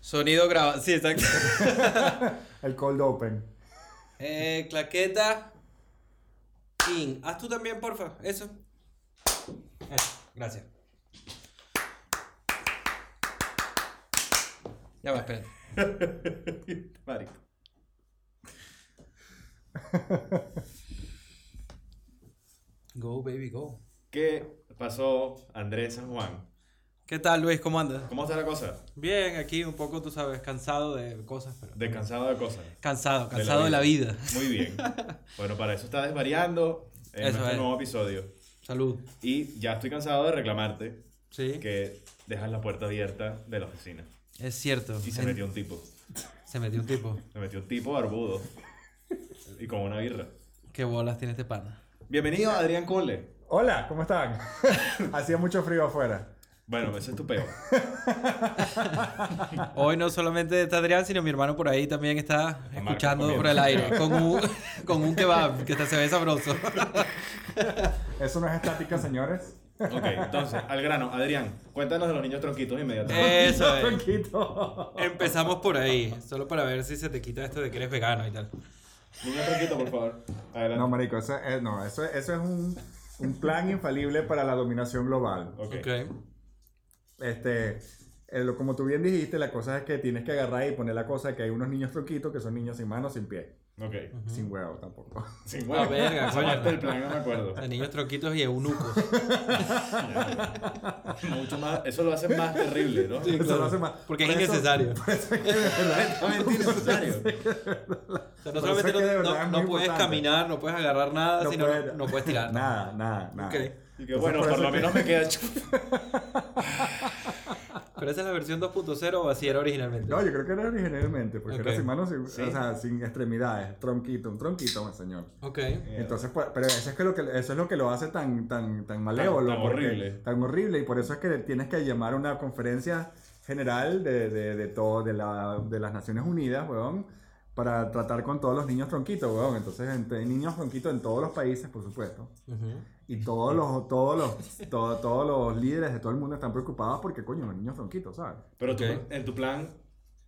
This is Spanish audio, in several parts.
Sonido grabado. Sí, exacto. El cold open. Eh, claqueta. In. Haz tú también, porfa. Eso. Eso. Gracias. Ya va, espérate. Marico. Go, baby, go. ¿Qué pasó, Andrés San Juan? ¿Qué tal, Luis? ¿Cómo andas? ¿Cómo está la cosa? Bien, aquí un poco, tú sabes, cansado de cosas, pero... Descansado de cosas. Cansado, cansado de la vida. Muy bien. Bueno, para eso está desvariando en Eso nuestro es. nuevo episodio. Salud. Y ya estoy cansado de reclamarte Sí, que dejas la puerta abierta de la oficina. es cierto. Y se En- metió un tipo. se metió un tipo. Se metió un tipo barbudo. Y con una birra. ¿Qué bolas tiene este pana? Bienvenido, Adrián Cole. Hola, ¿cómo están? Hacía mucho frío afuera. Bueno, ese es tu peo. Hoy no solamente está Adrián, sino mi hermano por ahí también está Marco escuchando comiendo. por el aire con un, con un kebab que hasta se ve sabroso. Eso no es estática, señores. Ok, entonces, al grano. Adrián, cuéntanos de los niños tronquitos inmediatamente. Eso es. Tranquilo. Empezamos por ahí, solo para ver si se te quita esto de que eres vegano y tal. Eh. Niños tronquitos, por favor. Adelante. No, marico, eso, es- no, eso, eso es un, un plan infalible para la dominación global. Ok. Ok. Este, eh, lo- como tú bien dijiste, la cosa es que tienes que agarrar y poner la cosa de que hay unos niños troquitos que son niños sin manos, sin pie. Ok. Sin huevo tampoco. Sin huevo. Ah, verga, Como coño. hasta el plan, no me acuerdo. De niños troquitos y eunucos. Mucho más, eso lo hace más terrible, ¿no? Eso claro. lo hace más- Porque es por eso- innecesario. por eso es que de verdad- Completamente innecesario. O sea, Por no eso solamente es que de no, verdad no- es no muy puedes importante. caminar, no puedes agarrar nada, sino Ah, no- puede- no, puedes tirar. Nada, nada, nada. Ok. Y que, bueno, por lo menos me queda chup. Pero esa es la versión 2.0 o así era originalmente. No, yo creo que era originalmente, porque Ok. era sin manos, sin- Sí. o sea, sin extremidades, tronquito, un tronquito, mi señor. Ok. Entonces, pues, pero eso es, que lo que, eso es lo que lo hace tan, tan, tan malévolo. tan porque- horrible. Tan horrible, y por eso es que tienes que llamar a una conferencia general de, de, de todo, de, la, de las Naciones Unidas, weón, para tratar con todos los niños tronquitos, weón. Entonces, ent- hay niños tronquitos en todos los países, por supuesto. Ujú. Y todos los, todos los, todo- todos los líderes de todo el mundo están preocupados porque, coño, los niños tronquitos, ¿sabes? Pero tú, Ok. en tu plan,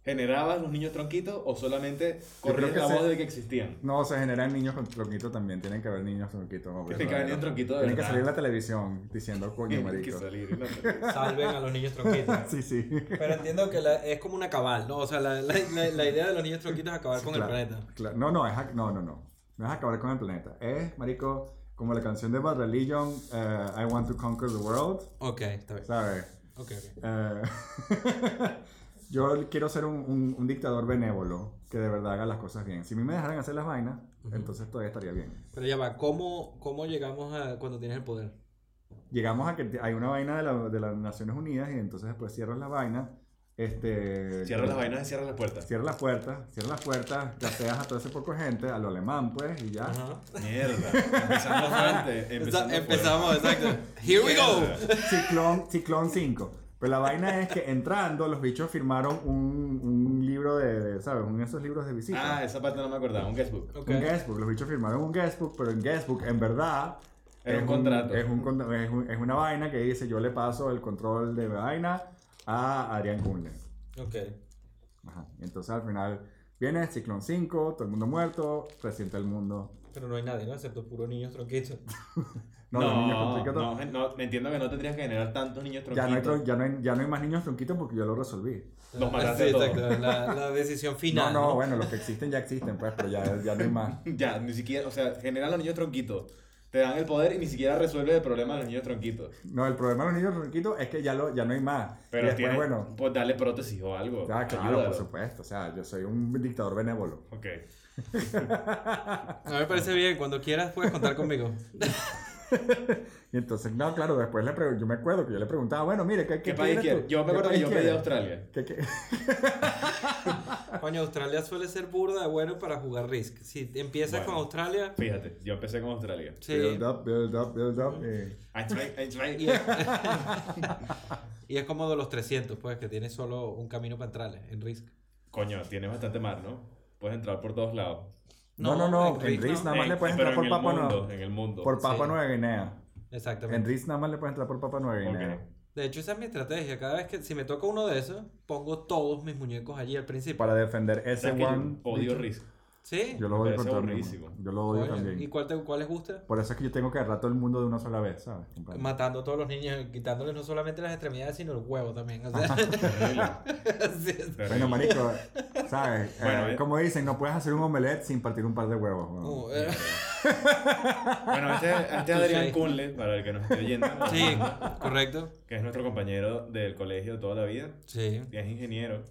¿generabas los niños tronquitos o solamente corrías creo que la se- voz de que existían? No, se generan niños con tronquitos también. Tienen que haber niños tronquitos. hombre, Tienen que haber ¿no? niños tronquitos, de Tienen que verdad. salir en la televisión diciendo coño, Tienen que marico. salir. ¿no? Salven a los niños troquitos. Sí, sí. Pero entiendo que la- es como una cabal, ¿no? O sea, la, la- la- la idea de los niños troquitos es acabar con Claro, el planeta. claro. No, no, es, ac- no, no, no. No es acabar con el planeta. Es, marico, como la canción de Bad Religion, eh, I Want to Conquer the World, Ok, está bien. ¿sabes? Ok, ok. Eh, yo quiero ser un, un- un dictador benévolo que de verdad haga las cosas bien. Si a mí me dejaran hacer las vainas, entonces todavía estaría bien. Pero ya va, ¿cómo, cómo llegamos a cuando tienes el poder? Llegamos a que te- hay una vaina de, la- de las Naciones Unidas y entonces después cierras la vaina. Este, Cierra las vainas y cierra las puertas. Cierra las puertas, cierra las puertas, plateas a todo ese poco de gente, a lo alemán pues, y ya. Ajá. Mierda. Empezando fuerte. Empezando Esa- fuerte. Empezamos, exacto. Here we go. Mierda. Ciclón, Ciclón 5. Pero la vaina es que entrando, los bichos firmaron un, un libro de, de, ¿sabes? Uno de esos libros de visita. Ah, esa parte no me acordaba. Un guestbook. Ok. Un guestbook. Los bichos firmaron un guestbook, pero en guestbook, en verdad... Era un contrato. es, un contra- es un- es una vaina que dice, yo le paso el control de vaina a Adrián Kunle. Ok. Ajá. Y Entonces, al final, viene Ciclón 5, todo el mundo muerto, resiente el mundo. Pero no hay nadie, ¿no? Excepto puros niños troquitos. No, No, los niños no, con triqueto- no, entiendo que no tendrías que generar tantos niños ya, no hay, tronquitos. tron- ya, no hay, ya no hay más niños tronquitos porque yo lo resolví. Los mataste a Ah, Sí, todos. exacto. La, la decisión No, final. no, bueno, los que existen ya existen, pues, pero ya, ya no hay más. Ya, ni siquiera, o sea, generan los niños tronquitos. Te dan el poder y ni siquiera resuelve el problema de los niños tronquitos. No, el problema de los niños ronquitos es que ya, lo, ya no hay más. Pero y después, tienes, bueno, pues dale prótesis o algo. ya, claro, Ayúdalo. por supuesto. O sea, yo soy un dictador benévolo. Ok. A mí me parece bien. Cuando quieras puedes contar conmigo. Y entonces, no, claro, después le pregun- yo me acuerdo que yo le preguntaba, bueno, mire, ¿qué, ¿Qué, país quieres? Yo me acuerdo que yo pedí a Australia. Australia. Coño, Australia suele ser burda de bueno para jugar Risk. Si empiezas Bueno. con Australia, Fíjate, yo empecé con Australia. sí. Build up, build up, build up. eh. I try, I try. Y es, y es como de los 300, pues, que tienes solo un camino para entrarle en Risk. Coño, tienes bastante mar, ¿no? Puedes entrar por todos lados. No, no, no, en Risk no. Risk Nada más En- le puedes pero entrar por en Papua el mundo, Nueva- En el mundo. Por Papua Sí. Nueva Guinea. En Exactamente. Riz nada más le puedes entrar por Papua Nueva Ok. Guinea. De hecho, esa es mi estrategia. Cada vez que si me toca uno de esos, pongo todos mis muñecos allí al principio. Para defender ese ¿Sabes que yo one. Odio bicho? Risk. Sí. Yo lo odio Me con parece todo el aburridísimo. mundo. Yo lo odio Coño, también. ¿Y cuál, te, cuál les gusta? Por eso es que yo tengo que agarrar a todo el mundo de una sola vez, ¿sabes? Comprendo. Matando a todos los niños, quitándoles no solamente las extremidades, sino el huevo también. O sea, Terrible, sí, es- terrible. Bueno, marico, ¿sabes? Eh, Bueno, eh. como dicen, no puedes hacer un omelette sin partir un par de huevos. weón. Uh, eh, Bueno, este, este es Tú Adrián sí. Kunle, para el que nos esté oyendo, sí, correcto. que es nuestro compañero del colegio toda la vida, Sí. y es ingeniero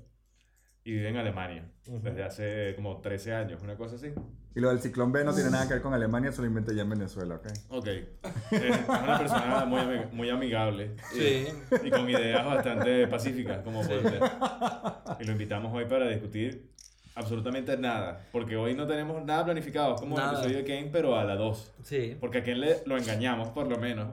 y vive en Alemania desde hace como 13 años, una cosa así. Y lo del ciclón B no Uh. tiene nada que ver con Alemania, se lo inventé ya en Venezuela, ¿ok? Ok. Eh, Es una persona muy, ami- muy amigable. Sí. Y, y con ideas bastante pacíficas, como pueden ver. Y lo invitamos hoy para discutir absolutamente nada. Porque hoy no tenemos nada planificado. Es como el Nada. episodio de Kane, pero a la 2. Sí. Porque a Ken le, lo engañamos, por lo menos.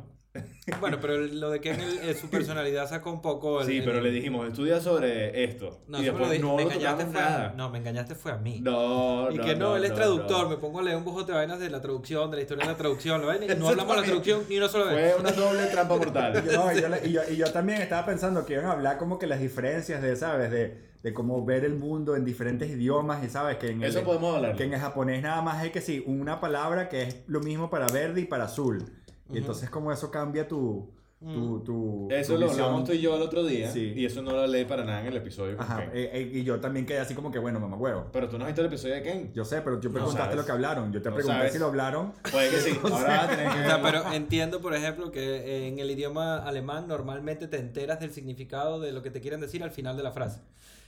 Bueno, pero lo de que en el- eh, su personalidad sacó un poco. el- Sí, el- pero le dijimos, estudia sobre esto. Pues No, y eso me lo después di- no me lo engañaste tocamos fue a, nada. no, me engañaste fue a mí. No, y no, que no, no, él es no, traductor. no. Me pongo a leer un bojote de vainas de la traducción, de la historia de la traducción, la vaina, y no Eso hablamos de la también. traducción ni una sola vez. Fue una doble trampa mortal. Yo- no, y, yo, le- y yo- y yo también estaba pensando que iban a hablar como que las diferencias de, ¿sabes? De, de cómo ver el mundo en diferentes idiomas y, ¿sabes? Que en el, Eso podemos hablar. que en el japonés nada más es que sí, una palabra que es lo mismo para verde y para azul. Y Ujú. entonces como eso cambia tu... Mm. tu, tu Eso tu lo visión. hablamos tú y yo el otro día. Sí. Y eso no lo leí para nada en el episodio. con Ajá, Ken. eh, eh, y yo también quedé así como que, bueno, mamá huevo. Pero tú no has visto el episodio de Ken. Yo sé, pero tú preguntaste sabes. lo que hablaron. Yo te No pregunté sabes. si lo hablaron. Puede que sí. Ahora vas a tener que O sea, verlo. pero entiendo, por ejemplo, que en el idioma alemán normalmente te enteras del significado de lo que te quieren decir al final de la frase.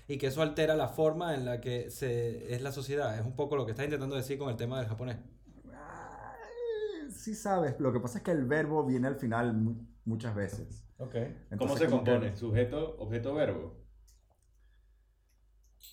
Y que eso altera la forma en la que se, es la sociedad. Es un poco lo que estás intentando decir con el tema del japonés. Ay, Sí sabes. Lo que pasa es que el verbo viene al final mu- muchas veces. Ok. ¿Cómo Entonces, se como que- compone? Sujeto, objeto, verbo.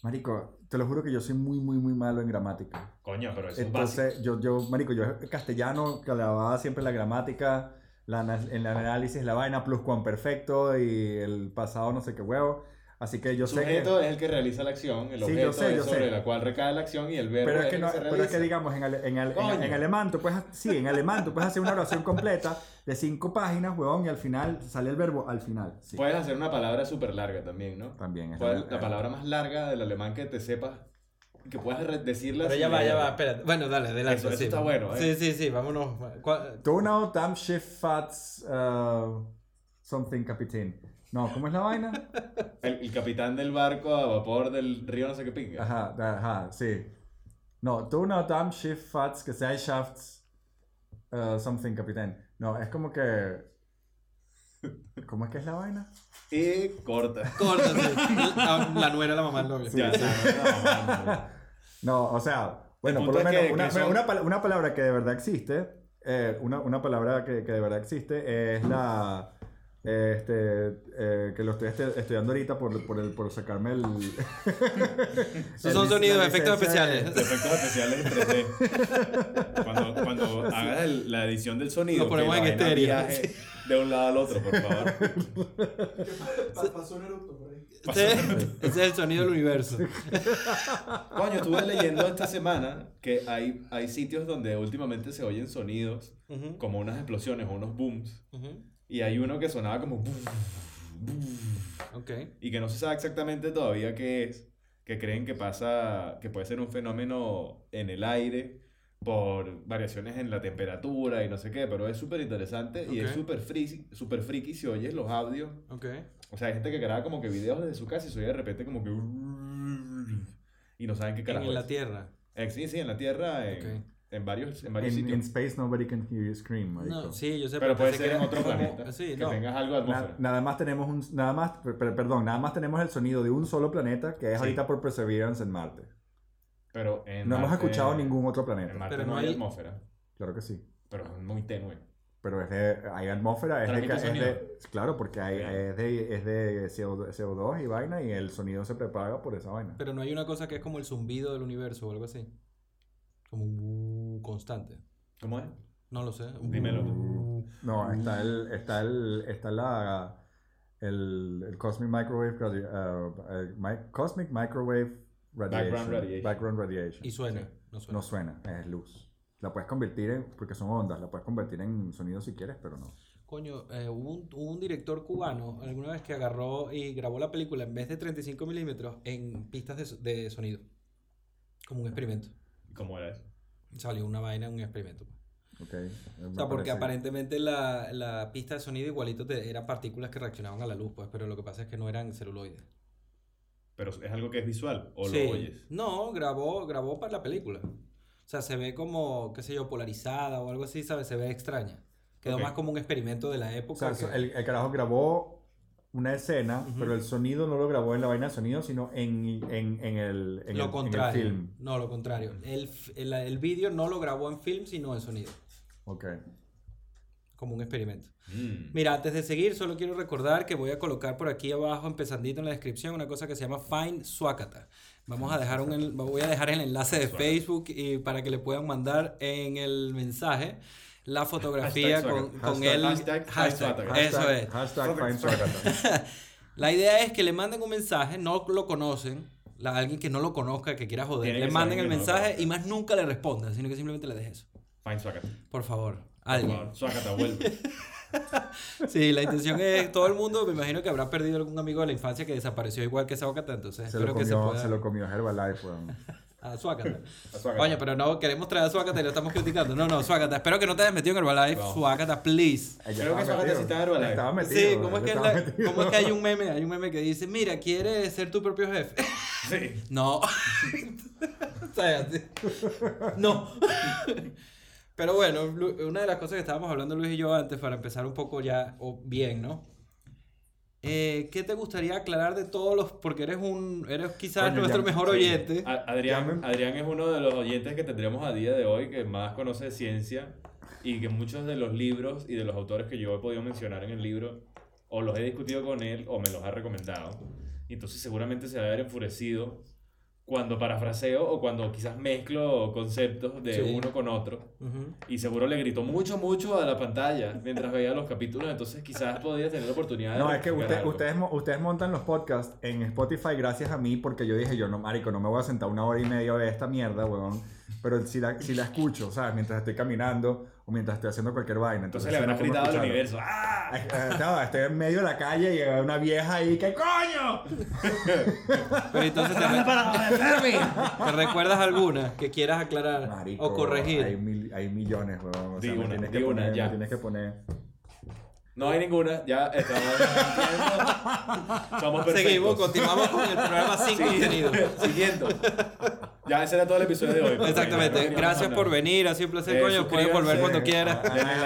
Marico, te lo juro que yo soy muy, muy, muy malo en gramática. Coño, pero eso es básico. Entonces, yo, yo, marico, yo en castellano clavaba siempre la gramática, la, ana- en el análisis, la vaina, pluscuamperfecto y el pasado no sé qué huevo. Así que yo sé que... Sujeto es el que realiza la acción, el Sí, objeto yo sé, es yo sé. sobre la cual recae la acción y el verbo Pero es que, el no, se pero es que realiza. digamos, en, ale- en ale- en- Coño. en alemán tú puedes, sí, en alemán tú puedes hacer una oración completa de cinco páginas, huevón, y al final sale el verbo al final. Sí, Puedes hacer una palabra súper larga también, ¿no? también. es ¿Cuál es la- Pues, la palabra más larga del alemán que te sepas? Que puedas re- decirla. Pero sin ya va, ya leerla? va, espérate. Bueno, dale, adelante. Eso- eso sí. está bueno, ¿eh? Sí, sí, sí, vámonos. ¿Cuál- Donau, Dampschifffahrts, uh, something, capitán. No, ¿cómo es la vaina? El, el capitán del barco a vapor del río no sé qué pinga. Ajá, ajá, sí. No, Donau, Dampschifffahrts, Gesellschafts, uh, something, capitán. No, es como que... ¿Cómo es que es la vaina? Y corta. Corta, sí. La, Ah, la nuera, la mamá, el novio. Ya, no, no, no, no. No, o sea, bueno, El por punto lo es menos que- una, que son- una pala- una palabra que de verdad existe, eh, una, una palabra que, que de verdad existe es la... Este, eh, que lo estoy este- estudiando ahorita por, por, el, por sacarme el... Esos son sonidos, efectos especiales. Efectos especiales en 3D. Cuando, cuando hagas el- la edición del sonido, Lo ponemos que la en vaina estéreo. viaje de un lado al otro, por favor. Pa- Pasó un eructo por ahí. Ese, ese es el sonido del universo. Coño, estuve leyendo esta semana que hay, hay sitios donde últimamente se oyen sonidos Ujú, como unas explosiones o unos booms. ujú. Y hay uno que sonaba como boom, Ok. y que no se sabe exactamente todavía qué es, que creen que pasa, que puede ser un fenómeno en el aire por variaciones en la temperatura y no sé qué, pero es súper interesante y es Ok. súper friki, súper friki si oyes los audios. Ok. O sea, hay gente que graba como que videos desde su casa y se oye de repente como que... Y no saben qué carajo En la es. tierra. Eh, sí, sí, en la Tierra, en, Ok. en varios, en varios En sitios. in space nobody can hear you scream, marico. No, sí, yo sé. pero puede pensé ser que en era otro como- planeta. Sí, que no. tengas algo de Na- atmósfera. nada más tenemos un nada más per- per- perdón nada más tenemos el sonido de un solo planeta que es Sí. ahorita por Perseverance en Marte pero en no hemos Marte- escuchado ningún otro En planeta Marte Pero no no hay hay- atmósfera, claro que sí pero es muy tenue. pero es de hay atmósfera es de, Transmite es de- sonido. claro porque hay, Bien. es de, es de CO2, CO2 y vaina y el sonido se propaga por esa vaina Pero no hay una cosa que es como el zumbido del universo o algo así. Como un "bu" constante. ¿Cómo es? No lo sé. Dímelo. "Bu". no está el está el está la el, el cosmic microwave radi- uh, eh, mi- cosmic microwave radiation Background radiation. Background radiation. Y suena. Sí. No suena. No suena, es luz. La puedes convertir en, porque son ondas, la puedes convertir en sonido si quieres, pero no. Coño, eh, hubo, un, hubo un director cubano alguna vez que agarró y grabó la película en vez de 35 milímetros en pistas de, so- de sonido. Como un experimento. ¿Cómo era eso? Salió una vaina, un experimento. Ok. eh, me O sea, porque parece- aparentemente la, la pista de sonido igualito te- eran partículas que reaccionaban a la luz, pues, pero lo que pasa es que no eran celuloides. Pero es algo que es visual o Sí. lo oyes. No, grabó, grabó para la película. O sea, se ve como, qué sé yo, polarizada o algo así, ¿sabes? Se ve extraña. Quedó Ok. más como un experimento de la O época. sea, que- el, el carajo grabó una escena, Ujú. pero el sonido no lo grabó en la vaina de sonido, sino en, en, en el, en el- en lo el contrario. film. No, lo contrario. El, f- el, el vídeo no lo grabó en film, sino en sonido. Ok. Como un experimento. Mm. Mira, antes de seguir, solo quiero recordar que voy a colocar por aquí abajo, empezandito en la descripción, una cosa que se llama Find Suakata. Vamos a dejar un, en- voy a dejar el enlace de Suácata. Facebook y para que le puedan mandar en el mensaje la fotografía Hashtag con, suácata. con Hashtag, el hashtag, hashtag suácata. Eso es. Hashtag Fuck it, find fuck it. Socrates. La idea es que le manden un mensaje, no lo conocen, a alguien que no lo conozca, que quiera joder, Tiene le que ser manden el alguien que no lo mensaje conozca. y más nunca le respondan, sino que simplemente le dejes eso. Fine, suácata. Por favor, alguien. Wow, Suácata, vuelve. Sí, la intención es todo el mundo, me imagino que habrá perdido algún amigo de la infancia que desapareció igual que Sábacata, entonces Se lo espero que se comió, pueda se lo comió Herbalife, weón. a Suácata. Suácata. Coño, pero no queremos traer a Suácata y lo estamos criticando. No, no, Suácata, espero que no te hayas metido en Herbalife, No. Suácata, please. Ella Creo que estaba Sócrates metido. sí estaba Herbalife. Estaba metido. Sí, ¿cómo es, ella que es estaba la- metido. cómo es que hay un meme? Hay un meme que dice, mira, ¿quieres ser tu propio jefe? Sí. No. ¿Sabes? Así. no. Pero bueno, Lu- una de las cosas que estábamos hablando Luis y yo antes, para empezar un poco ya o bien, ¿no? Eh, ¿Qué te gustaría aclarar de todos los...? Porque eres un... Eres quizás Coño, nuestro ya- mejor sí. Ah. oyente. A- Adrián, Llamen. Adrián es uno de los oyentes que tendremos a día de hoy que más conoce de ciencia y que muchos de los libros y de los autores que yo he podido mencionar en el libro o los he discutido con él o me los ha recomendado. Y entonces seguramente se va a ver enfurecido cuando parafraseo o cuando quizás mezclo conceptos de Sí. uno con otro. Ujú. Y seguro le gritó mucho, mucho a la pantalla mientras veía los capítulos. Entonces quizás podría tener la oportunidad de... No, es que rectificar usted- algo. ustedes, mo- ustedes montan los podcasts en Spotify gracias a mí porque yo dije, yo no, marico, no me voy a sentar una hora y media a ver esta mierda, weón. Pero si la, si la escucho, ¿sabes? Mientras estoy caminando o mientras estoy haciendo cualquier vaina. Entonces Entonces, le sí me habrás pongo a gritado escucharlo. al universo. Eh, ¡Ah! eh, No, estoy en medio de la calle y hay una vieja ahí que coño. Pero entonces te, re- ¿te recuerdas alguna que quieras aclarar Marico, o Hay, corregir. mil- hay millones, weón. O sea, Di me una, tienes di que una, poner, me ya. tienes que poner. No hay ninguna, ya estamos. Somos perfectos. Seguimos, continuamos con el programa sin contenido. Siguiendo. Ya, ese era todo el episodio de hoy. Exactamente. Gracias por venir. Ha sido un placer, Eh, coño. Puedes volver suscríbanse. cuando quieras. ah, Denle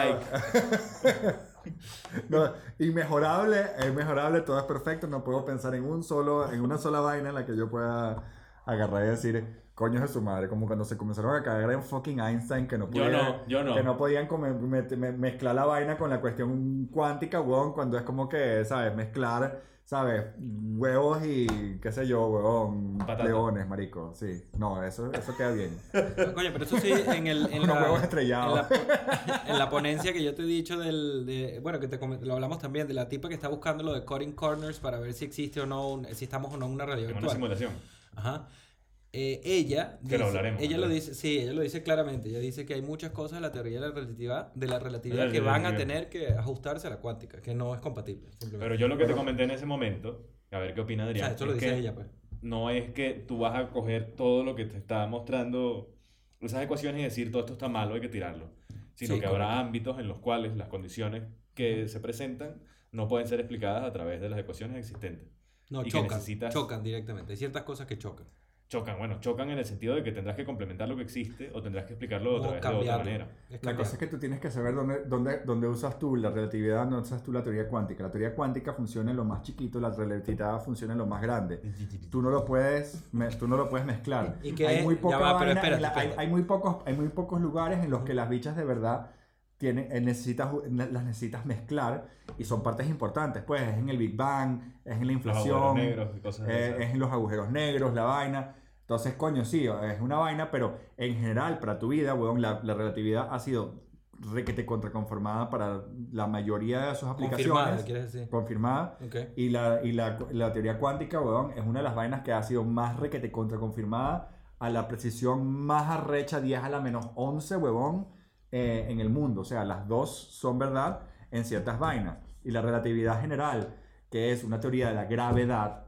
like. No, inmejorable, es mejorable, todo es perfecto. No puedo pensar en un solo, en una sola vaina en la que yo pueda agarrar y decir, coño de su madre, como cuando se comenzaron a cagar en fucking Einstein que no Yo podían, no, yo no. que no podían come- met- me- mezclar la vaina con la cuestión cuántica, weón, cuando es como que, sabes, mezclar, sabes, huevos y qué sé yo, weón, Patata. leones, marico, sí. No, eso, eso queda bien. Coño, pero eso sí, en, el, en, Unos la, huevos estrellados. en la- en la ponencia que yo te he dicho del... de- bueno, que te comen- lo hablamos también, de la tipa que está buscando lo de cutting corners para ver si existe o no, un- si estamos o no en una realidad En una virtual. simulación. Ajá. Eh, ella, Que lo dice- hablaremos, ella lo ¿verdad? dice, sí, ella lo dice claramente. Ella dice que hay muchas cosas de la teoría de la relatividad, de la relatividad La que van a relatividad. tener que ajustarse a la cuántica, que no es compatible. simplemente. Pero yo lo que te comenté en ese momento, a ver qué opina o sea, Adrián. esto lo es dice que ella, pues. No es que tú vas a coger todo lo que te está mostrando esas ecuaciones y decir todo esto está malo, hay que tirarlo. Sino Sí, que habrá ámbitos en los cuales las condiciones que se presentan no pueden ser explicadas a través de las ecuaciones existentes. No, y que chocan, necesitas- chocan directamente. Hay ciertas cosas que chocan. Chocan, bueno, chocan en el sentido de que tendrás que complementar lo que existe o tendrás que explicarlo No, otra vez de otra cambiarlo. manera. Es La cambiarlo. cosa es que tú tienes que saber dónde, dónde, dónde usas tú la relatividad, no usas tú la teoría cuántica. La teoría cuántica funciona en lo más chiquito, la relatividad funciona en lo más grande. Tú no lo puedes, me- tú no lo puedes mezclar. ¿Y qué hay es? muy Ya poca va, pero vaina en espérate, la- hay, espérate. hay muy pocos, hay muy pocos lugares en los que las bichas de verdad tienen, eh, necesitas, las necesitas mezclar y son partes importantes. Pues es en el Big Bang, es en la Los agujeros inflación, negros y cosas de eh, esas. es en los agujeros negros, la vaina. Entonces, coño, sí, es una vaina, pero en general, para tu vida, weón, la, la relatividad ha sido requete contraconformada para la mayoría de sus Confirmada, aplicaciones. quieres decir. Confirmada. Ok. Y la, y la, la teoría cuántica, weón, es una de las vainas que ha sido más requete contraconfirmada a la precisión más arrecha, 10 a la menos 11, weón, eh, en el mundo. O sea, las dos son verdad. en ciertas vainas. Y la relatividad general, que es una teoría de la gravedad,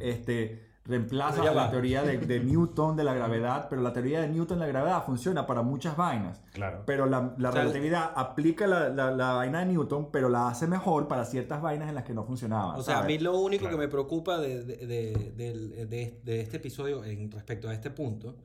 este, reemplaza Ya a la va. teoría de, de Newton de la gravedad, pero la teoría de Newton de la gravedad funciona para muchas vainas. Claro. Pero la, la O sea, relatividad aplica la, la- la vaina de Newton, pero la hace mejor para ciertas vainas en las que no funcionaba. O sea, a ¿sabes? mí lo único Claro. que me preocupa de, de- de- del- de- de este episodio en respecto a este punto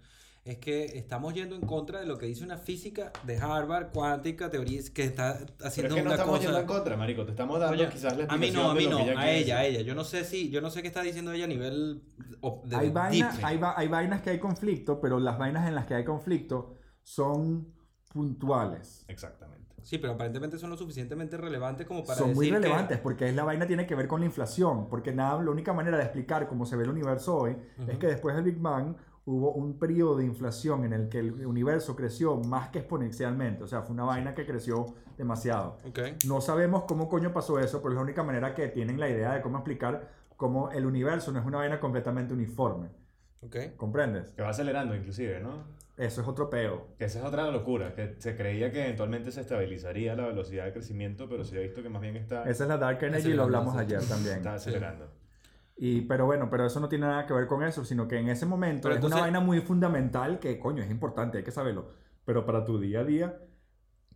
es que estamos yendo en contra de lo que dice una física de Harvard, cuántica, teoría, que está Pero haciendo es que no una estamos yendo cosa... en contra, marico. Te estamos dando Coño, quizás la a mí explicación no, a de mí lo no, que ella a quiere ella, a decir. ella. Yo no sé si, yo no sé qué está diciendo ella a nivel op- de hay, vainas, deep. hay, va- hay vainas que hay conflicto, pero las vainas en las que hay conflicto son puntuales. Exactamente. Sí, pero aparentemente son lo suficientemente relevantes como para son muy decir que- relevantes porque es la vaina tiene que ver con la inflación, porque nada, la única manera de explicar cómo se ve el universo hoy es Ujú. que después del Big Bang hubo un periodo de inflación en el que el universo creció más que exponencialmente, o sea, fue una vaina que creció demasiado. Ok. No sabemos cómo coño pasó eso, pero es la única manera que tienen la idea de cómo explicar cómo el universo no es una vaina completamente uniforme. Ok. ¿Comprendes? Que va acelerando, inclusive, ¿no? Eso es otro peo. Que esa es otra locura. Que se creía que eventualmente se estabilizaría la velocidad de crecimiento, pero se ha visto que más bien está, Esa es la Dark Energy y lo hablamos ayer también. está acelerando. Y, pero bueno, pero eso no tiene nada que ver con eso, sino que en ese momento Pero es entonces- una vaina muy fundamental que, coño, es importante, hay que saberlo. Pero para tu día a día,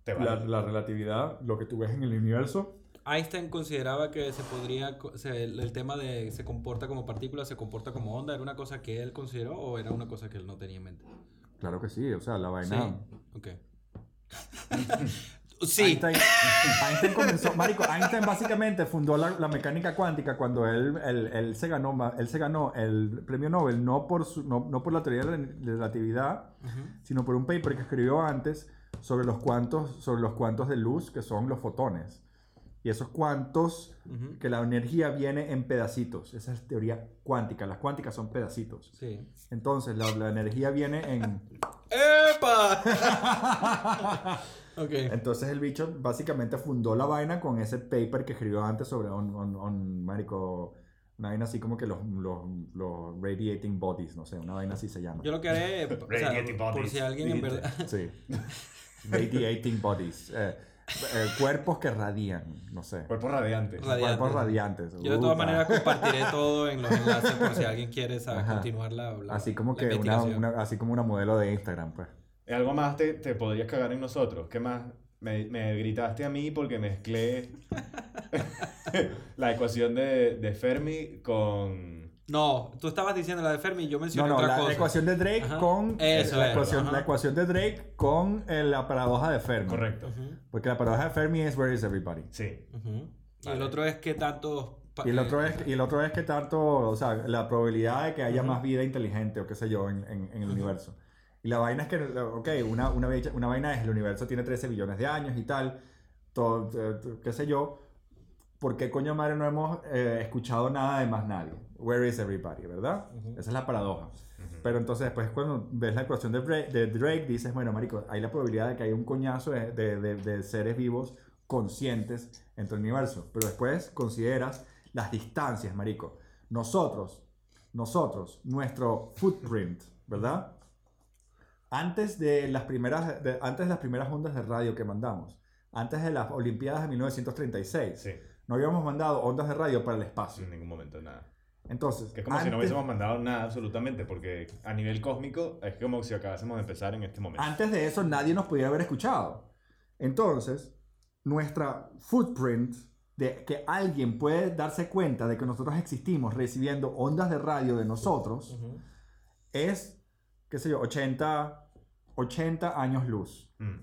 Te va. la, la relatividad, lo que tú ves en el universo, Einstein consideraba que se podría, co- se- el, el tema de se comporta como partícula, se comporta como onda, ¿era una cosa que él consideró o era una cosa que él no tenía en mente? claro que sí, o sea, la Sí. vaina... Ok. sí. Einstein, Einstein comenzó, marico, Einstein básicamente fundó la, la mecánica cuántica cuando él, él- él se ganó, ma- él se ganó el premio Nobel no por, su- no, no por la teoría de la relatividad, Ujú. sino por un paper que escribió antes sobre los cuantos, sobre los cuantos de luz que son los fotones. Y esos cuantos, Ujú. que la energía viene en pedacitos. Esa es teoría cuántica. Las cuánticas son pedacitos. Sí. Entonces, la, la energía viene en... ¡Epa! ok. Entonces, el bicho básicamente fundó la vaina con ese paper que escribió antes sobre un, un, un marico... Una vaina así como que los, los, los radiating bodies, no sé, una vaina así se llama. Yo lo que haré, o sea, Radiating por bodies, si alguien en dijiste. verdad... Sí. Radiating bodies. Eh, eh, cuerpos que radian, no sé. Cuerpo radiante. Radi- Cuerpos radiantes. ah, Yo de todas Upa. maneras compartiré todo en los enlaces por si alguien quiere saber, Ajá. continuar la, la- Así como la que una, investigación. una- así como una modelo de Instagram, pues. Algo más te, te podrías cagar en nosotros. ¿Qué más? Me, me gritaste a mí porque mezclé la ecuación de, de Fermi con... No, tú estabas diciendo la de Fermi, yo No, mencioné no, otra la, cosa. ecuación de Drake Ajá. con Eso la, es, ecuación, ajá. la ecuación de Drake con eh, la paradoja de Fermi. Correcto. Ujú, Porque la paradoja de Fermi es where is everybody. Sí. ujú. Y el Vale. otro es que tanto... pa- Y el eh, otro es, y el otro es que tanto, o sea, la probabilidad de que haya Ujú. más vida inteligente o qué sé yo en, en- en el universo. Y la vaina es que, ok, una, una, vecha- una vaina es el universo tiene 13 billones de años y tal, todo, eh, t- qué sé yo. ¿Por qué coño madre no hemos eh, escuchado nada de más nadie? Where is everybody, ¿verdad? Ujú. Esa es la paradoja. Pero entonces después cuando ves la ecuación de Drake, de Drake, dices, bueno, marico, hay la probabilidad de que haya un coñazo de, de- de- de seres vivos conscientes en tu universo. Pero después consideras las distancias, marico. Nosotros, nosotros, nuestro footprint, ¿verdad? Antes de las primeras, de- antes de las primeras ondas de radio que mandamos, antes de las Olimpiadas de 1936, Sí. no habíamos mandado ondas de radio para el Sin espacio. ningún momento, nada. Entonces, Que es como si no antes- hubiésemos mandado nada absolutamente, porque a nivel cósmico es como si acabásemos de empezar en este momento. Antes de eso nadie nos podía haber escuchado. Entonces, nuestra footprint de que alguien puede darse cuenta de que nosotros existimos recibiendo ondas de radio de nosotros ujú. es, qué sé yo, 80, 80 años luz. Mm.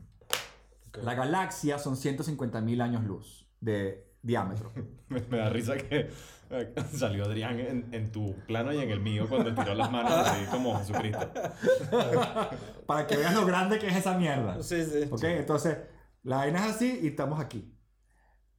Ok. La galaxia son 150.000 años luz de diámetro. Me, me da risa que salió Adrián en, en tu plano y en el mío cuando tiró las manos así como Jesucristo. Para que veas lo grande que es esa mierda. Sí, sí. Ok, entonces la vaina es así y estamos aquí.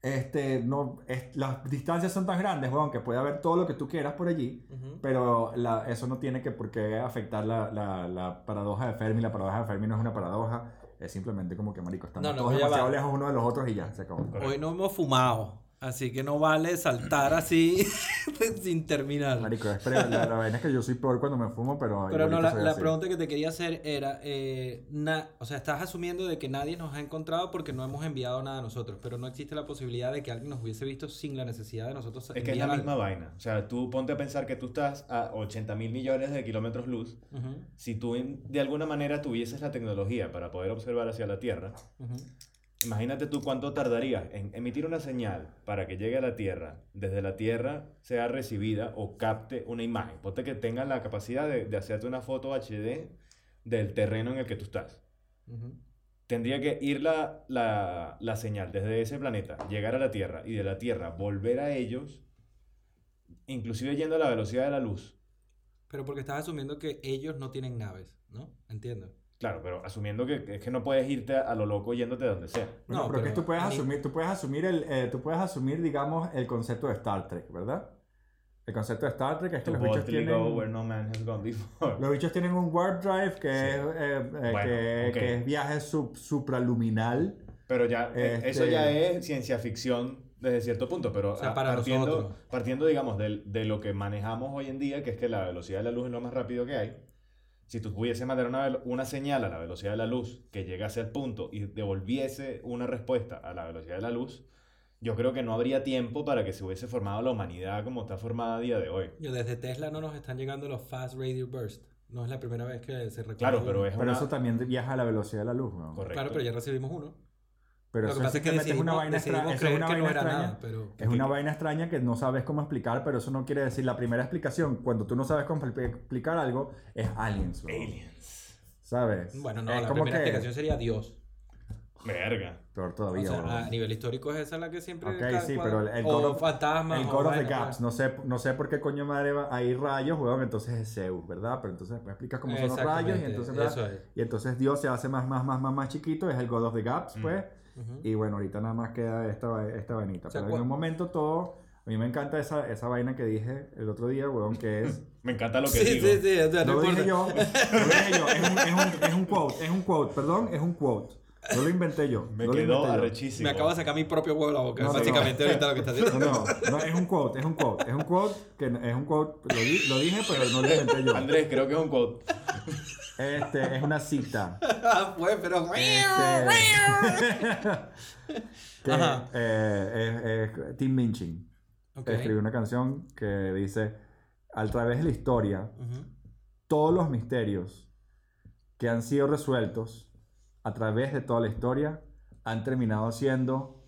Este, no, es- las distancias son tan grandes, weón, que puede haber todo lo que tú quieras por allí, Ujú. pero la- eso no tiene que por qué afectar la, la- la paradoja de Fermi. La paradoja de Fermi no es una paradoja, es simplemente como que, marico, estamos No, no, todos ya demasiado va. lejos uno de los otros y ya, se acabó. Hoy no hemos fumado. Así que no vale saltar así sin terminar. Marico, es pre- la, la vaina es que yo soy peor cuando me fumo, pero. Pero no, igualito la, soy la así. pregunta que te quería hacer era, eh, na- o sea, estás asumiendo de que nadie nos ha encontrado porque no hemos enviado nada a nosotros, pero no existe la posibilidad de que alguien nos hubiese visto sin la necesidad de nosotros Es que es la enviar misma algo. vaina. O sea, tú ponte a pensar que tú estás a 80 mil millones de kilómetros luz. Ujú, Si tú en- de alguna manera tuvieses la tecnología para poder observar hacia la Tierra, ujú. imagínate tú cuánto tardarías en emitir una señal para que llegue a la Tierra, desde la Tierra sea recibida o capte una imagen. Ponte que tengas la capacidad de, de hacerte una foto HD del terreno en el que tú estás. Ujú. Tendría que ir la, la, la señal desde ese planeta, llegar a la Tierra y de la Tierra volver a ellos, inclusive yendo a la velocidad de la luz. Pero porque estás asumiendo que ellos no tienen naves, ¿no? Entiendo. Claro, pero asumiendo que, que es que no puedes irte a, a lo loco yéndote de donde sea. Bueno, No, pero, pero que tú puedes ahí- asumir, tú puedes asumir el, eh, tú puedes asumir, digamos, el concepto de Star Trek, ¿verdad? El concepto de Star Trek es que To los bichos, boldly go where tienen, no man has gone before. los bichos tienen un warp drive que, Sí. es, eh, eh, Bueno, que, ok. que es viaje sub- supraluminal. Pero ya, eh, eso Este- ya es ciencia ficción desde cierto punto, pero O sea, a- para partiendo, nosotros. partiendo, digamos, del- de, lo que manejamos hoy en día, que es que la velocidad de la luz es lo más rápido que hay, si tú pudieses mandar una, velo- una señal a la velocidad de la luz que llegase al punto y devolviese una respuesta a la velocidad de la luz, yo creo que no habría tiempo para que se hubiese formado la humanidad como está formada a día de hoy. Yo, desde Tesla no nos están llegando los Fast Radio Burst. No es la primera vez que se recuerda. Claro, uno. pero es Pero una... eso también viaja a la velocidad de la luz, ¿no? Correcto. Claro, pero ya recibimos uno. Pero Lo eso que pasa es que simplemente decidimos, es una vaina, decidimos extra- eso es creer una que no vaina era extraña. nada, pero... Es una vaina extraña que no sabes cómo explicar, pero eso no quiere decir la primera explicación. Cuando tú no sabes cómo expli- explicar algo, es aliens. weón. Aliens. ¿Sabes? Bueno, no, es la como primera que- explicación sería Dios. Verga. Peor O todavía. sea, weón. a nivel histórico es esa la que siempre... Ok, cada sí, cuadro- pero el God o of- fantasmas. El o God of the vaina, Gaps. No sé, no sé por qué coño madre va- hay rayos, weón. Entonces es Zeus, ¿verdad? Pero entonces después explicas cómo son los rayos y Exactamente, entonces, ¿verdad? Eso es. y entonces Dios se hace más, más, más, más, más chiquito. Es el God of the Gaps, Mm. pues. Ujú. Y bueno, ahorita nada más queda esta, va- esta vainita. O sea, Pero en cua- un momento todo. A mí me encanta esa, esa vaina que dije el otro día, weón, que es. Me encanta lo que Sí, digo. sí, sí, o sea, No no lo dije importa. yo, no lo dije yo, es un, es, un, es un quote, es un quote, perdón, es un quote. No lo inventé yo. Me no lo quedó inventé yo. arrechísimo. Me acabo de sacar mi propio huevo de la boca, No, no, básicamente ahorita lo que estás No, diciendo. no, no, es un quote, es un quote, es un quote, que no- es un quote, lo, di- lo dije, pero no lo inventé yo. Andrés, creo que es un quote. Este, es una cita. Ah, pues, pero... Este, que, Ajá. eh, es- es Tim Minchin Ok. escribió una canción que dice, a través de la historia, Ujú. todos los misterios que han sido resueltos a través de toda la historia han terminado siendo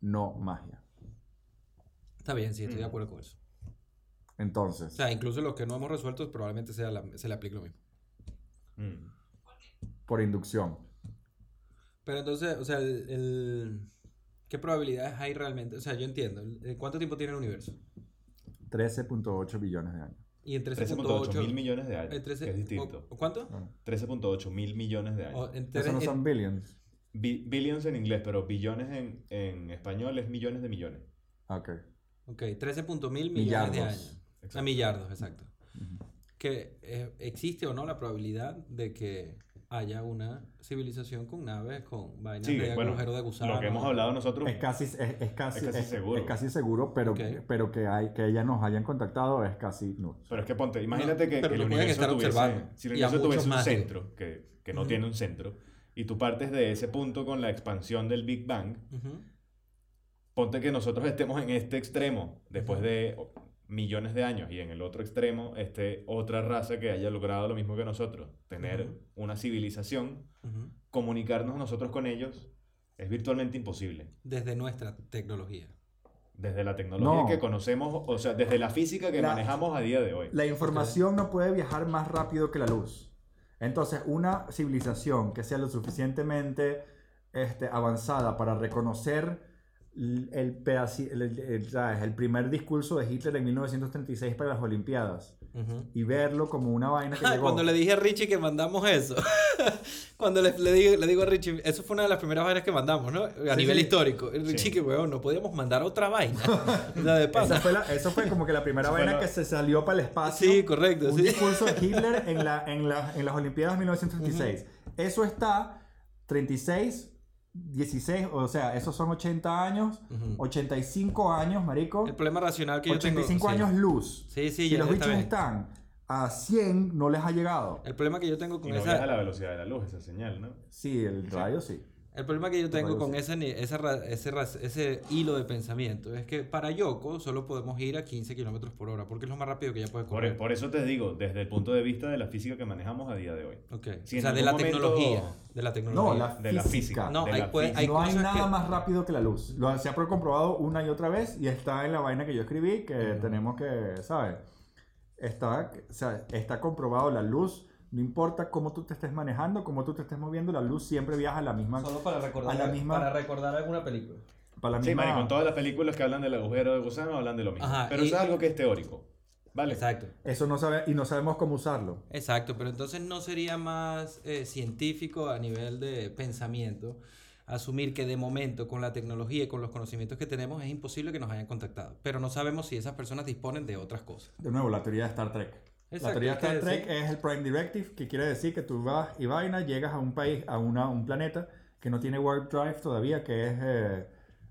no magia. Está bien, sí, estoy de acuerdo con eso. O Entonces, sea, incluso los que no hemos resuelto pues, probablemente sea la- se le aplique lo mismo. Mm. por inducción. Pero entonces, o sea, el, el- ¿qué probabilidades hay realmente? O sea, yo entiendo. el- eh, ¿Cuánto tiempo tiene el universo? 13.8 billones de años. Y en 13.8 mil 13.8... millones de años. eh, 13 que es distinto. o- ¿Cuánto? 13.8 mil millones de años. O en Eso tres- no en- son billions. Bi- billions en inglés, pero billones en, en español es millones de millones. Ok. ok, 13.000 millones de Millardos. años. Exacto. A millardos, exacto. Ujú. Que eh, existe o no la probabilidad de que haya una civilización con naves, con vainas Sí, de bueno, agujero de gusano. lo que hemos hablado nosotros. Es casi, es, es casi, Es casi es- seguro. es casi seguro, pero, Ok. pero que, hay, que ellas nos hayan contactado es casi no. Pero es que ponte, imagínate que, pero que el lo pueden universo estar tuviese, observando, si el y a universo muchos tuviese un más. centro, que, que no Ujú. tiene un centro, y tú partes de ese punto con la expansión del Big Bang, Ujú. ponte que nosotros estemos en este extremo después de millones de años y en el otro extremo esté otra raza que haya logrado lo mismo que nosotros, tener Ujú. una civilización, Ujú. comunicarnos nosotros con ellos es virtualmente imposible. Desde nuestra tecnología. Desde la tecnología No. que conocemos, o sea, desde la física que La- manejamos a día de hoy. La información no puede viajar más rápido que la luz. Entonces, una civilización que sea lo suficientemente este, avanzada para reconocer l- el, pedaci- el, el- el- ¿sabes? el primer discurso de Hitler en 1936 para las Olimpiadas Ujú. y verlo como una vaina que Ah, llegó. Cuando le dije a Richie que mandamos eso, cuando le, le digo, le digo a Richie, eso fue una de las primeras vainas que mandamos, ¿no? A nivel sí. histórico. Y Richie, Sí. que weón, no podíamos mandar otra vaina. la de Esa pana. fue la- eso fue como que la primera Eso fue vaina la- que se salió para el espacio. Ah, Sí, correcto. un sí. discurso de Hitler en, la, en, la- en las Olimpiadas de 1936. Eso está 36 16, o sea, esos son 80 años, Ujú. 85 años, marico, El problema racional que yo tengo... 85 sí. años luz. Sí, sí, Si ya los ya está bichos bien. están a 100, no les ha llegado. El problema que yo tengo Y con no esa... viaja a la velocidad de la luz, esa señal, ¿no? Sí, el rayo sí. El problema que yo tengo Algo con así. ese, ni- ese, ra- ese, ra- ese hilo de pensamiento es que para Yoko solo podemos ir a 15 kilómetros por hora, porque es lo más rápido que ella puede Por, correr. por eso te digo, desde el punto de vista de la física que manejamos a día de hoy. Ok. Si o en sea, de algún la momento- tecnología. De la No, tecnología. la De la física. física. No, de hay la pues- física. hay- no hay cosas nada que- más rápido que la luz. Lo- se ha comprobado una y otra vez y está en la vaina que yo escribí que Ujú. tenemos que, ¿sabes? Está, o sea, está comprobado la luz. No importa cómo tú te estés manejando, cómo tú te estés moviendo, la luz siempre viaja a la misma... Solo para recordar, a la misma- para recordar alguna película. Para la Sí, misma... marico, en todas las películas que hablan del agujero de gusano hablan de lo mismo. Ajá, pero y- eso es algo que es teórico. ¿Vale? Exacto. Eso no sabe, y no sabemos cómo usarlo. Exacto, pero entonces no sería más eh, científico a nivel de pensamiento asumir que de momento con la tecnología y con los conocimientos que tenemos es imposible que nos hayan contactado, pero no sabemos si esas personas disponen de otras cosas. De nuevo, la teoría de Star Trek. la Exacto, teoría de es que Star Trek sí. es el Prime Directive, que quiere decir que tú vas y vaina, llegas a un país, a una, un planeta que no tiene warp drive todavía, que es, eh,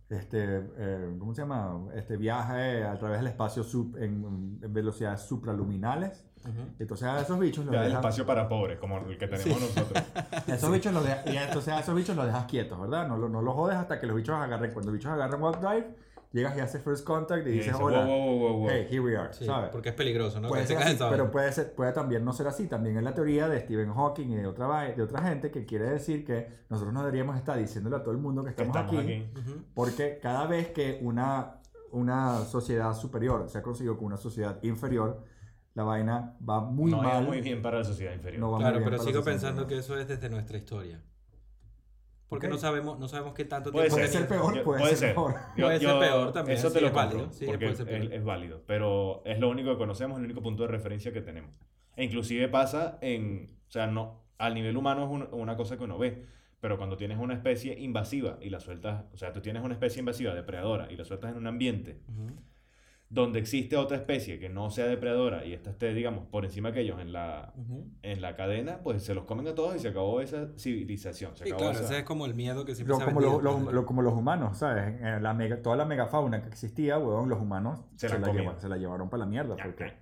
este, eh, ¿cómo se llama? Este viaje a través del espacio sub- en, en velocidades supraluminales. Ujú. Entonces a esos bichos los Ya el dejas, espacio para pobres, como el que tenemos nosotros. a esos bichos los dejas- y entonces a esos bichos los dejas quietos, ¿verdad? No, lo- no los jodes hasta que los bichos agarren. Cuando los bichos agarran warp drive, llegas y haces first contact y, Y dices, dices, hola, wow, wow, wow, wow". hey, here we are, Sí, ¿sabes? porque es peligroso, ¿no? Este Puede Que te ser caes así, en esa pero vaina. puede, ser- puede también no ser así. También es la teoría de Stephen Hawking y de otra, vai- de otra gente que quiere decir que nosotros no deberíamos estar diciéndole a todo el mundo que Que estamos, estamos aquí, aquí. Ujú. porque cada vez que una, una sociedad superior se ha conseguido con una sociedad inferior, la vaina va muy no mal. es muy bien para la sociedad inferior. no va muy Claro, bien pero para la sigo sociedad pensando que inferior. eso es desde nuestra historia. Porque Ok. no sabemos, no sabemos qué tanto Puede tiempo Puede ser. ser tenía. peor, Yo- puede, ser mejor. Puede ser peor también, Eso te sí, lo es compro, válido, sí, porque puede ser peor. es, es válido. Pero es lo único que conocemos, el único punto de referencia que tenemos. E inclusive pasa en... O sea, no, al nivel humano es un- una cosa que uno ve. Pero cuando tienes una especie invasiva y la sueltas... O sea, tú tienes una especie invasiva, depredadora, y la sueltas en un ambiente Ujú. donde existe otra especie que no sea depredadora y esta esté, digamos, por encima que ellos en la, Ujú. en la cadena, pues se los comen a todos y se acabó esa civilización. Se Sí, acabó claro, esa- ese es como el miedo que siempre Lo- se ha como, los, vendido. los- lo- como los humanos, ¿sabes? Eh, La mega- toda la megafauna que existía, huevón, los humanos Se la lleva- comieron. se la llevaron para la mierda. Porque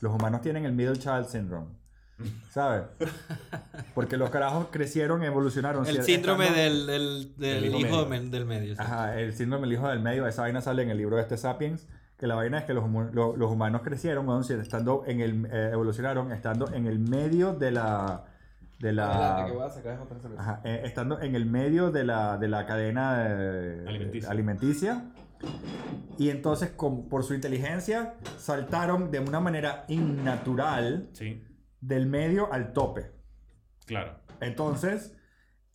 Los humanos tienen el middle child syndrome. ¿Sabes? Porque los carajos crecieron, evolucionaron. El si- síndrome estando- del, del, del Del hijo hijo, medio. men- del medio. sí. Ajá, el síndrome del hijo del medio. Esa vaina sale en el libro de este Sapiens. Que la vaina es que los, humu- lo- los humanos crecieron, weón, si estando en el, eh, evolucionaron, estando en el medio de la... De la Adelante, que voy a sacar otra cerveza. Ajá, eh, estando en el medio de la, de la cadena eh, Alimenticia. alimenticia. Y entonces, con- por su inteligencia, saltaron de una manera innatural Sí, del medio al tope. claro. Entonces,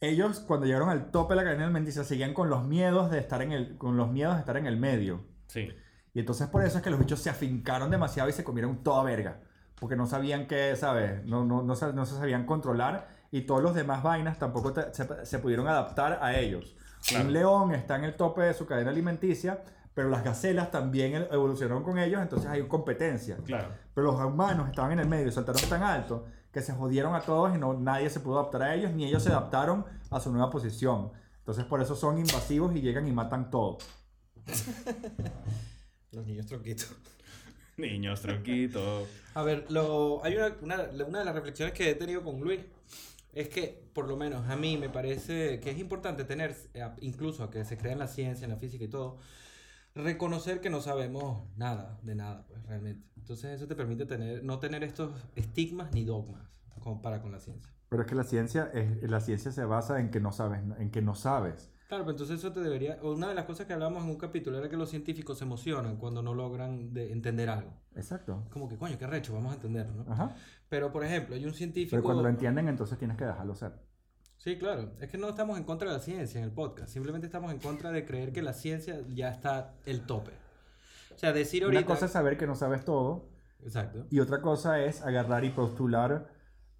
ellos cuando llegaron al tope de la cadena alimenticia, seguían con los miedos de estar en el, con los miedos de estar en el medio. Sí. Y entonces por eso es que los bichos se afincaron demasiado y se comieron toda verga. Porque no sabían qué, ¿sabes? No, no, no, sa- no se sabían controlar y todos los demás vainas tampoco te- se, se pudieron adaptar a ellos. Claro. Un león está en el tope de su cadena alimenticia, pero las gacelas también el- evolucionaron con ellos, entonces hay competencia. Claro. Pero los humanos estaban en el medio y saltaron tan alto que se jodieron a todos y no, nadie se pudo adaptar a ellos, ni ellos se adaptaron a su nueva posición. Entonces por eso son invasivos y llegan y matan todo. Los niños tronquitos. Niños, tronquitos. A ver, lo, hay una, una, una de las reflexiones que he tenido con Luis es que, por lo menos a mí, me parece que es importante tener, eh, a- incluso a que se crea en la ciencia, en la física y todo, reconocer que no sabemos nada de nada, pues realmente. Entonces eso te permite tener, no tener estos estigmas ni dogmas con- para con la ciencia. Pero es que la ciencia, es, la ciencia se basa en que no sabes, en que no sabes. Claro, pero entonces eso te debería... o Una de las cosas que hablamos en un capítulo era que los científicos se emocionan cuando no logran de entender algo. Exacto. Como que, coño, qué recho, vamos a entenderlo, ¿no? Ajá. Pero, por ejemplo, hay un científico... Pero cuando lo entienden, entonces tienes que dejarlo ser. Sí, claro. Es que no estamos en contra de la ciencia en el podcast. Simplemente estamos en contra de creer que la ciencia ya está el tope. O sea, decir ahorita... Una cosa es saber que no sabes todo Exacto. y otra cosa es agarrar y postular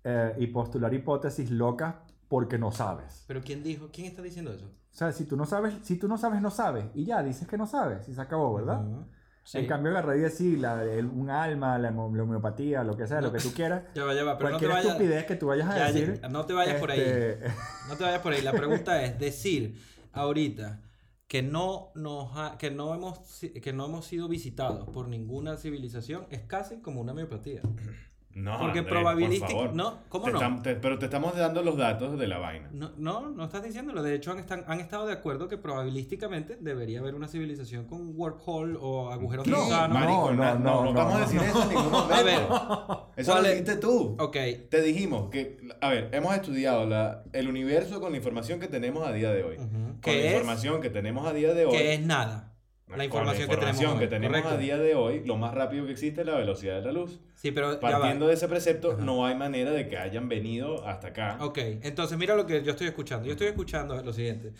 eh, y postular hipótesis locas porque no sabes. Pero ¿quién dijo? ¿Quién está diciendo eso? O sea, si tú no sabes, si tú no sabes, no sabes y ya dices que no sabes y se acabó, ¿verdad? Ujú. Sí. En cambio, la raíz sí, la, el- un alma, la, hom- la homeopatía, lo que sea, No. lo que tú quieras. Ya va, ya va, pero no te cualquier vayas. estupidez que tú vayas a ya, ya, decir. no te vayas por ahí. este, No te vayas por ahí. La pregunta es decir ahorita que no nos ha- que no hemos si- que no hemos sido visitados por ninguna civilización es casi como una miopatía. No, Porque Andrés, por probabilística, favor. no, ¿cómo Te no? estam- te- pero te estamos dando los datos de la vaina. No, no, no estás diciéndolo. De hecho, han, están- han estado de acuerdo que probabilísticamente debería haber una civilización con wormhole o agujeros de No, gusano. marico. na- no, no, vamos no, a decir eso en ningún momento. A ver, eso lo ¿cuál es? dijiste tú. Ok, Te dijimos que, a ver, hemos estudiado la, el universo con la información que tenemos a día de hoy. ujú, Con la que es, información que tenemos a día de hoy. que es nada. con La información, información que tenemos, hoy, a correcto. día de hoy, lo más rápido que existe es la velocidad de la luz. Sí, pero ya va. Partiendo de ese precepto, Ajá. no hay manera de que hayan venido hasta acá. Ok, entonces mira lo que yo estoy escuchando. Yo estoy escuchando lo siguiente.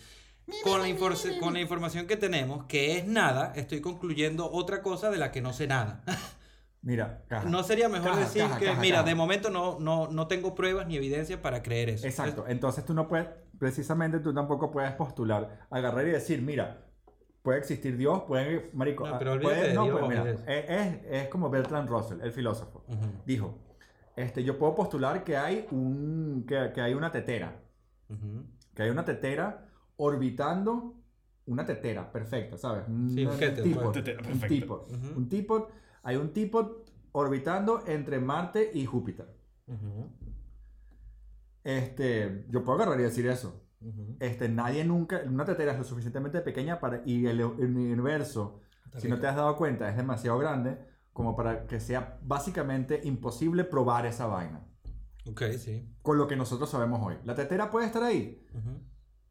Con la, infor- con la información que tenemos, que es nada, estoy concluyendo otra cosa de la que no sé nada. mira, caja. ¿No sería mejor Caja, decir caja, que, caja, mira, caja. de momento no, no, no tengo pruebas ni evidencia para creer eso? Exacto. Entonces tú no puedes, precisamente tú tampoco puedes postular, agarrar y decir, mira, puede existir Dios, puede, marico, No, ah, pero puede- olvídate de no, Dios, pues mira, olvídate. es, es- es como Bertrand Russell, el filósofo, Ujú, dijo, este, yo puedo postular que hay un, que, que hay una tetera, ujú. que hay una tetera orbitando una tetera, perfecta, ¿sabes? Un, Sí, un kettle, tipo, pues. Tetera, un perfecto. tipo, Ujú. un tipo, hay un tipo orbitando entre Marte y Júpiter. Este, yo puedo agarrar y decir eso. Este, nadie nunca, una tetera es lo suficientemente pequeña para, y el, el universo, si no te has dado cuenta, es demasiado grande como para que sea básicamente imposible probar esa vaina, Ok, sí. con lo que nosotros sabemos hoy. La tetera puede estar ahí, Ujú.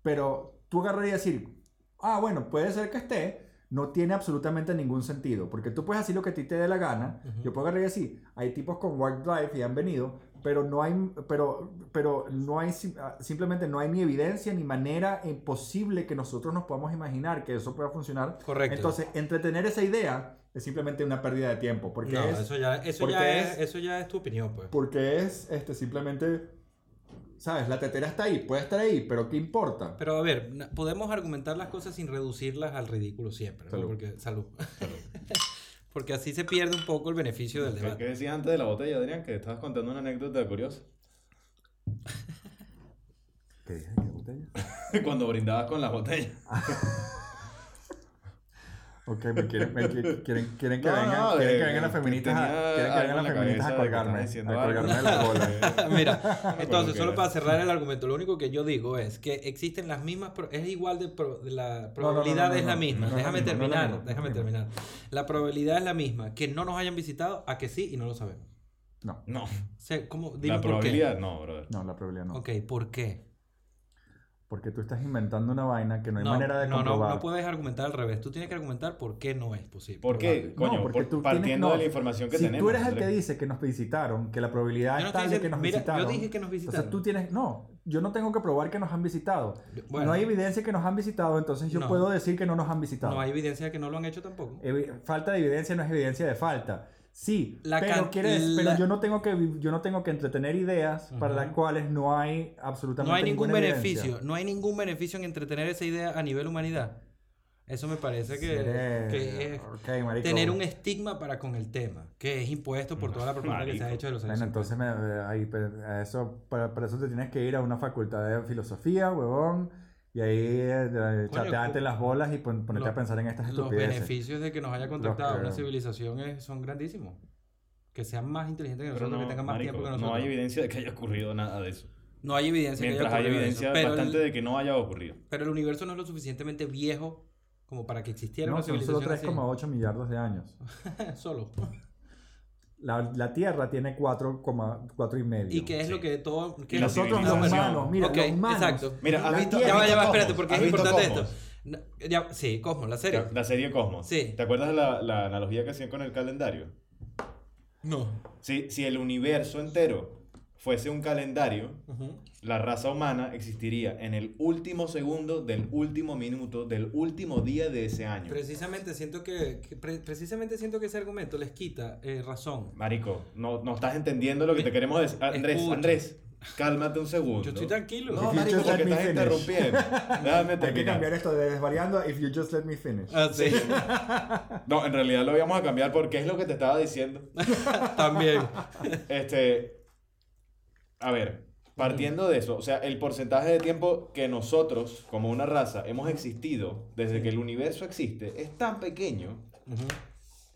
pero tú agarrar y decir, ah, bueno, puede ser que esté, no tiene absolutamente ningún sentido, porque tú puedes decir lo que a ti te dé la gana, Ujú. yo puedo agarrar y decir, hay tipos con work drive y han venido, pero no hay, pero, pero no hay, sim- ah, simplemente no hay ni evidencia ni manera imposible que nosotros nos podamos imaginar que eso pueda funcionar. Correcto. Entonces, entretener esa idea es simplemente una pérdida de tiempo, porque no, es, eso ya, eso, porque ya es, es- eso ya es tu opinión, pues. porque es, este, simplemente, sabes, la tetera está ahí, puede estar ahí, pero ¿qué importa? Pero a ver, na- podemos argumentar las cosas sin reducirlas al ridículo siempre, ¿no? Salud. Porque, salud. Porque así se pierde un poco el beneficio del ¿Qué- debate. ¿Qué decías antes de la botella, Adrián? Que estabas contando una anécdota curiosa. ¿Qué dije? Cuando brindabas con las botellas. Ok, me quieren, me qui- quieren, quieren que No, vengan, no, quieren de- que vengan las que feministas, a, tenía quieren que vengan algo en las la feministas a cabeza de que colgarme, estás a diciendo algo. colgarme de la bola. eh. Mira, entonces, qué solo era. para cerrar el argumento, lo único que yo digo es que existen las mismas, pro- es igual de, pro- de la probabilidad no, no, es la no, misma. no es la déjame misma, no es la terminar, misma, no es la déjame misma. terminar. La probabilidad es la misma, que no nos hayan visitado, a que sí y no lo sabemos. No, O sea, ¿cómo? Dime la por probabilidad, no, brother. No, la probabilidad qué. no. Ok, ¿por qué? Porque tú estás inventando una vaina que no hay manera de no, no, comprobar. no puedes argumentar al revés. Tú tienes que argumentar por qué no es posible. ¿Por qué? No, Coño, porque por- tú tienes- partiendo no, de la información que si tenemos. tú eres el que Andrés. dice que nos visitaron, que la probabilidad Yo no es tal estoy de que diciendo- nos mira, visitaron. yo dije que nos visitaron. O sea, tú tienes... No, yo no tengo que probar que nos han visitado. Bueno, no hay evidencia que nos han visitado, entonces yo No. puedo decir que no nos han visitado. No hay evidencia de que no lo han hecho tampoco. Evi- Falta de evidencia no es evidencia de falta. Sí, La pero, can- quieres, pero la- yo no tengo que vi- yo no tengo que entretener ideas para Ujú. las cuales no hay absolutamente No hay ningún ninguna evidencia. beneficio. No hay ningún beneficio en entretener esa idea a nivel humanidad. Eso me parece que, Eres- que es eh, ok, marico. tener un estigma para con el tema, que es impuesto por toda la propaganda que se ha Marico. hecho de los años. Bueno, entonces me- me- ahí, pero a eso, para, para eso te tienes que ir a una facultad de filosofía, huevón, y ahí eh, eh, Coño, chatearte cu- las bolas y pon- ponerte lo- a pensar en estas los estupideces. beneficios de que nos haya contactado que- una civilización es- son grandísimos. Que sean más inteligentes que Pero nosotros, no, que tengan más marico, tiempo que no nosotros. hay evidencia de que haya ocurrido nada de eso. No hay evidencia. que haya Mientras hay ocurrido eso, evidencia pero el- bastante de que no haya ocurrido. Pero el universo no es lo suficientemente viejo como para que existiera No, una son solo civilización así. 3,8 millardos de años. Solo. La, la Tierra tiene 4,4 y medio. Y que es sí. lo que todo... que Y Y la nosotros los civilización. humanos, mira, Ok, los humanos. exacto. Mira, ¿has La visto? Tierra- Ya va, ya va, Cosmos? espérate, porque ¿Has es visto importante Cosmos? esto. No, ya- sí, Cosmo, la serie. La, la serie Cosmos. Sí. ¿Te acuerdas de la, la analogía que hacían con el calendario? No. Si, si el universo entero fuese un calendario, Ujú. la raza humana existiría en el último segundo del último minuto del último día de ese año. Precisamente siento que, que pre- precisamente siento que ese argumento les quita eh, razón. Marico, no, no estás entendiendo lo que te queremos decir. Ah, Andrés, Escucha. Andrés, Cálmate un segundo. Yo estoy tranquilo. If No, No, you marico, just let porque me estás finish. interrumpiendo. Déjame Hay que cambiar terminar. esto de desvariando if you just let me finish. Ah, sí. No, en realidad lo íbamos a cambiar porque es lo que te estaba diciendo. También. Este, a ver, partiendo de eso, o sea, el porcentaje de tiempo que nosotros, como una raza, hemos existido desde que el universo existe es tan pequeño Ujú.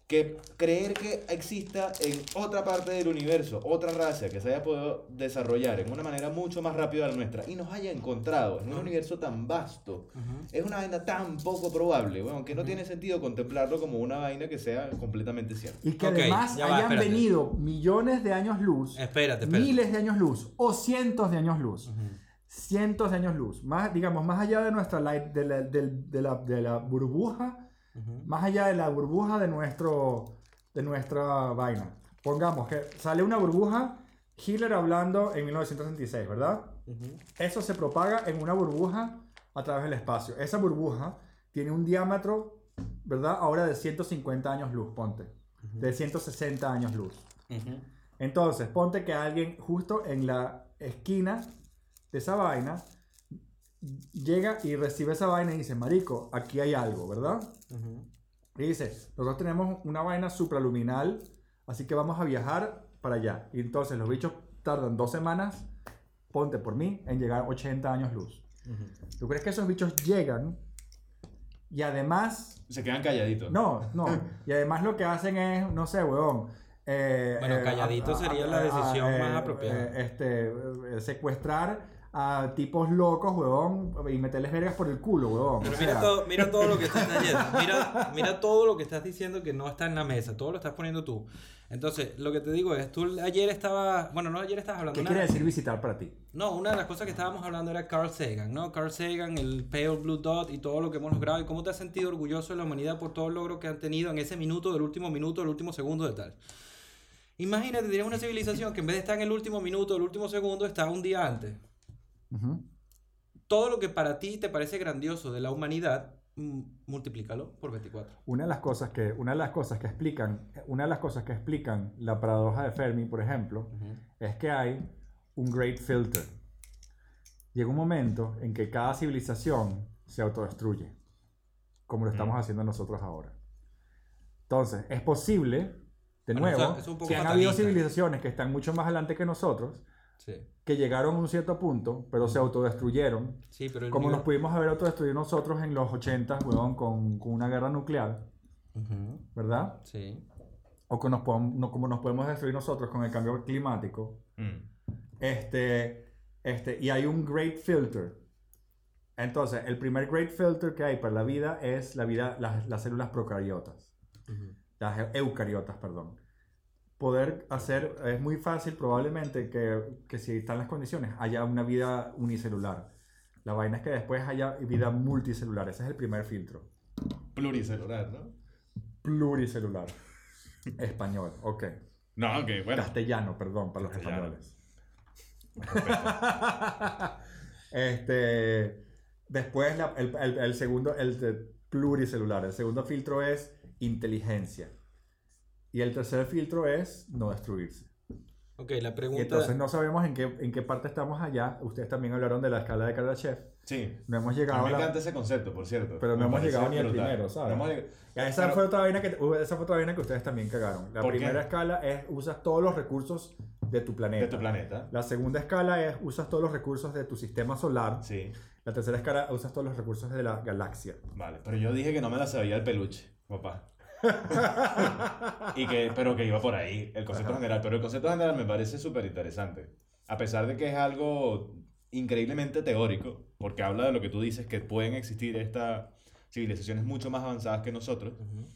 que creer que exista en otra parte del universo, otra raza que se haya podido desarrollar en una manera mucho más rápida a la nuestra y nos haya encontrado en un universo tan vasto, Ujú. es una vaina tan poco probable, bueno, que no tiene sentido contemplarlo como una vaina que sea completamente cierta. Y que Ok, además ya va, hayan espérate. venido millones de años luz, Espérate, espérate. miles de años luz o cientos de años luz. Ujú. Cientos de años luz. Más, digamos, más allá de nuestra light- de la, del- de la- de la burbuja, Ujú. más allá de la burbuja de, nuestro, de nuestra vaina. Pongamos que sale una burbuja, Hitler hablando en 1966, ¿verdad? Ujú. Eso se propaga en una burbuja a través del espacio. Esa burbuja tiene un diámetro, ¿verdad? Ahora de 150 años luz, ponte. De 160 años luz. Ujú. Entonces, ponte que alguien justo en la esquina de esa vaina llega y recibe esa vaina y dice, Marico, aquí hay algo, ¿verdad? Ujú. Y dice, nosotros tenemos una vaina supraluminal, así que vamos a viajar para allá. Y entonces los bichos tardan dos semanas, ponte por mí, en llegar 80 años luz. ¿Tú crees que esos bichos llegan? Y además, Se quedan calladitos. no, no. Y además lo que hacen es, no sé, huevón. eh, Bueno, eh, calladito sería la decisión más apropiada. eh, este, eh, secuestrar a tipos locos, huevón, y meterles vergas por el culo, huevón. Pero O mira sea, todo, mira todo lo que estás trayendo. Mira, mira todo lo que estás diciendo que no está en la mesa. Todo lo estás poniendo tú. Entonces, lo que te digo es, tú ayer estabas, bueno, no ayer estabas hablando. ¿Qué una- quiere decir visitar para ti? No, una de las cosas que estábamos hablando era Carl Sagan, ¿no? Carl Sagan, el Pale Blue Dot y todo lo que hemos logrado. ¿Y cómo te has sentido orgulloso de la humanidad por todo el logro que han tenido en ese minuto, del último minuto, del último segundo de tal? Imagínate, tienes una civilización que en vez de estar en el último minuto, el último segundo, está un día antes. Ujú. Todo lo que para ti te parece grandioso de la humanidad, mm, multiplícalo por 24. Una de las cosas que, una de las cosas que explican, una de las cosas que explican la paradoja de Fermi, por ejemplo, es que hay un great filter. Llega un momento en que cada civilización se autodestruye, como lo estamos haciendo nosotros ahora. Entonces, es posible, de Bueno, nuevo, o sea, es un poco que han habido fatalista. civilizaciones que están mucho más adelante que nosotros, Sí. que llegaron a un cierto punto, pero se autodestruyeron, Sí, pero el como nivel- nos pudimos haber autodestruido nosotros en los 80, huevón, con, con una guerra nuclear, Ujú, ¿verdad? Sí. o que nos podam- no- como nos podemos destruir nosotros con el cambio climático, Mm. este, este, y hay un great filter. Entonces, el primer great filter que hay para la vida es la vida, las, las células procariotas, Ujú. las eu- eucariotas, perdón. Poder hacer, es muy fácil probablemente que, que si están las condiciones, haya una vida unicelular. La vaina es que después haya vida multicelular, ese es el primer filtro. Pluricelular, ¿no? Pluricelular. Español, ok. No, que bueno. Castellano, perdón, para los Castellano. españoles. este, después, la- el, el- el segundo, el de pluricelular. El segundo filtro es inteligencia. Y el tercer filtro es no destruirse. Ok, la Y pregunta... entonces no sabemos en qué, en qué parte estamos allá. Ustedes también hablaron de la escala de Kardashev. Sí. No hemos A mí llegado a me la- encanta ese concepto, por cierto. Pero no Me hemos parece llegado ni al brutal. primero, ¿sabes? No hemos lleg- Esa, Pero- fue otra vaina que, uh, esa fue otra vaina que ustedes también cagaron. La ¿Por qué? primera escala es usas todos los recursos de tu planeta. de tu planeta. La segunda escala es usas todos los recursos de tu sistema solar. Sí, La tercera escala usas todos los recursos de la galaxia. vale. Pero yo dije que no me la sabía el peluche, papá. y que, pero que iba por ahí, el concepto Ajá. general. Pero el concepto general me parece súper interesante. A pesar de que es algo increíblemente teórico, porque habla de lo que tú dices, que pueden existir estas civilizaciones mucho más avanzadas que nosotros. Ujú.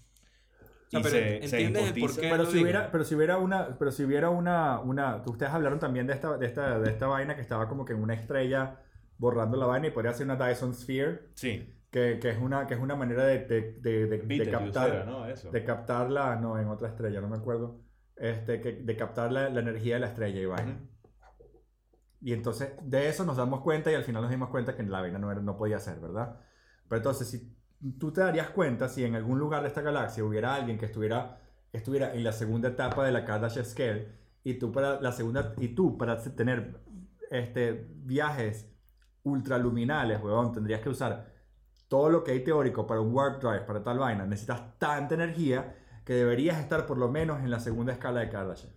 Y sea, pero se, entiendes se el impotiza- porqué. Pero lo si, digo? hubiera, pero si hubiera una, pero si hubiera una, una, ustedes hablaron también de esta, de esta, de esta vaina que estaba como que en una estrella borrando la vaina y podría ser una Dyson Sphere, Sí, que, que es una, que es una manera de, de- de- de- de Beetlejuice captar, era, ¿no? Eso. de captar la, no, en otra estrella, no me acuerdo, este, que, de captar la, la energía de la estrella y vaina. Ujú. Y entonces de eso nos damos cuenta y al final nos dimos cuenta que la vaina no, era- no podía ser, ¿verdad? Pero entonces, si tú te darías cuenta si en algún lugar de esta galaxia hubiera alguien que estuviera, estuviera en la segunda etapa de la Kardashev Scale y tú para la segunda y tú para tener este, viajes ultraluminales, huevón, tendrías que usar todo lo que hay teórico para un warp drive, para tal vaina. Necesitas tanta energía que deberías estar por lo menos en la segunda escala de Kardashev.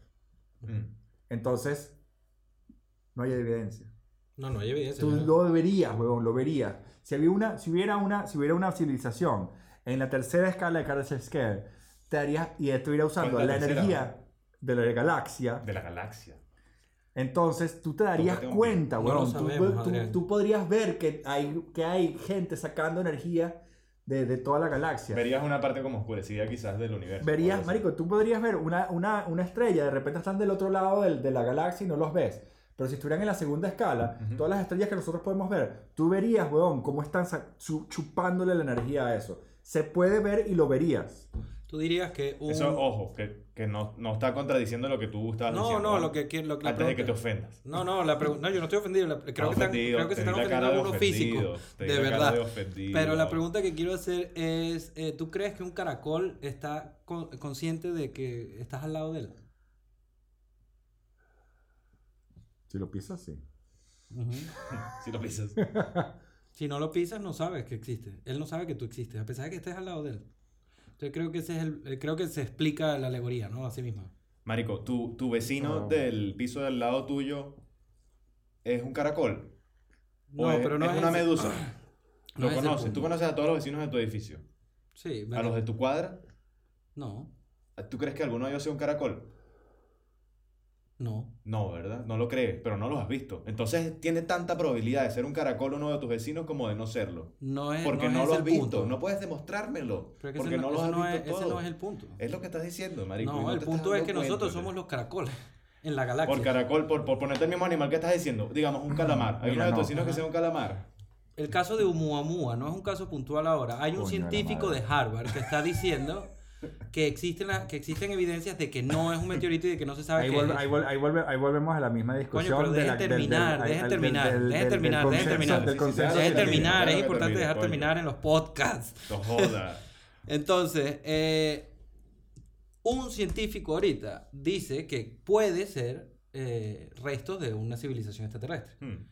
Mm. Entonces, no hay evidencia. No, no hay evidencia. Tú ¿no? lo verías, huevón, lo verías. Si, había una, si, hubiera una, si hubiera una civilización en la tercera escala de Kardashev Scale, te harías, y estuviera usando ¿Cuál es la la tercera? energía de la galaxia, De la galaxia. entonces tú te darías Tócate un cuenta, pie. No huevón. lo Tú- sabemos, tú, Adrián. tú podrías ver que hay, que hay gente sacando energía de, de toda la galaxia. Verías una parte como oscurecida quizás del universo. Verías, Por eso. marico, tú podrías ver una, una, una estrella, de repente están del otro lado del- de la galaxia y no los ves. Pero si estuvieran en la segunda escala, Ujú. todas las estrellas que nosotros podemos ver, tú verías, weón, cómo están sa- chu- chupándole la energía a eso. Se puede ver y lo verías. Tú dirías que un... Eso, ojo, que, que no, no está contradiciendo lo que tú estabas no, diciendo. no, lo que quiero... Lo, la Antes de que te pregunta- ofendas. No, no, la pregunta... No, yo no estoy ofendido. la- creo, que están- creo que se están ofendiendo a uno físico. De verdad. Pero la pregunta que quiero hacer es, eh, ¿tú crees que un caracol está con- consciente de que estás al lado de él? Si lo pisas, sí. Si lo piensas. Si no lo pisas, no sabes que existe. Él no sabe que tú existes, a pesar de que estés al lado de él. Entonces creo que ese es el, eh, creo que se explica la alegoría, ¿no? Así misma. Marico, tu, tu vecino Ah. del piso del lado tuyo es un caracol. No, o es, pero no es es una ese- medusa. no Lo es ese el conoces. punto. Tú conoces a todos los vecinos de tu edificio. Sí, A bueno, los de tu cuadra. no, ¿Tú crees que alguno de ellos sea un caracol? no. No, ¿verdad? No lo crees, pero no los has visto. Entonces tiene tanta probabilidad de ser un caracol uno de tus vecinos como de no serlo. Eh, No es, Porque no, es lo ese has el visto. punto. No puedes demostrármelo. Pero es que porque ese no no, los ese has no es, visto ese todo. no es el punto. Es lo que estás diciendo, marico. y no, el te punto estás es que dando nosotros cuenta, somos ya. los caracoles en la galaxia. Por caracol, por, por ponerte el mismo animal que estás diciendo. Digamos, un calamar. Hay uno Mira, de tus no. vecinos que sea un calamar. El caso de Oumuamua no es un caso puntual ahora. Hay un Coño de la científico de madre. Harvard que está diciendo que existen, la- que existen evidencias de que no es un meteorito y de que no se sabe Ahí, qué vuelve- es. ahí vuelve- ahí vuelve- ahí volvemos a la misma discusión. Ah, pero de dejen la- del- terminar, del- dejen del- terminar, del- dejen del- terminar, dejen del consenso- terminar. del consenso Dejen Claro que terminar, termine, es claro que importante termine, dejar coño. terminar en los podcasts. No joda. Entonces, eh, un científico ahorita dice que puede ser eh, restos de una civilización extraterrestre. Hmm.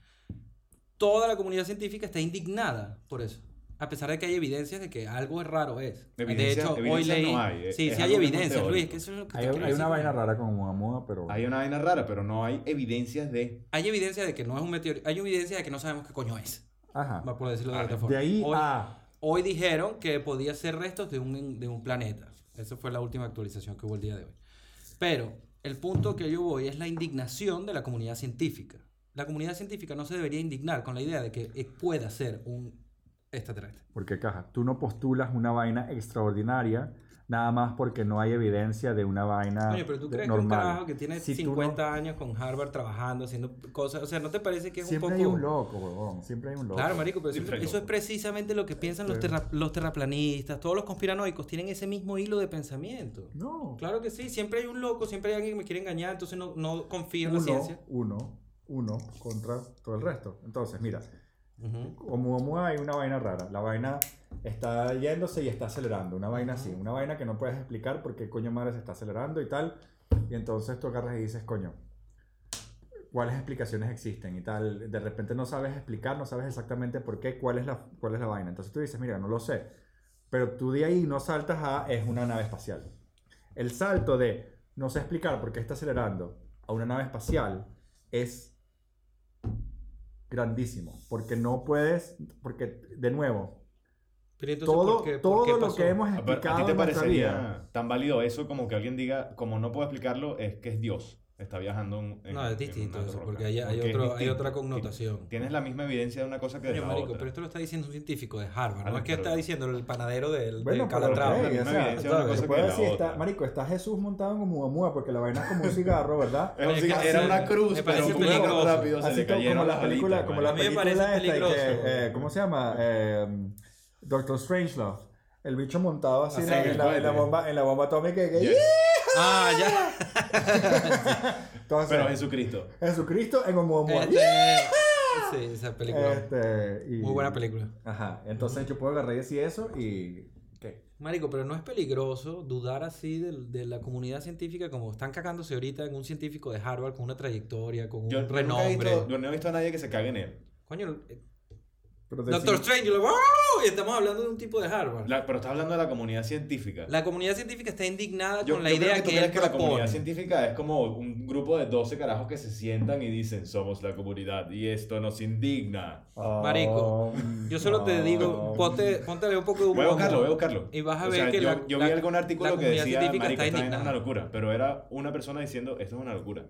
Toda la comunidad científica está indignada por eso. A pesar de que hay evidencias de que algo raro es. de Evidencia- hecho, hoy evidencias leí. no hay, eh, sí, es sí hay algo que es evidencias, muy Luis. teórico. Que eso es lo que te Hay, quiero hay una decir. vaina rara con Muamoa, pero. Hay una vaina rara, pero no hay evidencias de. Hay evidencia de que no es un meteorito. Hay evidencia de que no sabemos qué coño es. Ajá. Va por decirlo de Ah, otra forma. De ahí hoy, a. hoy dijeron que podía ser restos de un, de un planeta. Esa fue la última actualización que hubo el día de hoy. Pero el punto que yo voy es la indignación de la comunidad científica. La comunidad científica no se debería indignar con la idea de que eh, pueda ser un extraterrestre. Porque caja, tú no postulas una vaina extraordinaria nada más porque no hay evidencia de una vaina Coño, pero tú de- crees que un Ah, normal. carajo que tiene Si tú no- 50 años con Harvard trabajando, haciendo cosas, o sea, ¿no te parece que es siempre un hay poco... un loco, huevón, siempre hay un loco. Claro, marico, pero Siempre eso, hay eso es loco. precisamente lo que piensan los, Sí. terra- los terraplanistas, todos los conspiranoicos tienen ese mismo hilo de pensamiento. No. Claro que sí, siempre hay un loco, siempre hay alguien que me quiere engañar, entonces no, no confío en la uno, ciencia. uno, uno contra todo el resto. Entonces, mira, Ujú. Oumuamua hay una vaina rara. La vaina está yéndose y está acelerando. Una vaina así. Una vaina que no puedes explicar porque coño madre se está acelerando y tal. Y entonces tú agarras y dices, coño, ¿cuáles explicaciones existen y tal? De repente no sabes explicar, no sabes exactamente por qué, cuál es la, cuál es la vaina. Entonces tú dices, mira, no lo sé. Pero tú de ahí no saltas a es una nave espacial. El salto de no sé explicar por qué está acelerando a una nave espacial es grandísimo. Porque no puedes, porque de nuevo, Pero entonces, todo, ¿por qué- por todo qué lo pasó? que hemos A, ver, explicado ¿a ti te en nuestra vida- parecería tan válido eso como que alguien diga, como no puedo explicarlo, es que es Dios? Está viajando en, en- No, es en distinto una eso, roca. porque hay, hay Porque es otro- hay distinto. otra connotación. Tienes la misma evidencia de una cosa que de Coño, la marico, otra. pero esto lo está diciendo un científico de Harvard, Ah, no no, es que está pero- diciendo el panadero del, Bueno, del pero Calatrava. ok, La misma o sea, evidencia de una ¿sabes? cosa Se que puede de la decir, otra. está, marico, está Jesús montado en Oumuamua porque la vaina es como un cigarro, ¿verdad? Es un Oye, que cigarro- hace- era una cruz, me pero parece muy peligroso. rápido se Así le como, cayeron como las la película, alitas, como la A mí me película parece esta y que, peligroso. eh, ¿cómo se llama? Eh, Doctor Strangelove. El bicho montado así en la, Así, en la- en la coño. bomba, en la bomba atómica. y que- Yes. Ah, ya. Entonces, Pero Jesucristo. Jesucristo en Oumuamua. Este- Sí, esa película. Este, y- Muy buena película. Ajá. Entonces yo puedo agarrar y decir eso y ¿Qué? Marico, pero no es peligroso dudar así del- de, la comunidad científica como están cagándose ahorita en un científico de Harvard con una trayectoria, con un Yo, yo nunca he renombre. visto, yo no he visto a nadie que se cague en él. Coño, eh, Pero decir- Doctor Strange, yo lo- ¡Wow! y estamos hablando de un tipo de Harvard. La, La- pero estás hablando de la comunidad científica. comunidad científica está indignada Yo- con la yo creo idea que tú que, crees él que la comunidad propone. científica es como un grupo de 12 carajos que se sientan y dicen somos la comunidad y esto nos indigna. Oh, Marico, Yo solo te digo, no. ponte, póntale un poco de Voy humor. a buscarlo, voy a buscarlo. Y vas a ver que yo, la- yo la- vi algún la artículo que comunidad decía, científica marico, está esta vaina es una indignada". locura, pero era una persona diciendo, esto es una locura.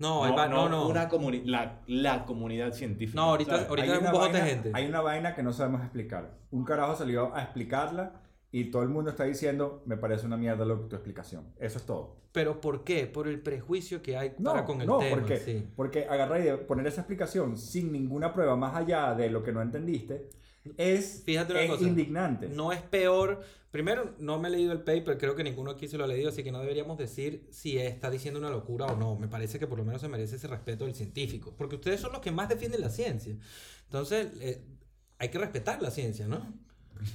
No, ahí va- no, no. Una comuni- la, la comunidad científica. No, ahorita- ¿sabes? ahorita- Hay es un una bojote de vaina- gente. Hay una vaina que no sabemos explicar. Un carajo salió a explicarla y todo el mundo está diciendo, me parece una mierda lo, tu explicación. Eso es todo. Pero ¿por qué? Por el prejuicio que hay No, para con el no, tema. porque, sí. porque agarrar y poner esa explicación sin ninguna prueba más allá de lo que no entendiste es, Fíjate una es cosa. indignante. No es peor. Primero, no me he leído el paper, creo que ninguno aquí se lo ha leído, así que no deberíamos decir si está diciendo una locura o no. Me parece que por lo menos se merece ese respeto del científico, porque ustedes son los que más defienden la ciencia. Entonces, eh, hay que respetar la ciencia, ¿no?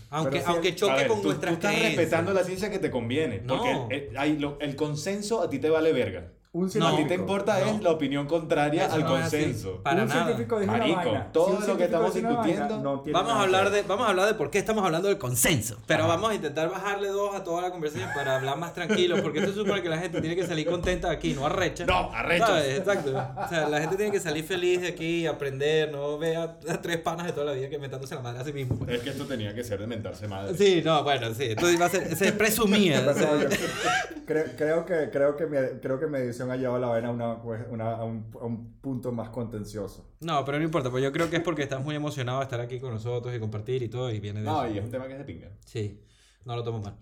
Aunque, si el- aunque A choque ver, con tú, nuestras tú estás creencias. respetando la ciencia que te conviene. No. Porque el, el- hay lo- el consenso a ti te vale verga. No. Un a ti te científico- importa No. es la opinión contraria Eso al no es así. consenso. Pa- Para un nada. científico dice una Marico, vaina. todo Si un lo que científico estamos dice una vaina, discutiendo- no tiene Vamos a nada que hablar ver. de vamos a hablar de por qué estamos hablando del consenso, pero vamos a intentar bajarle dos a toda la conversación para hablar más tranquilos, porque esto supone que la gente tiene que salir contenta de aquí, no arrecha. No, arrechos. ¿Sabes? Exacto. O sea, la gente tiene que salir feliz de aquí, aprender, no vea a tres panas de toda la vida que metándose la madre a sí mismo. pues. Es que esto tenía que ser de mentarse madre. Sí, no, bueno, sí. Entonces iba a ser, se presumía. o sea, Perdón, yo- creo, creo que, creo, que mi, creo que mi edición ha llevado la vaina a, una- pues, una- a un, a un punto más contencioso. no, pero no importa, pues yo creo que es porque estás muy emocionado de estar aquí con nosotros y compartir y todo, y viene de No, eso. y es un tema que es de pinga. Sí, no lo tomo mal.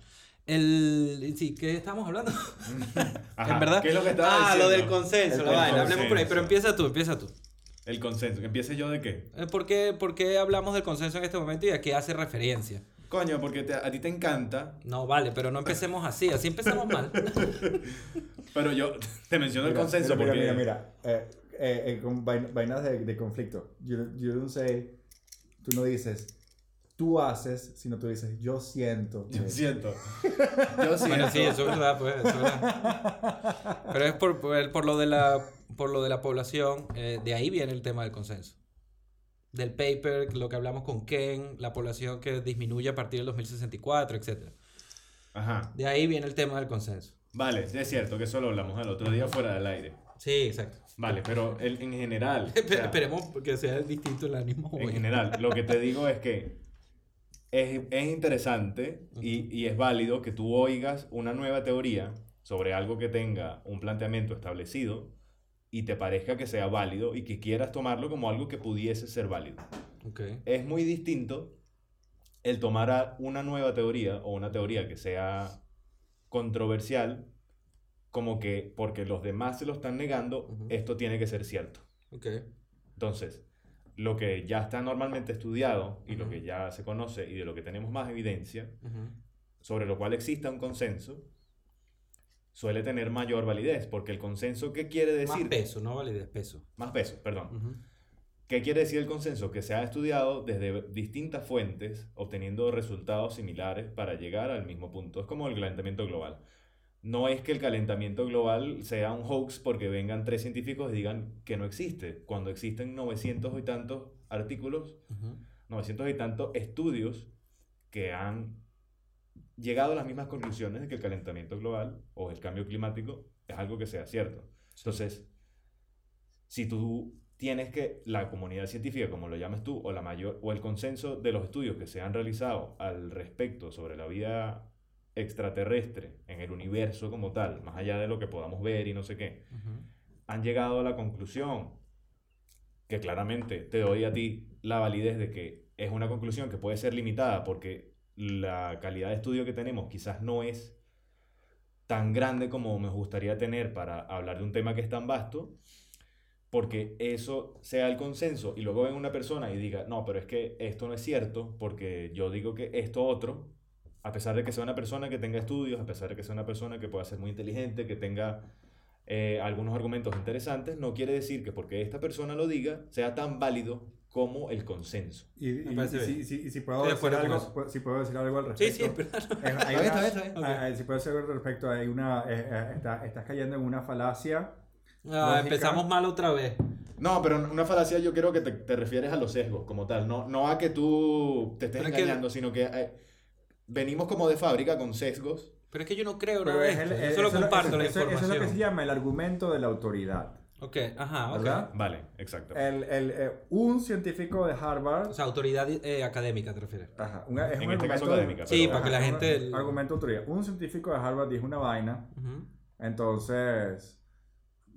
El, sí, ¿qué estábamos hablando? Ajá, ¿En verdad? ¿Qué es lo que estaba ah, diciendo? lo del consenso, El la vaina. consenso. Hablemos por ahí, pero empieza tú, empieza tú. El consenso. ¿Que empiece yo de qué? Eh, ¿Por qué, por qué hablamos del consenso en este momento y a qué hace referencia? Coño, porque te- a ti te encanta, No, vale, pero no empecemos así, así empezamos mal. pero yo te menciono el Mira, consenso mira, porque... mira, mira, mira. Eh, eh, eh, con vain- vainas de, de conflicto. You, you don't say, tú no dices, tú haces, sino tú dices, yo siento. que". Yo siento. Yo siento. bueno, sí, eso es verdad, pues, eso es verdad. Pero es por, por, por lo de la, por lo de la población, eh, de ahí viene el tema del consenso. Del paper, lo que hablamos con Ken, la población que disminuye a partir del 2064, etc. Ajá. De ahí viene el tema del consenso. Vale, es cierto que eso lo hablamos el otro día fuera del aire. Sí, exacto. Vale, pero el- en general... o Espe- sea, esperemos que sea distinto el ánimo. En güey. general, lo que te digo es que es, es interesante y, y es válido que tú oigas una nueva teoría sobre algo que tenga un planteamiento establecido y te parezca que sea válido y que quieras tomarlo como algo que pudiese ser válido. Ok. Es muy distinto el tomar a una nueva teoría o una teoría que sea controversial como que porque los demás se lo están negando, Ujú. esto tiene que ser cierto. Ok. Entonces, lo que ya está normalmente estudiado y lo Ujú. que ya se conoce y de lo que tenemos más evidencia, Ujú. sobre lo cual exista un consenso, suele tener mayor validez, porque el consenso, ¿qué quiere decir? Más peso, no validez, peso. Más peso, perdón. Ujú. ¿Qué quiere decir el consenso? Que se ha estudiado desde distintas fuentes, obteniendo resultados similares para llegar al mismo punto. Es como el calentamiento global. No es que el calentamiento global sea un hoax porque vengan tres científicos y digan que no existe, cuando existen 900 y tantos artículos Ujú. 900 y tantos estudios que han llegado a las mismas conclusiones de que el calentamiento global o el cambio climático es algo que sea cierto. Entonces, si tú tienes que la comunidad científica, como lo llamas tú, o, la mayor, o el consenso de los estudios que se han realizado al respecto sobre la vida extraterrestre en el universo como tal, más allá de lo que podamos ver y no sé qué, Ujú. han llegado a la conclusión que claramente te doy a ti la validez de que es una conclusión que puede ser limitada porque la calidad de estudio que tenemos quizás no es tan grande como me gustaría tener para hablar de un tema que es tan vasto, porque eso sea el consenso y luego ven una persona y diga, no, pero es que esto no es cierto porque yo digo que esto otro, a pesar de que sea una persona que tenga estudios, a pesar de que sea una persona que pueda ser muy inteligente, que tenga eh, algunos argumentos interesantes, no quiere decir que porque esta persona lo diga sea tan válido como el consenso. Y, y- Me parece y si, bien. y si- y si puedo Estoy de decir acuerdo con algo, eso. pu- si puedo decir algo al Sí, respecto. sí, pero no. Es- hay Está bien, una- está bien, está bien. ah, ah, Si puedo decir algo al respecto, hay una, eh, eh, está- estás cayendo en una falacia. Ah, Lógica. empezamos mal otra vez. No, pero una falacia yo creo que te, te refieres a los sesgos como tal, no, no a que tú te estés Pero es que- engañando, sino que eh, venimos como de fábrica con sesgos. Pero es que yo no creo pero nada de es el- esto. eh, Yo solo eso es lo- comparto la eso- eso- información. Eso es lo que se llama el argumento de la autoridad. Ok, ajá, ok. ¿Verdad? Vale, exacto. El, el, eh, un científico de Harvard. O sea, autoridad eh, académica te refieres. Ajá, un- es En un este caso argumento- académica, Sí, pero- para que la Ajá, un gente- el- Argumento de autoridad. Un científico de Harvard dijo una vaina. Ujú. Entonces,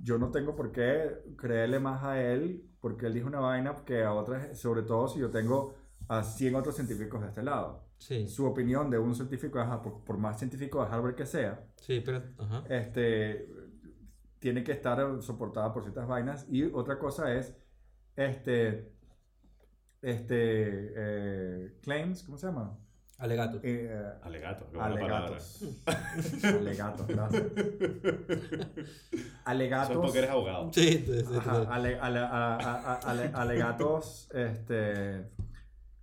yo no tengo por qué creerle más a él porque él dijo una vaina que a otras, sobre todo si yo tengo a 100 otros científicos de este lado. Sí, Su opinión de un científico, ajá, por, por más científico de Harvard que sea, sí, pero. Ajá. este, tiene que estar soportada por ciertas vainas. Y otra cosa es, este, este, eh, claims, ¿cómo se llama? Alegato. Eh, eh, Alegato, qué buena palabra. Alegatos. Alegatos, gracias. Eso es Alegatos. porque eres abogado. Sí, sí, sí, sí. Ajá, ale- ale- a- a- a- ale- alegatos este,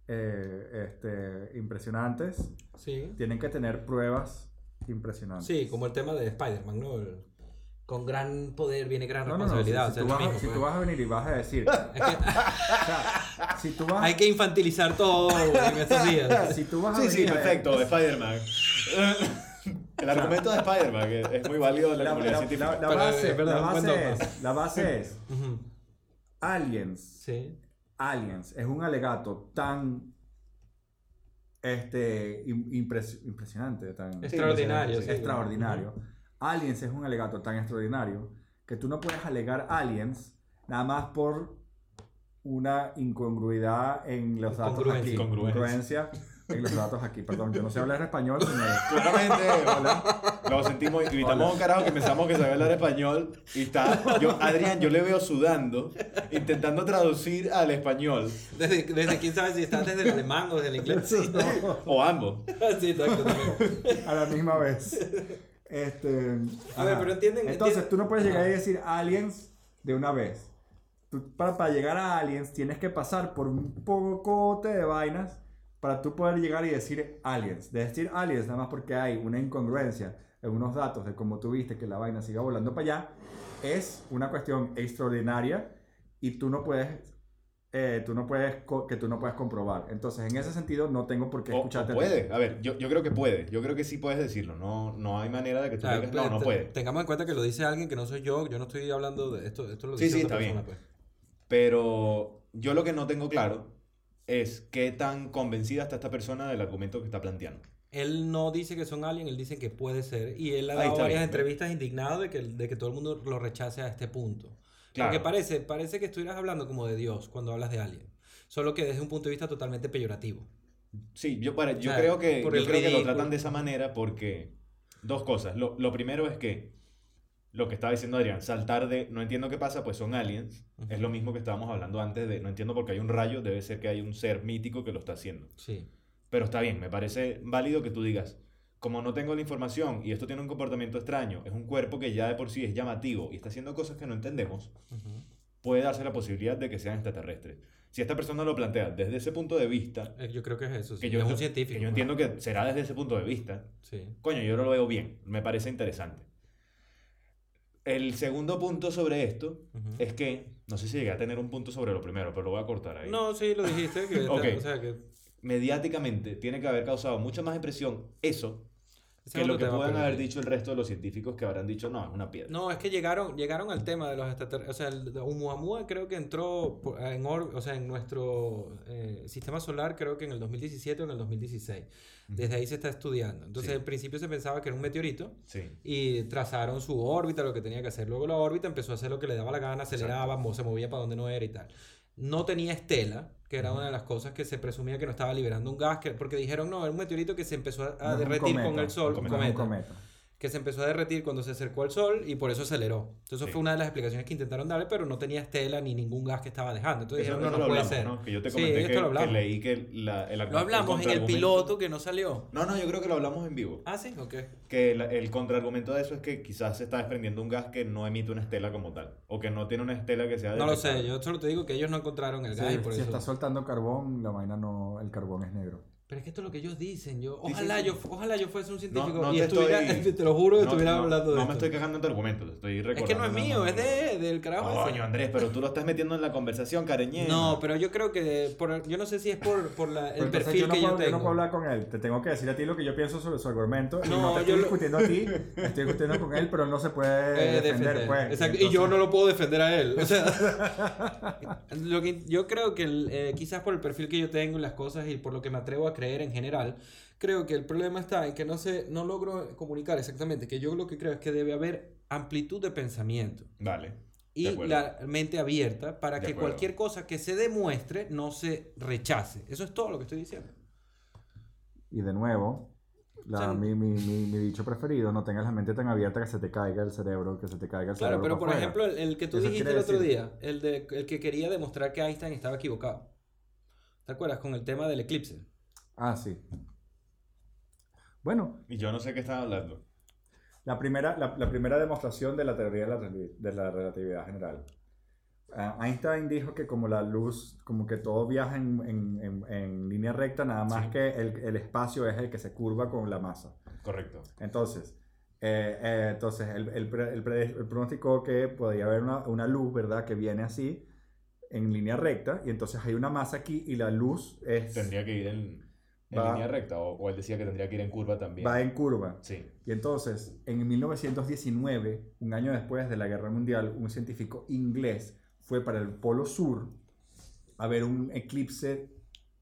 eh, este, impresionantes. Sí. Tienen que tener pruebas impresionantes. Sí, como el tema de Spider-Man, ¿no? El- Con gran poder viene gran No, no, no, si, responsabilidad. si o tú sea, vas, es lo si mismo, tú pues. vas a venir y vas a decir, Es que o sea, si tú vas, hay que infantilizar todo güey, en estos días. si tú vas a Sí, sí, venir a- perfecto, de Spider-Man. El argumento de Spider-Man es es muy válido en la La, comunidad la- científica. la- la Pero, eh, base, es verdad, la un base buen dogma. es, la base es Ujú. aliens Sí. Aliens es un alegato tan este, im- impres- impresionante, tan Extraordinario, sí, sí. extraordinario. Aliens es un alegato tan extraordinario que tú no puedes alegar aliens nada más por una incongruidad en los datos aquí. Incongruencia. Incongruencia. Incongruencia en los datos aquí. Perdón, yo no sé hablar español. sino- Claramente, Nos sentimos, invitamos a un carajo que pensamos que sabe hablar español y está. Yo, Adrián, yo le veo sudando, intentando traducir al español. Desde, desde quién sabe si estás desde el alemán o desde el inglés. Sí, O ambos. exacto, también. a la misma vez. Este, A ver, pero entienden- Entonces, entienden- tú no puedes llegar Ajá. y decir aliens de una vez. Tú, para, para llegar a aliens tienes que pasar por un pocote de vainas para tú poder llegar y decir aliens. De decir aliens nada más porque hay una incongruencia en unos datos de cómo tuviste que la vaina siga volando para allá es una cuestión extraordinaria y tú no puedes eh, tú no puedes co- que tú no puedes comprobar. Entonces, en ese sentido no tengo por qué O, o escucharte. puede. A ver, yo, yo creo que puede. Yo creo que sí puedes decirlo. No, no hay manera de que O tú sea, pues, digas, no, no te- Ah, puede. Tengamos en cuenta que lo dice alguien que no soy yo. Yo no estoy hablando de esto. Esto lo Sí, dice sí, otra está persona, pues. Pero yo lo que no tengo claro es qué tan convencida está esta persona del argumento que está planteando. Él no dice que son alien, él dice que puede ser. Y él ha Ahí dado está varias bien. entrevistas indignado de que, de que todo el mundo lo rechace a este punto. Claro. Porque parece, parece que estuvieras hablando como de Dios cuando hablas de alien. Solo que desde un punto de vista totalmente peyorativo. Sí, yo, para, yo O sea, creo, que, por yo el creo que lo ridículo. tratan de esa manera porque dos cosas. Lo, lo primero es que lo que estaba diciendo Adrián, saltar de no entiendo qué pasa, pues son aliens. Ujú. Es lo mismo que estábamos hablando antes de no entiendo por qué hay un rayo, debe ser que hay un ser mítico que lo está haciendo. Sí. Pero está bien, me parece válido que tú digas, como no tengo la información y esto tiene un comportamiento extraño, es un cuerpo que ya de por sí es llamativo y está haciendo cosas que no entendemos, Ujú. puede darse la posibilidad de que sean extraterrestres. Si esta persona lo plantea desde ese punto de vista, Eh, Yo creo que es eso. sí. que yo, es un que científico. yo ¿no? entiendo que será desde ese punto de vista, Sí. coño, yo lo veo bien, me parece interesante. El segundo punto sobre esto Ujú. es que, no sé si llegué a tener un punto sobre lo primero, pero lo voy a cortar ahí. No, sí, lo dijiste. Que, Ok. o sea, que Mediáticamente tiene que haber causado mucha más impresión eso ese que es lo otro que tema, puedan pero- haber dicho el resto de los científicos que habrán dicho, no, es una piedra. No, es que llegaron, llegaron al tema de los extraterrestres. O sea, el Oumuamua creo que entró por- en, or- o sea, en nuestro eh, sistema solar, creo que en el 2017 o en el 2016. Desde ahí se está estudiando. Entonces, Sí. al principio se pensaba que era un meteorito Sí. y trazaron su órbita, lo que tenía que hacer. Luego la órbita empezó a hacer lo que le daba la gana, aceleraba, mo- se movía para donde no era y tal. No tenía estela, que era una de las cosas que se presumía que no estaba liberando un gas, que- porque dijeron, no, era un meteorito que se empezó a, a No es un derretir Ah, con cometa, el sol, un un No es un cometa. cometa. que se empezó a derretir cuando se acercó al sol y por eso aceleró. Entonces Sí. fue una de las explicaciones que intentaron darle, pero no tenía estela ni ningún gas que estaba dejando. Entonces Eso, dijeron, no, eso no lo puede hablamos, ser. ¿no? Que yo te Sí, comenté esto que, lo hablamos. que leí que la, el Lo hablamos en el contraargumento- piloto que no salió. No, no, yo creo que lo hablamos en vivo. Ah, sí, ok. Que la- el contraargumento de eso es que quizás se está desprendiendo un gas que no emite una estela como tal. O que no tiene una estela que sea No lo sé, detectable. yo solo te digo que ellos no encontraron el Sí, gas y por si eso. está soltando carbón, la vaina no, el carbón es negro. Pero es que esto es lo que ellos dicen. Yo, Sí, ojalá, sí, sí. Yo, ojalá yo fuese un científico no y te estuviera, estoy- te lo juro, que No, estuviera no, hablando de No esto. me estoy quejando en tu argumento, te estoy es recordando. que no es nada mío, más. es de, del carajo. ese. Coño, Andrés, pero tú lo estás metiendo en la conversación, careñé. No, pero yo creo que por, yo no sé si es por, por la- Pero el entonces perfil yo no que puedo, yo tengo. no puedo hablar con él. Te tengo que decir a ti lo que yo pienso sobre su argumento. y No, no te yo estoy lo- discutiendo a ti, estoy discutiendo con él, pero él no se puede Eh, defender. defender. pues. Exacto, Y Entonces- yo no lo puedo defender a él. O sea, lo que, yo creo que el, eh, quizás por el perfil que yo tengo y las cosas y por lo que me atrevo a creer en general, creo que el problema está en que no sé, no logro comunicar exactamente, que yo lo que creo es que debe haber amplitud de pensamiento Vale. y De acuerdo. la mente abierta para De que acuerdo. cualquier cosa que se demuestre no se rechace. Eso es todo lo que estoy diciendo. Y de nuevo, la- O sea, mi, mi, mi, mi dicho preferido, no tengas la mente tan abierta que se te caiga el cerebro, que se te caiga el Claro, cerebro. pero pa' por afuera. ejemplo, el, el que tú Eso dijiste el quiere otro decir- día, el, de, el que quería demostrar que Einstein estaba equivocado. ¿Te acuerdas? Con el tema del eclipse. Ah, sí. Bueno, Y yo no sé qué estás hablando. la primera, la, la primera demostración de la teoría de la, rel- de la relatividad general. Ah, Einstein dijo que como la luz, como que todo viaja en, en- en- en línea recta, nada más Sí. que el, el espacio es el que se curva con la masa. Correcto. Entonces, eh, eh, entonces el, el, pre- el pre- el pronóstico que podría haber una, una luz, ¿verdad? Que viene así, en línea recta, y entonces hay una masa aquí y la luz es, Tendría que ir en, en Va. línea recta. O, o él decía que tendría que ir en curva también. va en curva. Sí. Y entonces, en 1919, un año después de la Guerra Mundial, un científico inglés fue para el Polo Sur a ver un eclipse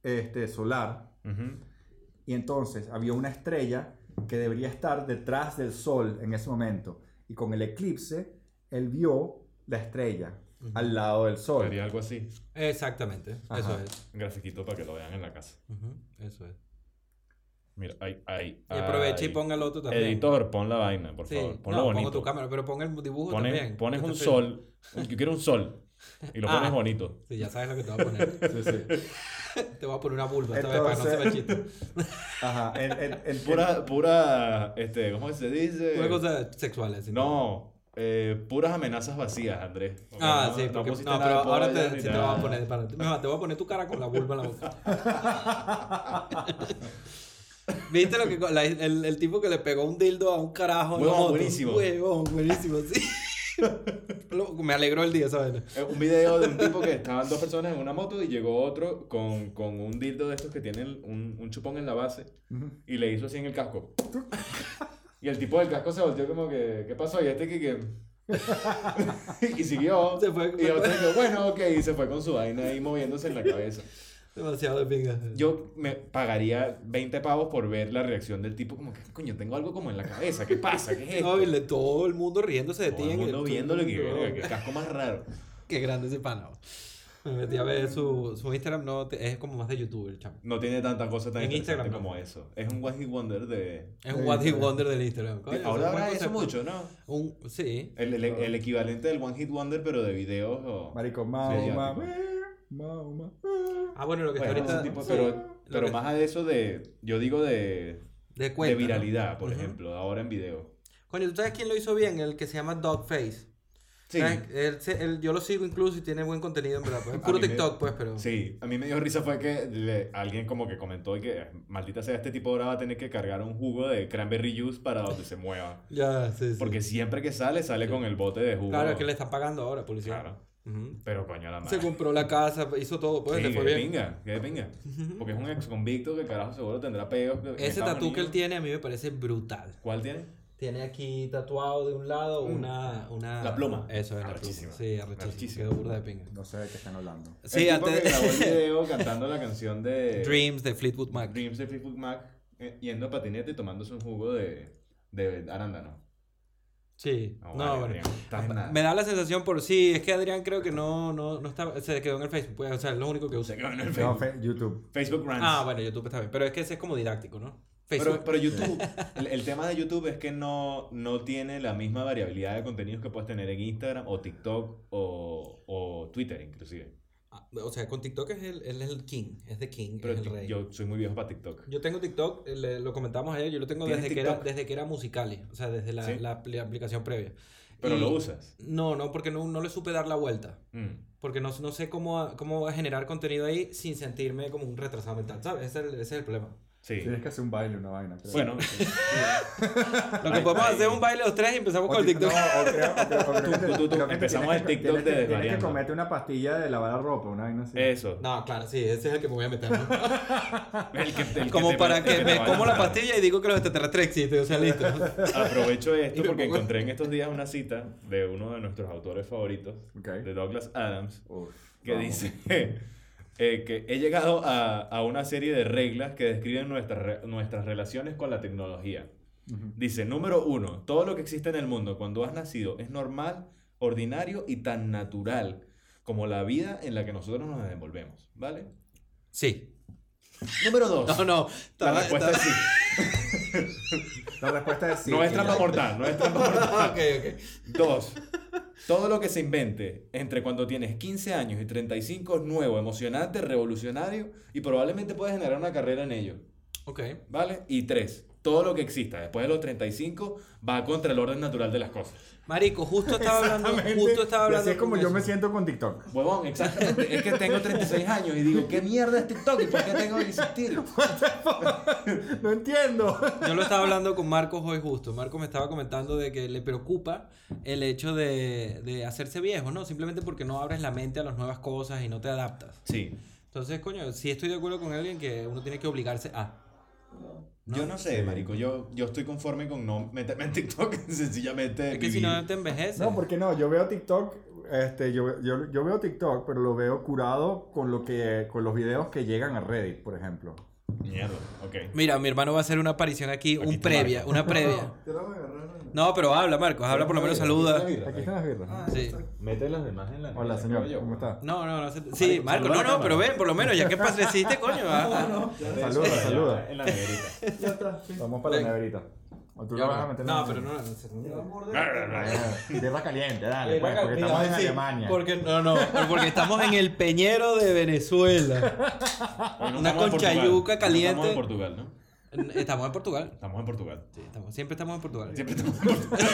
este, solar. Ujú. Y entonces había una estrella que debería estar detrás del Sol en ese momento. Y con el eclipse, él vio la estrella Ujú. al lado del Sol. Sería algo así. Exactamente, eso Ajá. es. Un grafiquito para que lo vean en la casa. Ujú, Eso es. Mira, ahí, ahí. Y aprovecha y ahí. ponga el otro también. Editor, pon la vaina, por Sí, favor. Ponlo no, pongo bonito. tu cámara, pero pon el dibujo Pones, Uh, también. pones Yo te un estoy- sol. un- Yo quiero un sol. Y lo Ah. pones bonito. Sí, ya sabes lo que te voy a poner. Sí, sí. te voy a poner una vulva esta vez para que no se Entonces- me chiste. Ajá. En- en- en- Pura, pura, este, ¿cómo se dice? Una cosa sexual. así. No, eh, puras amenazas vacías, Andrés. Porque Ah, no- sí, no porque, no, pusiste pero nada de ahora pollas te, ni sí te nada. voy a poner. para- no, te voy a poner tu cara con la vulva en la boca. ¿Viste lo que la- el, el tipo que le pegó un dildo a un carajo? en la Huevón, moto? buenísimo. Huevón, buenísimo, sí. Lo- Me alegró el día, ¿sabes? Eh, Un video de un tipo que estaban dos personas en una moto y llegó otro con, con un dildo de estos que tienen un, un chupón en la base Ujú. y le hizo así en el casco. Y el tipo del casco se volteó como que, ¿qué pasó? Y este que... que- y siguió. Se fue- y otro que, bueno, ok, y se fue con su vaina ahí moviéndose en la cabeza. Demasiado de pinga. Yo me pagaría 20 pavos por ver la reacción del tipo como que, coño, tengo algo como en la cabeza, ¿qué pasa? ¿Qué es esto? No, y le- todo el mundo riéndose de ti. Todo el en mundo viéndole que, Huevón. verga, qué casco más raro. Qué grande ese pana. bro. Me metí a ver su, su Instagram, no, te- es como más de YouTube el chamo. No tiene tanta cosa tan En interesante Instagram, como eso. Es un What He Wonder de... Es Sí, un What Hit sí. Wonder del Instagram. Coño, es un Ahora buen habrá eso concepto. mucho, ¿no? Un, sí. El, el- el equivalente del One Hit Wonder, pero de videos o... Marico, Sí, ya, Mahoma. tipo. Mahoma. Ah, bueno, lo que Bueno, está ese ahorita. tipo, sí, pero, lo pero que- más a eso de... Yo digo de, de, cuenta, de ¿no? viralidad, por Ujú. ejemplo, ahora en video. Coño, ¿tú sabes quién lo hizo bien? El que se llama Dogface. Sí, ¿Sabes? Él se- él- yo lo sigo incluso y tiene buen contenido, en verdad. Pues. Es A puro mí me- TikTok, pues, pero. sí. A mí me dio risa fue que le- alguien como que comentó y que maldita sea, este tipo ahora va a tener que cargar un jugo de cranberry juice para donde se mueva. Ya, sí, sí. Porque siempre que sale, sale con el bote de jugo. Claro, es que le están pagando ahora, policía. Claro. Ujú. Pero coño la madre. Se compró la casa, hizo todo, pues, Sí, le que fue de bien. pinga, que de pinga. Porque es un ex convicto que carajo seguro tendrá peos. en Ese Estados tatú que él Unidos. tiene a mí me parece brutal. ¿Cuál tiene? Tiene aquí tatuado de un lado una, una... Mm. La pluma. Eso es, la Arrechísima. pluma. Sí, arrechísimo. Arrechísima. Quedó burda de pinga. No sé de qué están hablando. Sí, el tipo que grabó el antes... video cantando la canción de Dreams de Fleetwood Mac. Dreams de Fleetwood Mac eh, yendo a patinete y tomándose un jugo de, de arándano. Sí. No, No, vale, bueno. Adrián, estás en nada. Me da la sensación por sí, es que Adrián creo que no, no, no está, se quedó en el Facebook, pues, o sea, es lo único que usa. Se quedó en el No, Facebook. fe- YouTube. Facebook Rants. Ah, bueno, YouTube está bien, pero es que ese es como didáctico, ¿no? Pero, Facebook. pero YouTube, el, el tema de YouTube es que no, no tiene la misma variabilidad de contenidos que puedes tener en Instagram o TikTok o, o Twitter inclusive. Ah, O sea, con TikTok es el, él es el king, es the king, Pero es el rey. Yo, yo soy muy viejo para TikTok. tengo TikTok, eh, le- lo comentamos ayer, yo lo tengo ¿Tienes desde que, era, TikTok? desde que era Musical.ly, o sea, desde la, Sí. la apli- aplicación previa. Pero Y- lo usas. No, no, porque no, no le supe dar la vuelta. Mm. Porque no, no sé cómo, a- cómo a generar contenido ahí sin sentirme como un retrasado mental, ¿sabes? Ese es el, ese es el problema. Sí. Tienes que hacer un baile, una vaina. creo. Bueno, Lo que Ahí- podemos ahí- hacer es un baile los tres y empezamos O con el ti- TikTok. no, o creo- o creo- o creo que Tú- te- creo tú- tú, que te empezamos tienes el que- tienes TikTok que- de Tienes que desvariando. comerte una pastilla de lavar ropa, una vaina así. eso. No, claro, sí, ese es el que me voy a meter. ¿no? El que- el que Como te- para el te que me va a como la lanzar. pastilla y digo que los extraterrestres existen, o sea, listo. Aprovecho Y esto me porque pongo- encontré en estos días una cita de uno de nuestros autores favoritos, Ok. de Douglas Adams, Uf, que vamos. dice eh, que he llegado a, a una serie de reglas que describen nuestras re- nuestras relaciones con la tecnología. Ujú. Dice, número uno, todo lo que existe en el mundo cuando has nacido es normal, ordinario y tan natural como la vida en la que nosotros nos desenvolvemos, ¿vale? Sí. Número dos, No, no. la estaba- respuesta estaba- es sí. La respuesta es sí. no es Mira. trampa mortal, no es trampa Ah, mortal. ok, ok. Dos, todo lo que se invente entre cuando tienes 15 años y 35 es nuevo, emocionante, revolucionario y probablemente puedes generar una carrera en ello. Ok. ¿Vale? Y tres, todo lo que exista después de los 35 va contra el orden natural de las cosas. Marico, justo estaba hablando, Exactamente. justo estaba Y hablando. Así es como con yo eso. me siento con TikTok. Huevón, exactamente. Es que tengo 36 años y digo, ¿qué mierda es TikTok y por qué tengo que existir? No entiendo. Yo lo estaba hablando con Marcos hoy justo. Marcos me estaba comentando de que le preocupa el hecho de, de hacerse viejo, ¿no? Simplemente porque no abres la mente a las nuevas cosas y no te adaptas. Sí. Entonces, coño, sí estoy de acuerdo con alguien que uno tiene que obligarse a. Yo no sé, marico. Yo, yo estoy conforme con no meterme en TikTok. Sencillamente. Es que si vivir. no te envejeces. No, porque no, yo veo TikTok, este, yo, yo, yo veo TikTok, pero lo veo curado con lo que, con los videos que llegan a Reddit, por ejemplo. Mierda, ok. Mira, mi hermano va a hacer una aparición aquí, Aquí un está previa, Marcos. una previa. Te la voy a agarrar. ¿no? No, pero habla, Marcos, habla por lo menos saluda. Aquí están las Ah, birras. Sí. está. Mete las demás en la. Hola, señor, ¿cómo está? No, no, no. se- Sí, Marcos, Marcos, saluda no, a la no, pero cámara. ven, por lo menos, ya que paseciste, coño. ah, ah. Saluda, saluda. En la neverita. Ya está. sí. Vamos para la Ven. neverita. O tú la vas a meter en la No, pero neverita. no, no, Te no. va a morder. Ah, Birra caliente, dale, Mira, pues, porque mira, estamos en sí, Alemania. Porque, no, no, pero porque estamos en el peñero de Venezuela. Hoy no Una estamos en conchayuca Portugal. No caliente. Estamos en Portugal, ¿no? En- Estamos en Portugal. Estamos en Portugal. Sí, estamos- siempre estamos en Portugal. Siempre estamos en Portugal.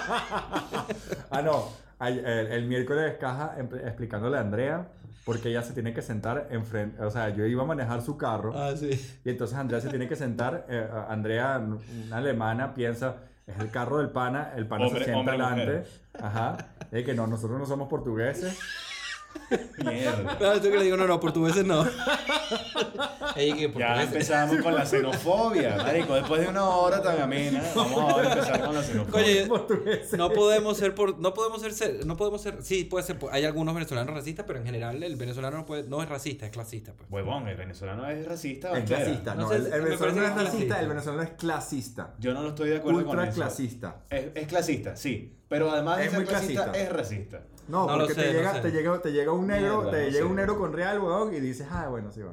Ah, no. Ay, El, el miércoles caja em- explicándole a Andrea porque ella se tiene que sentar enfrente. O sea, yo iba a manejar su carro. Ah, sí. Y entonces Andrea se tiene que sentar. eh, a- Andrea, una alemana, piensa, es el carro del pana, el pana Hombre- se sienta hombre, mujer. adelante. Ajá. Es que no, nosotros no somos portugueses. Mierda. Claro, yo Ah, que le digo, no, no, portugueses no. Ey, que Ya portugueses. empezamos con la xenofobia, marico. Después de una hora tan amena, vamos a empezar con la xenofobia. Coño, Portugueses. no podemos ser por, no podemos ser- ser, no podemos ser, sí, puede ser, hay algunos venezolanos racistas, pero en general el venezolano no puede, no es racista, es clasista, pues. Huevón, el venezolano es racista. o Es entera? clasista. No No, sé, el, el me parece venezolano que es es racista, clasista. el venezolano es clasista. Yo no lo estoy de acuerdo con Ultra eso. clasista. Es, es clasista, sí. Pero además de Es ser muy clasista, clasista. es racista. No, No lo porque sé, te, no llega, sé. te, llega, te llega un negro, Mierda, te no llega sé. un negro con real, weón, y dices, ah, bueno, sí, va.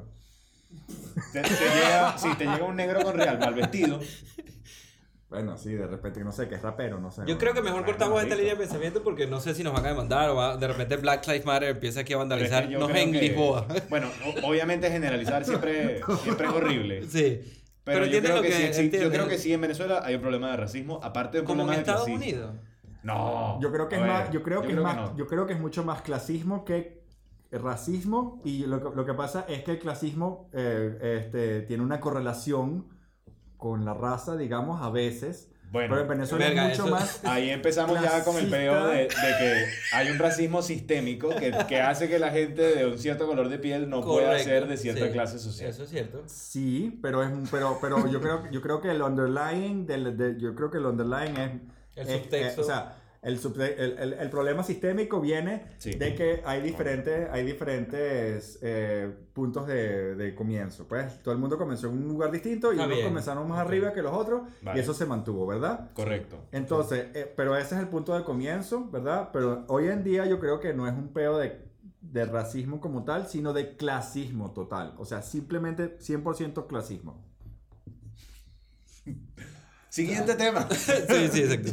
Te, te llega, si te llega un negro con real mal vestido, Bueno, sí, de repente, no sé, que es rapero, no sé. Yo weón. creo que mejor Bueno, cortamos esta listo. línea de pensamiento porque no sé si nos van a demandar o va- de repente Black Lives Matter empieza aquí a pero es que vandalizar yo nos creo en que- Lisboa. Bueno, o- obviamente generalizar siempre, siempre es horrible. Sí. Pero, yo, entiendes creo lo que, sí existe- yo entiendes. creo que sí en Venezuela hay un problema de racismo, aparte de un Como en problema de Estados clasismo. Unidos. No. Yo creo que a es ver, más, yo creo que es más, no. yo creo que es mucho más clasismo que racismo y lo que, lo que pasa es que el clasismo eh, este, tiene una correlación con la raza, digamos, a veces, Bueno, pero en Venezuela Verga, es eso- mucho más Ahí empezamos ya con el Clasista. peo de, de que hay un racismo sistémico que, que hace que la gente de un cierto color de piel no pueda Correcto, ser de cierta sí. clase social. Eso es cierto. sí, pero es un- pero pero yo creo yo creo que el underlying del de- yo creo que el underlying El es Eh, es- es- subtexto. Eh, o sea, el, subte- el, el- el problema sistémico viene Sí. de que hay diferentes, hay diferentes eh, puntos de, de comienzo. Pues todo el mundo comenzó en un lugar distinto y Está unos bien. comenzaron más Ok. arriba que los otros Vale. y eso se mantuvo, ¿verdad? Correcto. Entonces, eh, pero ese es el punto de comienzo, ¿verdad? Pero hoy en día yo creo que no es un peo de, de racismo como tal, sino de clasismo total. O sea, simplemente 100% clasismo. Siguiente tema. sí, sí, exacto.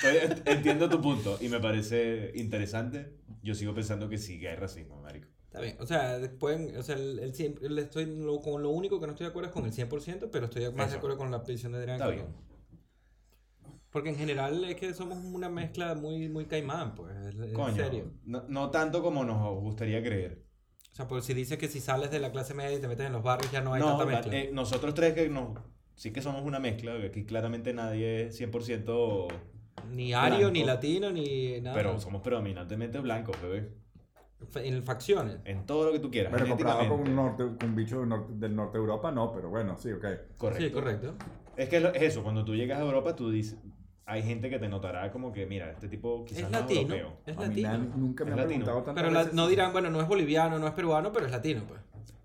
Pero Entiendo tu punto y me parece interesante. Yo sigo pensando que sí que hay racismo, marico. Está bien, o sea, pueden, o sea, el, el cien- el estoy, lo, con lo único que no estoy de acuerdo es con el 100%, pero estoy más Eso. de acuerdo con la petición de Adrián. Está que bien. no. Porque en general es que somos una mezcla muy, muy caimán, pues, en Coño, serio. No, no tanto como nos gustaría creer. O sea, por si dices que si sales de la clase media y te metes en los barrios ya no hay No, tanta la- mezcla. eh, nosotros tres que nos, sí que somos una mezcla, que aquí claramente nadie es 100%, ni ario, ni blanco. latino, ni nada. pero somos predominantemente blancos, bebé. Fa- En facciones. En todo lo que tú quieras. Pero comparado con un, genéticamente. norte, con un bicho del norte, del norte de Europa, no, pero bueno, sí, ok. Correcto. Sí, correcto. Es que es lo- es eso, cuando tú llegas a Europa, tú dices, hay gente que te notará como que, mira, este tipo quizás Es no latino. europeo. Es A mí latino. na- nunca me Es han latino. preguntado tanto. Pero la- no dirán, bueno, no es boliviano, no es peruano, pero es latino, pues.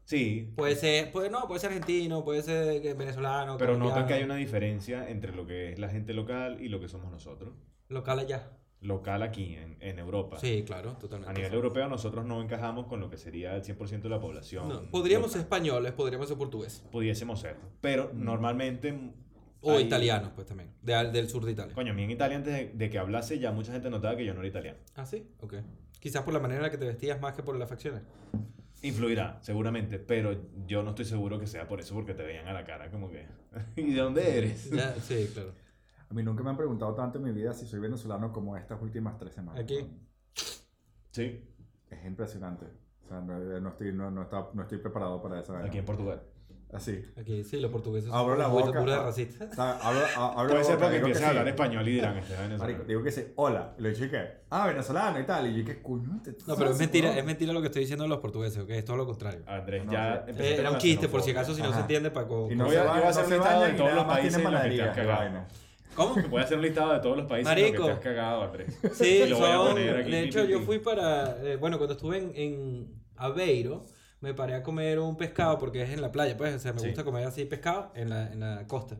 Sí, Puede ser, puede, no, puede ser argentino, puede ser que- venezolano. pero notan colombiano, que hay una diferencia entre lo que es la gente local y lo que somos nosotros. Local allá. Local aquí, en, en Europa. Sí, claro, totalmente. A nivel europeo nosotros no encajamos con lo que sería el 100% de la población. No, podríamos ser local. españoles, podríamos ser portugueses. Pudiésemos ser. Pero normalmente... O hay- italianos, pues también. de- del sur de Italia. Coño, a mí en Italia antes de, de que hablase ya mucha gente notaba que yo no era italiano. ¿Ah, sí? Ok. Quizás por la manera en la que te vestías más que por las facciones. Influirá, seguramente, pero yo no estoy seguro que sea por eso, porque te veían a la cara como que... ¿Y de dónde eres? Ya, sí, claro. A mí nunca me han preguntado tanto en mi vida si soy venezolano como estas últimas tres semanas. Aquí. Sí, Es impresionante. O sea, no, eh, no estoy, no, no está- no estoy preparado para eso. aquí en Portugal. Así. Aquí sí, los portugueses son Abro la muy- boca. pura racista. O sea, abro- a- abro Puede la ser boca, digo porque que empiezas a sí. hablar español y dirán, este es venezolano". Marico, digo que sí, hola. Y Le dije que, ah, venezolano y tal. Y yo, que coño? te- No, pero es ¿sabes, mentira, weón? es mentira lo que estoy diciendo de los portugueses, ok, es todo lo contrario. Andrés, No, ya sí. empezaste Eh, era con un la chiste, por si xenofobia. acaso, si no Ajá. se entiende, Paco. Y no Voy se a- va- yo voy a no hacer se un listado bañan de y todos nada los más tienen países en los que panadería, te has qué cagado. vaina. ¿Cómo? Voy a hacer un listado de todos los países en los que Marico. te has cagado, Andrés. Sí, Y lo voy a son- poner aquí, de pi, hecho pi, yo pi. fui para, eh, bueno, cuando estuve en, en Aveiro, me paré a comer un pescado porque es en la playa, pues, o sea, me Sí. gusta comer así pescado en la, en la costa.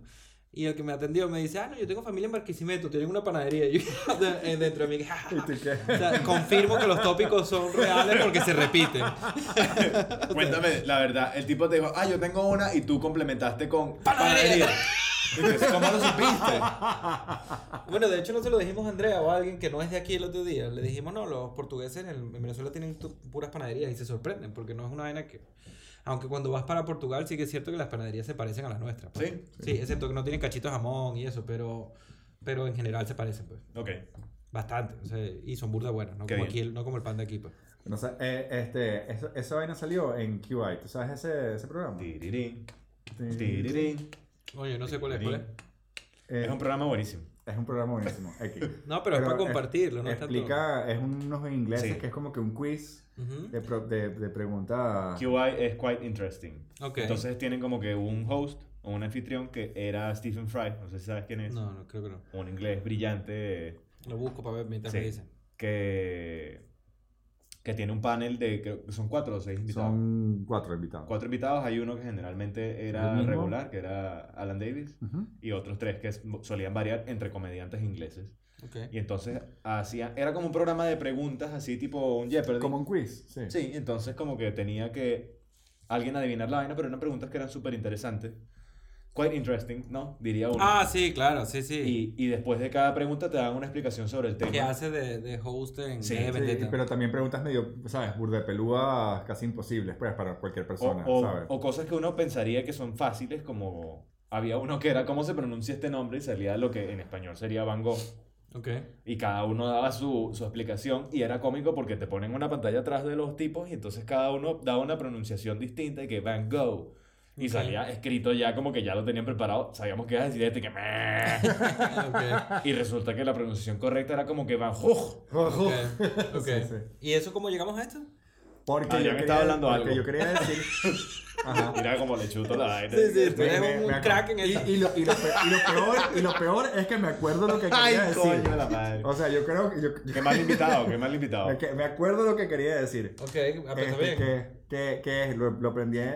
Y el que me atendió me dice, ah, no, yo tengo familia en Barquisimeto, tienen una panadería. Y yo, de- eh, dentro de mí, "Ja, ja, Y ja". tú, ¿qué? O sea, confirmo que los tópicos son reales porque se repiten. Cuéntame, la verdad, el tipo te dijo, ah, yo tengo una y tú complementaste con panadería. Dices, ¿Cómo lo supiste? Bueno, de hecho no se lo dijimos a Andrea o a alguien que no es de aquí el otro día. Le dijimos, no, los portugueses en, el- en Venezuela tienen tu- puras panaderías y se sorprenden porque no es una vaina que... Aunque cuando vas para Portugal sí que es cierto que las panaderías se parecen a las nuestras. pues. ¿Sí? Sí, excepto que no tienen cachitos de jamón y eso, pero, pero en general se parecen, pues. Ok. Bastante. o sea, y son burda buenas, no Qué como, bien. aquí el- no como el pan de aquí, pues. No sé, eh, este, eso, esa vaina salió en QI. ¿Tú sabes ese, ese programa? Tirirín, Tin. tirirín, Oye, no sé cuál es, cuál es. Eh, Es un programa buenísimo. es un programa buenísimo. X. No, pero es para compartirlo, no es tanto- Explica, es unos ingleses Sí. que es como que un quiz Ujú. de, pro- de, de preguntas. QI es quite interesting. Ok. Entonces tienen como que un host o un anfitrión que era Stephen Fry, no sé si sabes quién es. No, no, creo que no. Un inglés brillante. eh, Lo busco para ver mientras Sí. me dicen. que, que tiene un panel de, creo que son cuatro o seis invitados. Son cuatro invitados. Cuatro invitados, hay uno que generalmente ¿El era mismo? regular, que era Alan Davis, Ujú. y otros tres que s- solían variar entre comediantes ingleses. Ok. Y entonces hacía, era como un programa de preguntas, así tipo un Jeopardy. Como un quiz, sí. Sí, entonces como que tenía que alguien adivinar la vaina, pero eran preguntas que eran súper interesantes. Quite interesting, ¿no? Diría uno. Ah, sí, claro, sí, sí. y, y después de cada pregunta te daban una explicación sobre el tema. que hace de, de host en Sí, G de Sí, Vendetta. pero también preguntas medio, ¿sabes? Burdepeludas casi imposibles, pues, para cualquier O, persona, o- ¿sabes? o cosas que uno pensaría que son fáciles, como había uno que era cómo se pronuncia este nombre y salía lo que en español sería Van Gogh. Ok. Y cada uno daba su, su explicación y era cómico porque te ponen una pantalla atrás de los tipos y entonces cada uno daba una pronunciación distinta y que Van Gogh. Y Ok. salía escrito ya como que ya lo tenían preparado, sabíamos que ibas a decir este que meh. Ok. Y resulta que la pronunciación correcta era como que Van Gogh. Ok. ok. Sí, sí. ¿Y eso cómo llegamos a esto? Porque yo Adrián quería- Ah, estaba hablando porque algo. yo quería decir... Ajá. Mira como le chuto la aire. Tú eres Me- me- un me crack en y, esa. y, lo, y, lo pe- y lo peor, y lo peor es que me acuerdo lo que quería Ay, decir. coño de la madre. O sea, yo creo que... Yo, yo- Qué mal invitado, qué mal invitado. me que- me acuerdo lo que quería decir. Ok, ah, pero está Este, bien. que, que, que lo, lo aprendí en,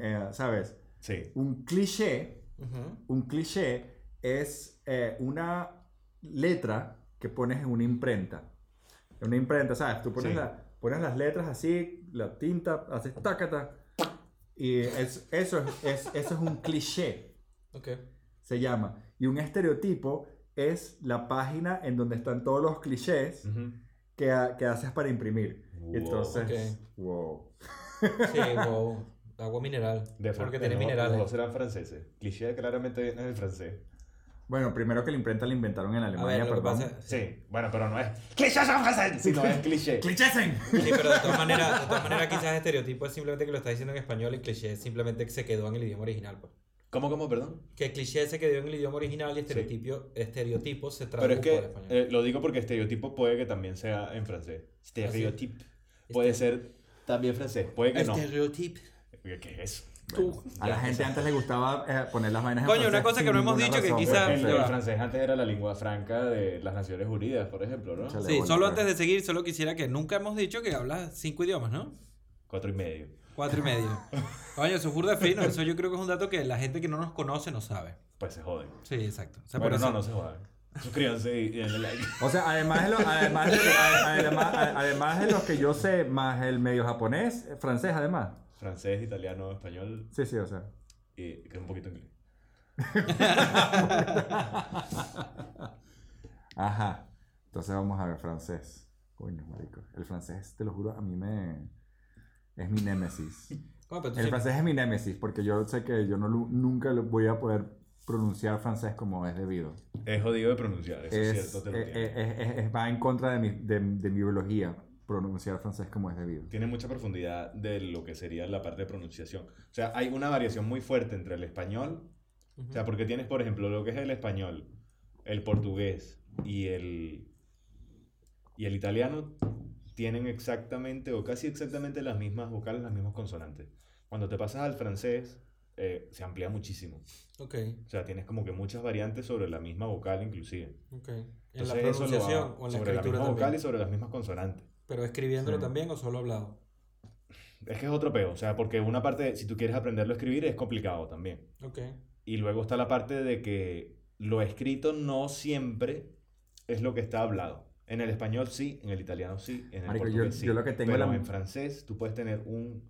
eh, ¿sabes? Sí. Un cliché, Ujú. un cliché es eh, una letra que pones en una imprenta. En Una imprenta, ¿sabes? Tú pones, Sí. la- pones las letras así, la tinta, haces tacata. Y es- eso, es, es- eso es un cliché. Ok. se llama. Y un estereotipo es la página en donde están todos los clichés Mm. Ujú. que, ha- que haces para imprimir. Wow. Entonces, wow. Sí, wow. Agua mineral. De porque fran- tiene los- minerales. Los dos eran franceses. Cliché claramente viene del francés. Bueno, primero que la imprenta la inventaron en A ver, Alemania, lo que perdón. pasa. Sí, bueno, pero no es cliché son franceses, sino es cliché. ¡Clichesen! Sí, pero de todas maneras, de todas maneras quizás estereotipo es simplemente que lo está diciendo en español y cliché simplemente que se quedó en el idioma original, pues. ¿Cómo, cómo, perdón? Que cliché se quedó en el idioma original y estereotipo, estereotipo se tradujo Pero es al que español. eh, lo digo porque estereotipo puede que también sea en francés. Este Estereotip puede ser también francés, puede que no. Estereotipo. ¿Qué es eso? Este Tú. A la gente antes le gustaba eh, poner las vainas en Coño, una francés cosa que sin no hemos ninguna dicho que razón, quizá- güey. El, el Ya va. francés antes era la lengua franca de las Naciones Unidas, por ejemplo, ¿no? Chale, Sí, bueno, solo pues. antes de seguir, solo quisiera que nunca hemos dicho que hablas cinco idiomas, ¿no? Cuatro y medio. Cuatro y medio. Coño, eso es burda fino. Eso yo creo que es un dato que la gente que no nos conoce no sabe. Pues se joden. Ah, Sí, exacto. O sea, bueno, por eso- no, no se jodan. Suscríbanse y, y denle like. O sea, además de, lo- además, de, a- además, a- además de los que yo sé, más el medio japonés, eh, francés además. Francés, italiano, español Sí, sí, o sea. y que es un poquito inglés. Ajá. Entonces vamos a ver francés. Coño, marico. El francés, te lo juro, a mí me... Es mi némesis. Coño, pero tú El sí- francés es mi némesis, porque yo sé que yo no, lo- nunca lo voy a poder pronunciar francés como es debido. Es jodido de pronunciar, eso es, Es, cierto. Te lo eh, entiendo. eh, eh, eh, va en contra de mi, de, de mi biología pronunciar francés como es debido. tiene mucha profundidad de lo que sería la parte de pronunciación. O sea, hay una variación muy fuerte entre el español, o sea, porque tienes, por ejemplo, lo que es el español, el portugués y el, y el italiano tienen exactamente o casi exactamente las mismas vocales, las mismas consonantes. Cuando te pasas al francés, eh, se amplía muchísimo. Ok, O sea, tienes como que muchas variantes sobre la misma vocal inclusive. ok. En la Entonces, eso lo va- pronunciación o en la sobre la escritura misma vocal y también. sobre las mismas consonantes. Pero escribiéndolo Sí. también o solo hablado. Es que es otro peo, o sea, porque una parte, si tú quieres aprenderlo a escribir, es complicado también. Ok. Y luego está la parte de que lo escrito no siempre es lo que está hablado. En el español sí, en el italiano sí, en el Marico, yo- portugués sí. yo lo que tengo pero la- en francés tú puedes tener un,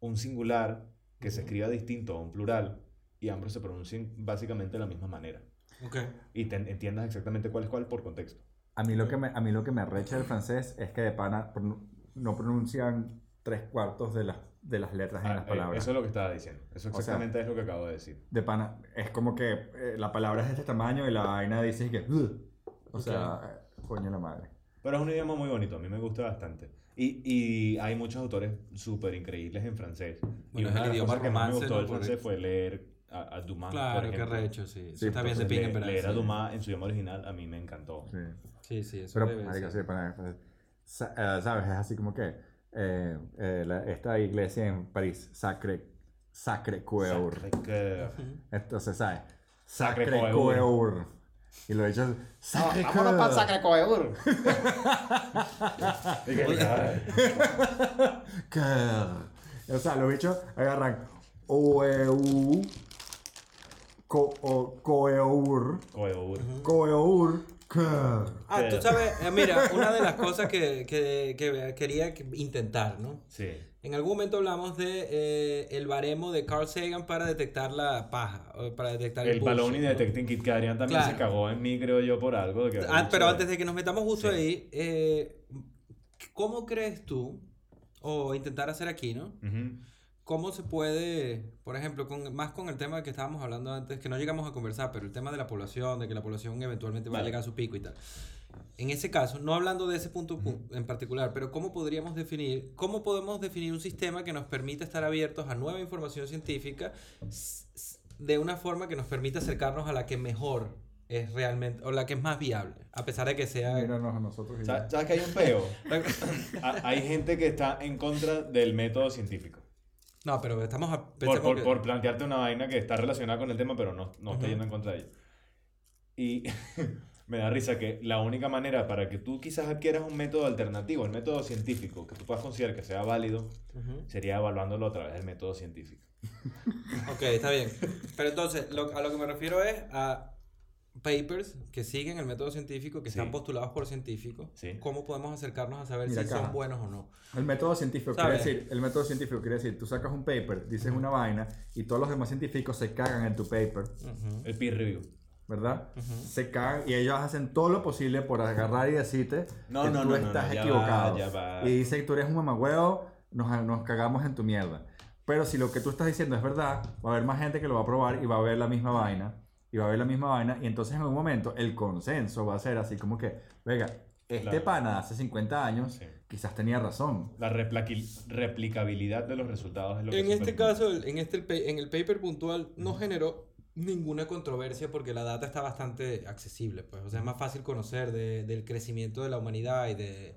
un singular que se Ujú. escriba distinto a un plural y ambos se pronuncien básicamente de la misma manera. Ok. Y te entiendas exactamente cuál es cuál por contexto. A mí lo que me, a mí lo que me arrecha del francés es que de pana pronun- no pronuncian tres cuartos de las, de las letras en Ah, las eh, palabras. Eso es lo que estaba diciendo. Eso O sea- exactamente es lo que acabo de decir. De pana, es como que eh, la palabra es de este tamaño y la vaina dice que... "Ugh". O sea, eh, coño la madre. Pero es un idioma muy bonito, a mí me gusta bastante. Y, y hay muchos autores súper increíbles en francés. y Bueno, es una el de las idioma cosas que más me romance, gustó ¿no? del Porque- francés fue leer a, a Dumas. por Claro, qué ejemplo. recho, sí. Eso Sí, está bien de Entonces, pinga, le- pero. leer a sí. Dumas en su idioma original a mí me encantó. Sí. Sí, sí, eso Pero, debe marico, sí, ser. pana, pues, sa- eh, ¿sabes? Es así como que eh, eh, la- esta iglesia en París, Sacre, Sacre Coeur. Sacré-Cœur. Entonces, ¿sabes? Sacre Sacre Coeur. Y lo he dicho, Sacre ¡Vámonos para Coeur. Sacré-Cœur! Y que- Coeur. O sea, los bichos agarran OEU, co- o- Coeur, Coeur. Coeur, Coeur. Ah, tú Sí. sabes, eh, mira, una de las cosas que, que, que quería que- intentar, ¿no? Sí. En algún momento hablamos de eh, el baremo de Carl Sagan para detectar la paja, o para detectar el, El balón y bullshit, ¿no? Detecting Kit Karian también se Claro. cagó en mí, creo yo, por algo. de que había Ah, dicho pero de- antes de que nos metamos justo Sí. ahí, eh, ¿cómo crees tú, o intentar hacer aquí, ¿no? Ujú. ¿Cómo se puede, por ejemplo, con, más con el tema que estábamos hablando antes, que no llegamos a conversar, pero el tema de la población, de que la población eventualmente va a Vale. llegar a su pico y tal? En ese caso, no hablando de ese punto pu- en particular, pero ¿cómo podríamos definir, cómo podemos definir un sistema que nos permita estar abiertos a nueva información científica s- s- de una forma que nos permita acercarnos a la que mejor es realmente, o la que es más viable, a pesar de que sea... Míranos a nosotros. y- Sa- ¿Sabes que hay un peo? Ha- hay gente que está en contra del método científico. No, pero estamos... a- Por, pensemos por, que- por plantearte una vaina que está relacionada con el tema, pero no, no está Ujú. yendo en contra de ella. Y me da risa que la única manera para que tú quizás adquieras un método alternativo, el método científico, que tú puedas considerar que sea válido, Ujú. sería evaluándolo a través del método científico. Ok, está bien. Pero entonces, lo- a lo que me refiero es a papers que siguen el método científico, que Sí. están postulados por científicos, Sí. ¿cómo podemos acercarnos a saber Mira si acá. son buenos o no? El método científico ¿Sabes? quiere decir, el método científico quiere decir, tú sacas un paper, dices una vaina y todos los demás científicos se cagan en tu paper, Ujú, El peer review. ¿verdad? ujú. Se cagan y ellos hacen todo lo posible por agarrar y decirte No, que no, tú no, no, estás no, ya equivocado. va, ya va. Y dicen que tú eres un mamagüeo, nos, nos cagamos en tu mierda. Pero si lo que tú estás diciendo es verdad, va a haber más gente que lo va a probar y va a ver la misma vaina. Y va a ver la misma vaina. Y entonces en algún momento el consenso va a ser así como que, venga, este Claro. pana hace 50 años Sí. quizás tenía razón. La replaqui- replicabilidad de los resultados es lo que En se este permite. caso, el- en, este, el pa- en el paper puntual no generó ninguna controversia porque la data está bastante accesible, pues, o sea, es más fácil conocer de- del crecimiento de la humanidad y, de,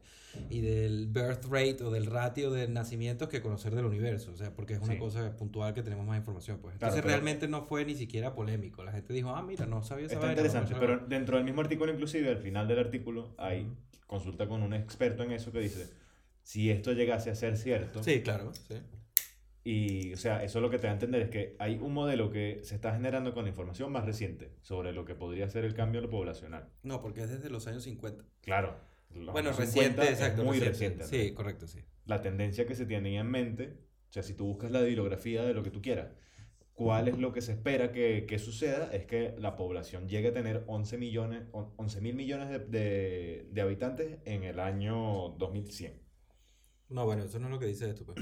y del birth rate o del ratio de nacimientos que conocer del universo, o sea, porque es una Sí. cosa puntual que tenemos más información, pues. Claro, Entonces pero- realmente no fue ni siquiera polémico, la gente dijo, ah, mira, no sabía esa Está vaina, no interesante, sabía". pero dentro del mismo artículo, inclusive, al final del artículo, hay consulta con un experto en eso que dice, si esto llegase a ser cierto, Sí, claro, sí. y, o sea, eso lo que te da a entender es que hay un modelo que se está generando con la información más reciente sobre lo que podría ser el cambio poblacional. No, porque es desde los años 50. Claro. los bueno, años reciente, 50 es exacto. Muy reciente. reciente. Sí, ¿no? correcto, sí. La tendencia que se tenía en mente, o sea, si tú buscas la bibliografía de lo que tú quieras, cuál es lo que se espera que, que suceda, es que la población llegue a tener 11 millones, on- 11 mil millones de, de- de habitantes en el año 2100. No, bueno, eso no es lo que dice esto, pues.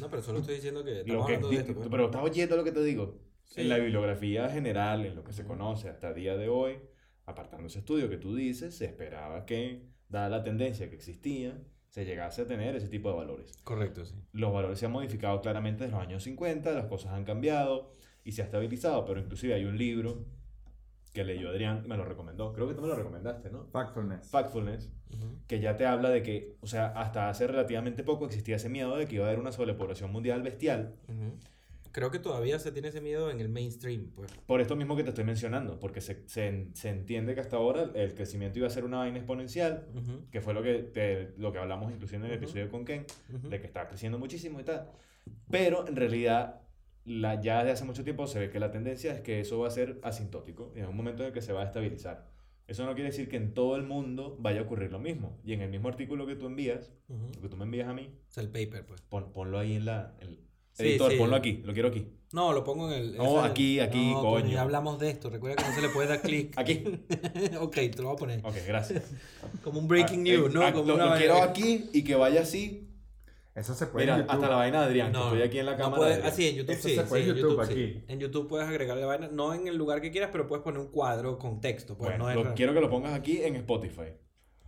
No, pero solo estoy diciendo que estamos Lo que- hablando de esto. pues. pero estás oyendo lo que te digo. Sí. En la bibliografía general, en lo que se Ujú. conoce hasta el día de hoy, apartando ese estudio que tú dices, se esperaba que, dada la tendencia que existía, se llegase a tener ese tipo de valores. Correcto, sí. los valores se han modificado claramente desde los años 50, las cosas han cambiado y se ha estabilizado, pero inclusive hay un libro que leyó Adrián, me lo recomendó, creo que tú me lo recomendaste, ¿no? Factfulness. Factfulness, que ya te habla de que, o sea, hasta hace relativamente poco existía ese miedo de que iba a haber una sobrepoblación mundial bestial, Ujú. Creo que todavía se tiene ese miedo en el mainstream, pues. por esto mismo que te estoy mencionando, porque se, se en- se entiende que hasta ahora el crecimiento iba a ser una vaina exponencial, Ujú, que fue lo que, te- lo que hablamos inclusive en el Ujú. episodio con Ken, ujú. de que está creciendo muchísimo y tal. Pero en realidad, la, ya desde hace mucho tiempo se ve que la tendencia es que eso va a ser asintótico y en un momento en el que se va a estabilizar. Eso no quiere decir que en todo el mundo vaya a ocurrir lo mismo. Y en el mismo artículo que tú envías, Ujú. lo que tú me envías a mí, O sea, el paper, pues. pon- ponlo ahí en la... en- Sí, Editor, sí. ponlo aquí, lo quiero aquí. No, lo pongo en el... No, ese- aquí, aquí, No, coño, coño. ya hablamos de esto. Recuerda que no se le puede dar clic. Aquí. ok, te lo voy a poner. Ok, gracias. Como un breaking news, ¿no? Ah, Como lo, una lo vaina quiero que- aquí y que vaya así. Eso se puede Mira, en YouTube. hasta la vaina de Adrián, que No, estoy aquí en la no cámara. de puedes- Adrián. ah, sí, en YouTube Eso sí. se puede sí, en YouTube, sí. aquí. En YouTube puedes agregarle vaina, no en el lugar que quieras, pero puedes poner un cuadro con texto. Pues, Bueno, no es lo- raro. quiero que lo pongas aquí en Spotify.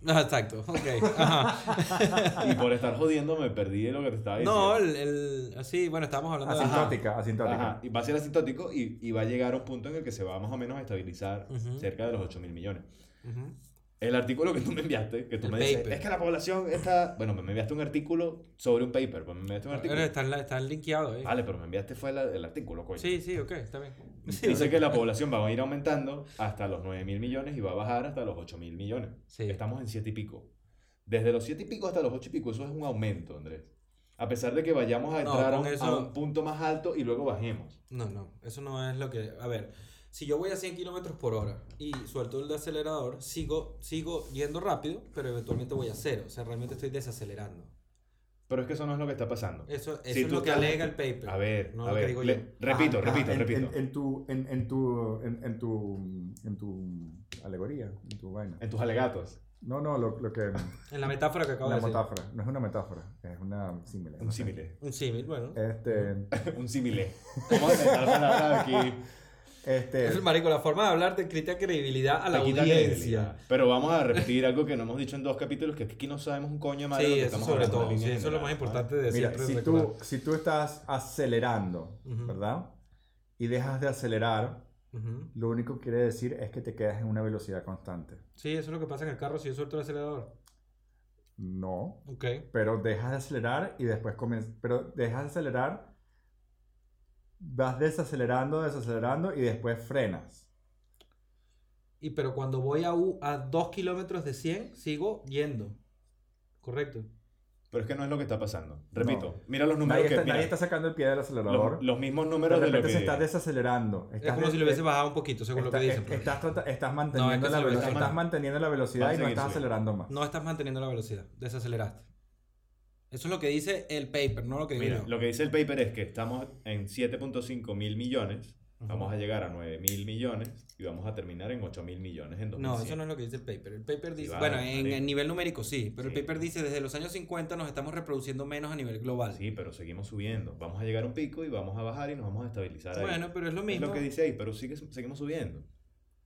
Ah, exacto, ok. Ajá. Y por estar jodiendo me perdí de lo que te estaba diciendo. No, el, el- Sí, bueno, estábamos hablando de... Asintótica, asintótica. Ajá, y va a ser asintótico y, y va a llegar a un punto en el que se va más o menos a estabilizar Ujú. cerca de los 8 mil millones. Ujú. El artículo que tú me enviaste, que tú El me dices, paper. es que la población está... Bueno, me enviaste un artículo sobre un paper, pues me enviaste un Pero artículo... está, en la- está linkeado, eh. Vale, pero me enviaste fue la- el artículo, coño. Sí, sí, ok, está bien. Dice que la población va a ir aumentando hasta los 9 mil millones y va a bajar hasta los 8 mil millones. Sí. Estamos en 7 y pico. Desde los 7 y pico hasta los 8 y pico, eso es un aumento, Andrés. A pesar de que vayamos a No, entrar a con un- a eso- un punto más alto y luego bajemos. No, no, eso no es lo que... A ver, si yo voy a 100 kilómetros por hora y suelto el acelerador, sigo, sigo yendo rápido, pero eventualmente voy a cero. O sea, realmente estoy desacelerando. Pero es que eso no es lo que está pasando. Eso, eso Si es tú lo que estás- alega el paper. A ver, Eh, no a lo que ver. digo le- yo. Ah, Repito, Ajá, repito, en, repito. En, en tu, en, en tu, en, en tu, en tu alegoría, en tu vaina. En tus alegatos. No, no, lo, lo que, En la metáfora que acabo una de decir. metáfora, no es una metáfora, es una símile. Un no sé. símile. Un símil, bueno. Este, Un símile. ¿Cómo se la palabra aquí? este, Es, marico, la forma de hablar te quita credibilidad a la Eh, Te quita audiencia. credibilidad. Pero vamos a repetir algo que no hemos dicho en dos capítulos, que aquí no sabemos un coño más de lo Sí, que eso estamos sobre hablando en todo. líneas sí, eso es lo más generales, ¿no? importante de mira, siempre si recordar. tú, si tú estás acelerando, Ujú. ¿verdad? Y dejas de acelerar, Ujú. lo único que quiere decir es que te quedas en una velocidad constante. Sí, eso es lo que pasa en el carro si yo suelto el acelerador. No, Ok. pero dejas de acelerar y después comienzas, pero dejas de acelerar, vas desacelerando, desacelerando y después frenas. Y pero cuando voy a, u- a 2 kilómetros de 100, sigo yendo. Correcto. Pero es que no es lo que está pasando. Repito, No. mira los números Nadie que está, mira, nadie está sacando el pie del acelerador. los, los mismos de números de, repente lo que se está desacelerando. Es como si le hubiese bajado un poquito, según lo que eh, dicen. Estás, pero trata- estás manteniendo, No, es que la, se lo velo- está estás man- manteniendo la velocidad Va a y no seguir estás subiendo. acelerando más. No estás manteniendo la velocidad, desaceleraste. Eso es lo que dice el paper, no lo que digo Mira, yo. lo que dice el paper es que estamos en 7.5 mil millones, Ujú. vamos a llegar a 9 mil millones y vamos a terminar en 8 mil millones en 2000. No, eso no es lo que dice el paper. El paper dice, vale, bueno, en, marico. en nivel numérico sí, pero Sí. el paper dice desde los años 50 nos estamos reproduciendo menos a nivel global. Sí, pero seguimos subiendo. Vamos a llegar a un pico y vamos a bajar y nos vamos a estabilizar ahí. bueno, pero es lo es mismo. lo que dice ahí, pero sigue, seguimos subiendo.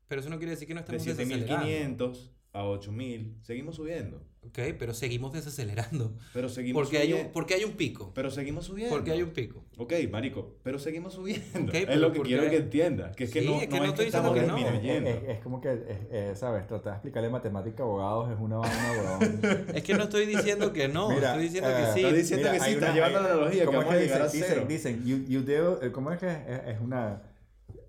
Pero eso no quiere decir que no De estamos desacelerando. 7.500 a 8.000, seguimos subiendo. Ok, pero seguimos desacelerando. Pero seguimos Porque hay, subiendo. un, porque hay un pico. Pero seguimos subiendo. Porque hay un pico. Ok, marico, pero seguimos subiendo. Ok, es pero lo que ¿por quiero qué? que entiendas. Que es que Sí, no, es que no no es que estoy estamos diciendo que no. Es, disminuyendo. es- es como que, es- es, ¿sabes? Tratar de explicarle matemática a abogados es una vaina, weón. Es que no estoy diciendo que no, Mira, estoy diciendo eh, que sí. Estás diciendo Mira, que sí, hay estás una- llevando hay- la analogía que ¿Cómo es vamos que a llegar a cero. dicen? Dicen, dicen, you, you deal- eh, ¿cómo es que es, es- es una,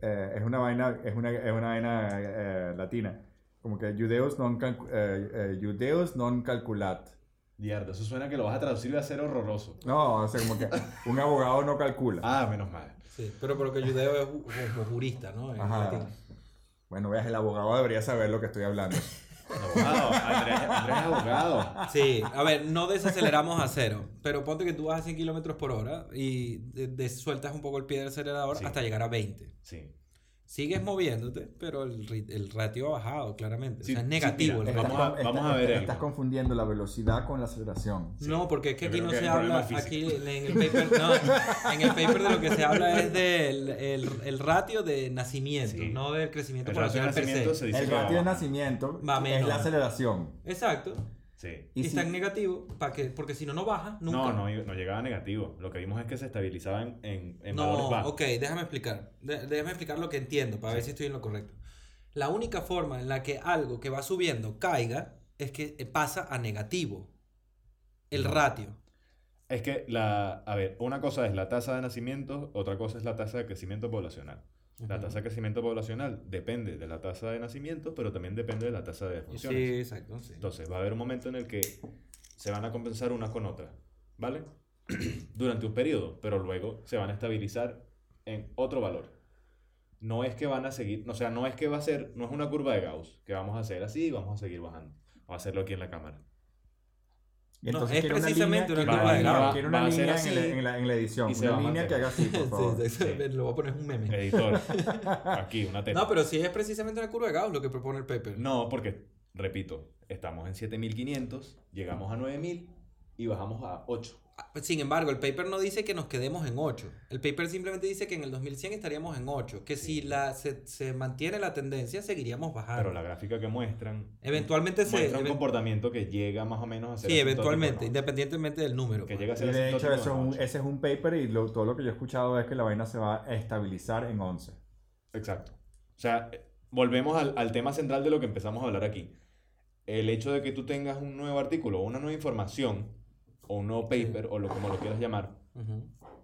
eh, es una vaina, es una, es una vaina eh, latina? Como que you deus non, calcu- eh, eh, you deus non calculat. Diardo, eso suena que lo vas a traducir y va a ser horroroso. No, o sea, como que un abogado no calcula. Ah, menos mal. Sí, pero porque Judeo es ju- como jurista, ¿no? En Ajá. latín. Bueno, veas, el abogado debería saber lo que estoy hablando. Abogado, Andrés, Andrés es abogado. Sí, a ver, no desaceleramos a cero, pero ponte que tú vas a 100 kilómetros por hora y de- de- sueltas un poco el pie del acelerador Sí. hasta llegar a 20. Sí. Sigues moviéndote, pero el, ri- el ratio ha bajado, claramente. Sí, o sea, sí, es negativo. mira, el vamos ratio. a- vamos a ver Estás, algo. confundiendo la velocidad con la aceleración. No, porque es que Yo aquí creo no que se el problema habla, es físico. aquí en el paper, no, en el paper de lo que se habla es del el, el ratio de nacimiento, Sí. no del crecimiento El ratio de poblacional per se. nacimiento se dice El que va ratio de abajo. nacimiento Va es menos. la aceleración. Exacto. Sí. Y, Y está si- en negativo, ¿para que Porque si no, no baja nunca. No, no, no llegaba a negativo. Lo que vimos es que se estabilizaban en, en valores No, bajos. ok, déjame explicar. De- déjame explicar lo que entiendo para ver si estoy en lo correcto. La única forma en la que algo que va subiendo caiga es que eh, pasa a negativo. El ratio. Es que la, a ver, una cosa es la tasa de nacimiento, otra cosa es la tasa de crecimiento poblacional. La tasa de crecimiento poblacional depende de la tasa de nacimiento, pero también depende de la tasa de Sí, defunciones. exacto. sí. Entonces, va a haber un momento en el que se van a compensar unas con otras, ¿vale? Durante un periodo, pero luego se van a estabilizar en otro valor. No es que van a seguir, o sea, no es que va a ser, no es una curva de Gauss, que vamos a hacer así y vamos a seguir bajando. Vamos a hacerlo aquí en la cámara. Y No, entonces es quiero una precisamente línea- una curva de quiero- grado. Quiero Va una a ser línea así en la, en la- en la edición. y se va Una a línea que haga así, por favor. Sí, exacto. Sí. Lo voy a poner un meme. Editor, aquí una teta. No, pero sí es precisamente la curva de Gauss lo que propone el paper. No, porque, repito, estamos en 7500, llegamos a 9000 y bajamos a 8. Ah, Sin embargo, el paper no dice que nos quedemos en 8. El paper simplemente dice que en el 2100 estaríamos en 8. Que si Sí. la, se, se mantiene la tendencia, seguiríamos bajando. Pero la gráfica que muestran Ah. Eventualmente se. muestra un even- comportamiento que llega más o menos a ser Sí, asintótico, eventualmente, ¿no? independientemente del número. que pues. llega a Y de ser hecho, eso asintótico, es no, un- ocho. ese es un paper y lo- todo lo que yo he escuchado es que la vaina se va a estabilizar en 11. Exacto. O sea, eh, volvemos al, al tema central de lo que empezamos a hablar aquí. El hecho de que tú tengas un nuevo artículo, una nueva información, o un nuevo paper, o lo, como lo quieras llamar, Ujú,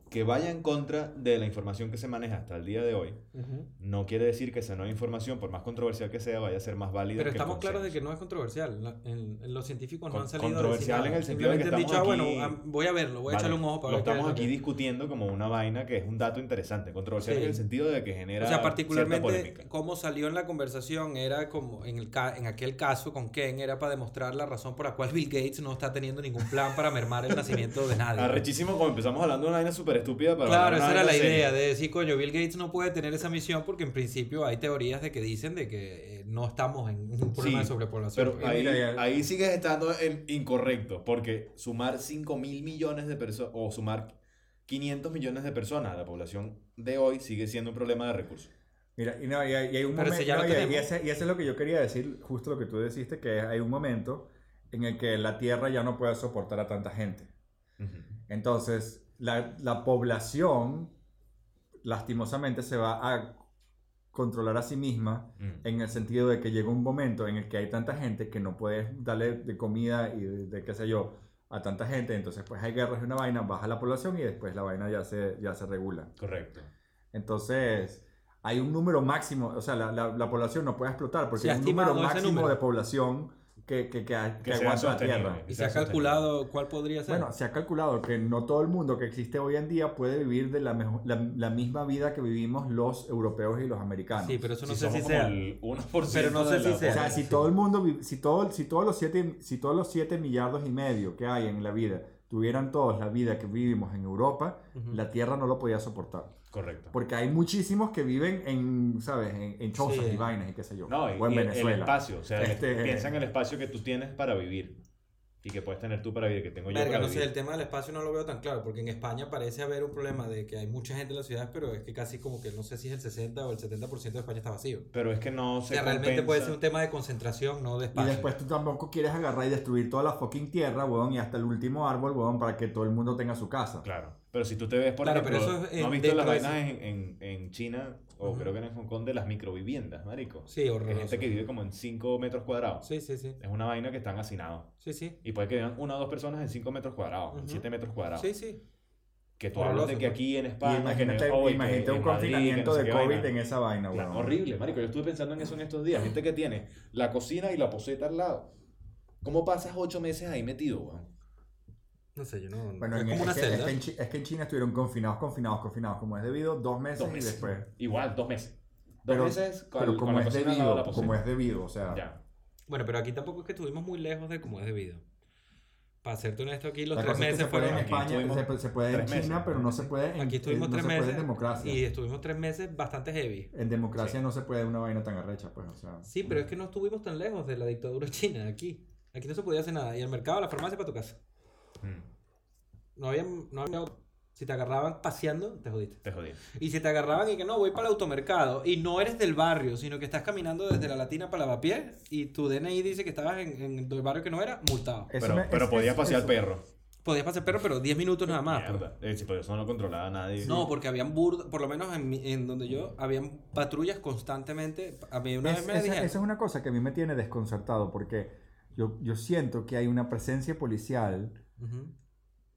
que vaya en contra de la información que se maneja hasta el día de hoy, ujú. no quiere decir que esa nueva información, por más controversial que sea, vaya a ser más válida. Pero que el estamos claros de consenso. que no es controversial. La- en- en los científicos Con- no han salido. a decir controversial nada. en el sentido de que Simplemente han estamos dicho, ah, aquí- bueno, ah, voy a verlo, voy a Vale, echarle un ojo para Lo ver qué estamos es lo aquí que- discutiendo como una vaina que es un dato interesante, controversial Sí. en el sentido de que genera O sea, cierta particularmente polémica. cómo salió en la conversación era como en, el ca- en aquel caso con Ken era para demostrar la razón por la cual Bill Gates no está teniendo ningún plan para mermar el nacimiento de nadie. Arrechísimo como empezamos hablando de una vaina súper estúpida, pero Claro, ahora una esa era la vaina seria. idea de decir, coño, Bill Gates no puede tener esa misión porque en principio hay teorías de que dicen de que eh, no estamos en un problema Sí, de sobrepoblación. Pero pues. ahí, mira, ya- ahí sigues estando en incorrecto, porque sumar 5 mil millones de personas, o sumar 500 millones de personas a la población de hoy sigue siendo un problema de recursos. Mira, y, no, y hay, y hay un Pero ese momento, ya lo no, y, hay- y tenemos. ese, y ese es lo que yo quería decir, justo lo que tú deciste, que hay un momento en el que la Tierra ya no puede soportar a tanta gente. Entonces, la, la población, lastimosamente, se va a controlar a sí misma Mm. en el sentido de que llega un momento en el que hay tanta gente que no puedes darle de comida y de, de qué sé yo a tanta gente, entonces pues hay guerras y una vaina, baja la población y después la vaina ya se, ya se regula. Correcto. Entonces, hay un número máximo, o sea, la, la- la población no puede explotar porque Se ha hay un número estimado ese máximo número. de población que, que, que, a- que sea aguanta la sostenible. Tierra. ¿Y se ha calculado cuál podría ser? Bueno, se ha calculado que no todo el mundo que existe hoy en día puede vivir de la, mejo- la, la misma vida que vivimos los europeos y los americanos. sí, pero eso no Si sé somos si como sea. el 1% Pero no sé de la si sea. O sea, si todo el mundo, vi- si, todo, si, todos los siete, si todos los 7 millardos y medio que hay en la vida tuvieran todos la vida que vivimos en Europa, Ujú. la Tierra no lo podía soportar. Correcto. Porque hay muchísimos que viven en, ¿sabes? En, en chozas Sí. y vainas y qué sé yo. No, y, o en y el- Venezuela. el espacio. O sea, el- Este- piensa en el espacio que tú tienes para vivir. Y que puedes tener tú para vivir, que tengo yo Verga, para no vivir. sé, el tema del espacio no lo veo tan claro, porque en España parece haber un problema de que hay mucha gente en las ciudades, pero es que casi como que no sé si es el 60 o el 70% de España está vacío. Pero es que no O se sea, realmente compensa. puede ser un tema de concentración, no de Y espacio. después tú tampoco quieres agarrar y destruir toda la fucking tierra, weón, y hasta el último árbol, weón, para que todo el mundo tenga su casa. Claro. Pero si tú te ves, por Claro, ejemplo, pero eso es, eh, ¿no has visto las dentro de vainas en, en, en China o Ujú. creo que en Hong Kong de las microviviendas, marico? Sí, Hay horroroso. gente que vive como en 5 metros cuadrados. Sí, sí, sí. Es una vaina que están hacinados. Sí, sí. Y puede que vivan una o dos personas en 5 metros cuadrados, en Ujú. 7 metros cuadrados. Sí, sí. Que tú hablas de Horroroso, que ¿no? aquí en Y España, que en imagínate, el COVID, que imagínate un en Madrid, que confinamiento no sé de qué COVID vaina. en esa vaina, Claro, weón. horrible, marico. Yo estuve pensando en eso en estos días. Gente que tiene la cocina y la poseta al lado. ¿Cómo pasas ocho meses ahí metido, weón? No sé, yo no. Bueno, es en- como una es, que, es celda. que en este Chi- es que en China estuvieron confinados, confinados, confinados, como es debido, dos meses, Dos meses. y después. Igual, dos meses. Dos Pero- meses con, Pero con como la es cocina al lado de la debido, poseta. como es debido, o sea. Ya. Bueno, pero aquí tampoco es que estuvimos muy lejos de como es debido. Para serte honesto, aquí los La tres cosa es que meses se puede en fueron. aquí España, estuvimos se, se puede en tres meses. China, pero no se puede en, Aquí estuvimos no tres se puede meses. en democracia. Y estuvimos tres meses bastante heavy. En democracia no se puede una vaina tan arrecha, pues, o sea. Sí, pero es que no estuvimos tan lejos de la dictadura china aquí. Aquí no se podía hacer nada. Y el mercado, la farmacia para tu casa. Mm, No había, no había- Si te agarraban paseando, te jodiste. te jodí. Y si te agarraban y que no, voy para el automercado y no eres del barrio, sino que estás caminando desde la Latina para Lavapié y tu DNI dice que estabas en, en el barrio que no era, multado. Eso pero me- pero es- podías es- pasear eso- perro. Podías pasar perro, pero 10 minutos nada más. pues. Mierda. Eh, sí, pero eso no lo controlaba nadie. No, porque habían burda, por lo menos en, mi- en donde yo, habían patrullas constantemente. A mí una Es- vez me esa, dijeron, esa es una cosa que a mí me tiene desconcertado porque yo, yo siento que hay una presencia policial Ujú.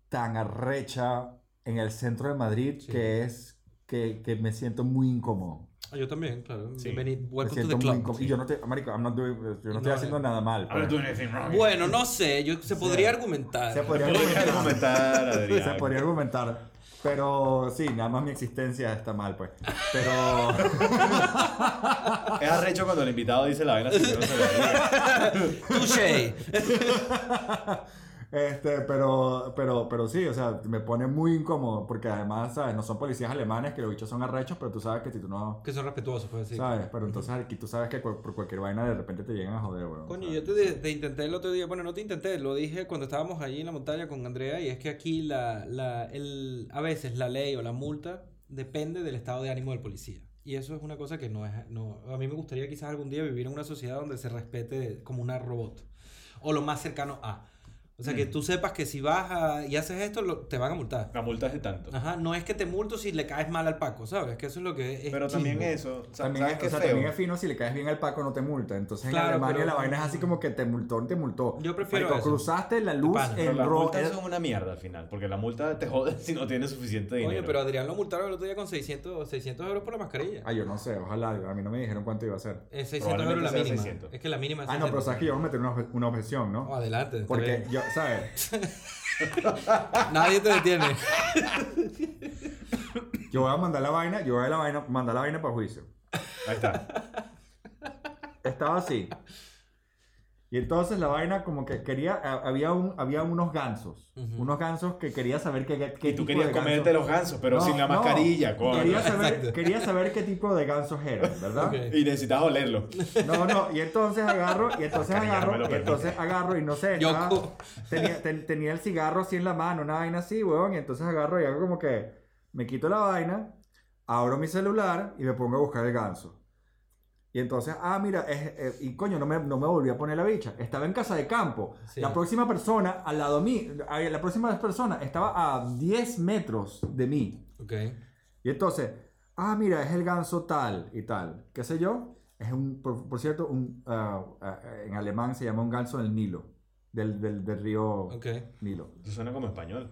tan arrecha en el centro de Madrid Sí. que es que, que me siento muy incómodo. Ah, yo también, claro. Sí. Bienvenido. Me Welcome to siento the muy club. incómodo. Y yo no estoy, marico, I'm not doing- yo no No, eh. estoy haciendo no. nada mal. pues. Ahora tú eres wrong. Bueno, no sé, yo, se podría argumentar. Se podría Podrías argumentar. argumentar, Adrián. Se podría argumentar. Pero sí, nada más mi existencia está mal, pues. Pero Es arrecho cuando el invitado dice la vaina así que no se lo diga. Touché. este, pero, pero, pero sí, o sea, me pone muy incómodo. Porque además, ¿sabes? No son policías alemanes que los bichos son arrechos, pero tú sabes que si tú no. que son respetuosos, pues así. ¿Sabes? Pero entonces aquí tú sabes que cu- por cualquier vaina de repente te llegan a joder, weón. Coño, ¿sabes? yo te, di- te intenté el otro día, bueno, no te intenté, lo dije cuando estábamos allí en la montaña con Andrea y es que aquí la, la, el, a veces la ley o la multa depende del estado de ánimo del policía. Y eso es una cosa que no es, no, a mí me gustaría quizás algún día vivir en una sociedad donde se respete como una robot o lo más cercano a. O Mm. sea, que tú sepas que si vas a- y haces esto, lo- te van a multar. La multa es de tanto. Ajá, no es que te multo si le caes mal al Paco, ¿sabes? Que eso es lo que es. Pero también chimbo. eso. sa- También ¿Sabes es, qué o sea, feo? también es fino si le caes bien al Paco no te multa. Entonces Claro, en Alemania pero- la vaina es así como que te multó, te multó. Yo prefiero Marico, eso. cruzaste la luz pana. Pero en las rojo. multas son una mierda al final, porque la multa te jode si no tienes suficiente dinero. Coño, pero a Adrián lo multaron el otro día con 600, 600 euros por la mascarilla. Ah, yo no sé, ojalá. A mí no me dijeron cuánto iba a ser. Es 600 euros la Probablemente sea mínima. 600. Es que la mínima es Ah, no, pero 600. sabes que yo voy a meter una, obje- una objeción, Oh, ¿no? adelante. está Porque bien. yo, ¿sabes? Nadie te detiene. Yo voy a mandar la vaina, yo voy a la vaina, mandar la vaina para juicio. Ahí está. Estaba así. Y entonces la vaina como que quería, a- había, un, había unos gansos. Ujú. Unos gansos que quería saber qué, qué Y tipo tú querías de ganso- comerte los gansos, pero No, sin la no. mascarilla, coño. Quería Exacto. saber, quería saber qué tipo de gansos eran, ¿verdad? Ok. Y necesitas olerlo. No, no, y entonces agarro, y entonces agarro, y entonces agarro, y no sé, Yo estaba- co- tenía, ten- tenía el cigarro así en la mano, una vaina así, weón, y entonces agarro y hago como que me quito la vaina, abro mi celular y me pongo a buscar el ganso. Y entonces, ah, mira, es- eh, y coño, no me, no me volví a poner la bicha. Estaba en casa de campo. Sí. La próxima persona al lado mí, a- la próxima persona estaba a 10 metros de mí. ok. Y entonces, ah, mira, es el ganso tal y tal, qué sé yo. Es un, por, por cierto, un, ah, ah, en alemán se llama un ganso del Nilo, del, del, del río Ok. Nilo. Eso suena como español.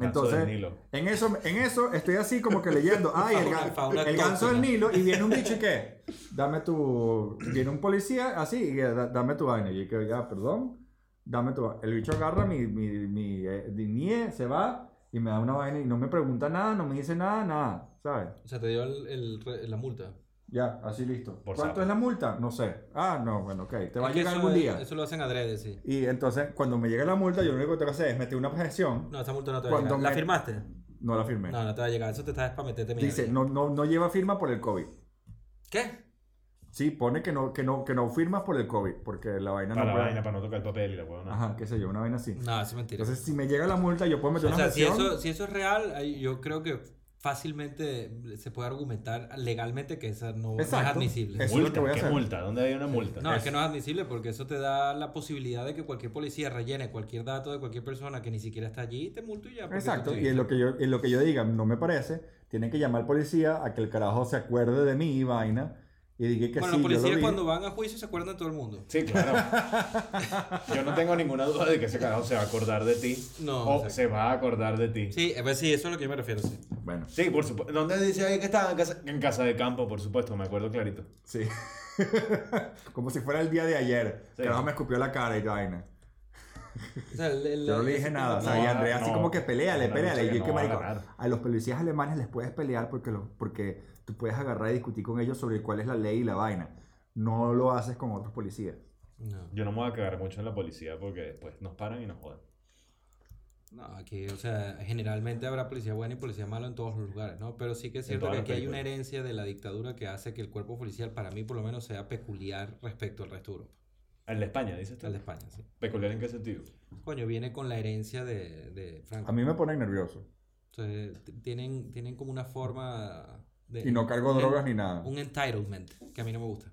Entonces, del Nilo. en eso, en eso estoy así como que leyendo, ay, el, ga- Fauna el ganso autóctona. del Nilo, y viene un bicho y qué, dame tu, viene un policía así, y que, "Da- dame tu vaina, y yo que, ya, perdón, dame tu vaina. El bicho agarra mi, mi, mi, eh, mi nie, se va, y me da una vaina, y no me pregunta nada, no me dice nada, nada, ¿sabes? O sea, te dio el- el re- la multa. Ya, así listo. Por ¿Cuánto sapo. es la multa? No sé. Ah, no, bueno, ok, te va a Es que llegar eso algún es- día. Eso lo hacen adrede, sí. Y entonces, cuando me llega la multa, yo lo único que tengo que hacer es meter una objeción, No, esa multa no te va a Cuando llegar. ¿La me- firmaste? no la firmé. No, no te va a llegar. Eso te está es para meterte miedo. Dice, no, no, no lleva firma por el COVID. ¿Qué? Sí, pone que no, que no, que no firmas por el COVID, porque la vaina Para no la puede- vaina, para no tocar el papel y la huevona. Ajá, qué sé yo, una vaina así. No, eso es mentira. Entonces, si me llega la multa, yo puedo meter o una sea, si objeción. eso, si eso es real, ahí yo creo que fácilmente se puede argumentar legalmente que esa no, no es Exacto. admisible. Eso es lo Multa, que voy a ¿qué hacer. multa? ¿Dónde hay una multa? No, es que no es admisible porque eso te da la posibilidad de que cualquier policía rellene cualquier dato de cualquier persona que ni siquiera está allí y te multo y ya. porque Exacto, tú y en lo, estuviste. que yo, en lo que yo diga, no me parece, tienen que llamar al policía a que el carajo se acuerde de mí y vaina, y diga que Bueno, los sí, yo lo policías vi. cuando van a juicio se acuerdan de todo el mundo. Sí, claro. Yo no tengo ninguna duda de que ese carajo se va a acordar de ti. No, O exacto. se va a acordar de ti. Sí, eh, pues sí, eso es a lo que yo me refiero, sí. Bueno, Sí, por supuesto. ¿Dónde dice ahí que estaba? En casa, en casa de campo, por supuesto, me acuerdo clarito. sí. Como si fuera el día de ayer. Sí. El carajo me escupió la cara y vaina. O sea, el- el- Yo no le ese dije tipo- nada. O sea, No, y Andrea así no. como que peleale, No, peleale. dice Y que yo, qué no va a marico. ganar. A los policías alemanes les puedes pelear porque, los, porque tú puedes agarrar y discutir con ellos sobre cuál es la ley y la vaina. No lo haces con otros policías. No, Yo no me voy a cagar mucho en la policía porque después nos paran y nos jodan. no, aquí, o sea, generalmente habrá policía buena y policía mala en todos los lugares, ¿no? Pero sí que es cierto todas que las aquí hay una películas. herencia de la dictadura que hace que el cuerpo policial, para mí por lo menos, sea peculiar respecto al resto de Europa, En la España, dices tú. al de España, sí. ¿Peculiar en qué sentido? Coño, viene con la herencia de, de Franco. A mí me ponen nervioso. Entonces, t- tienen, tienen como una forma de... Y no cargo un- drogas ni nada. Un entitlement, que a mí no me gusta.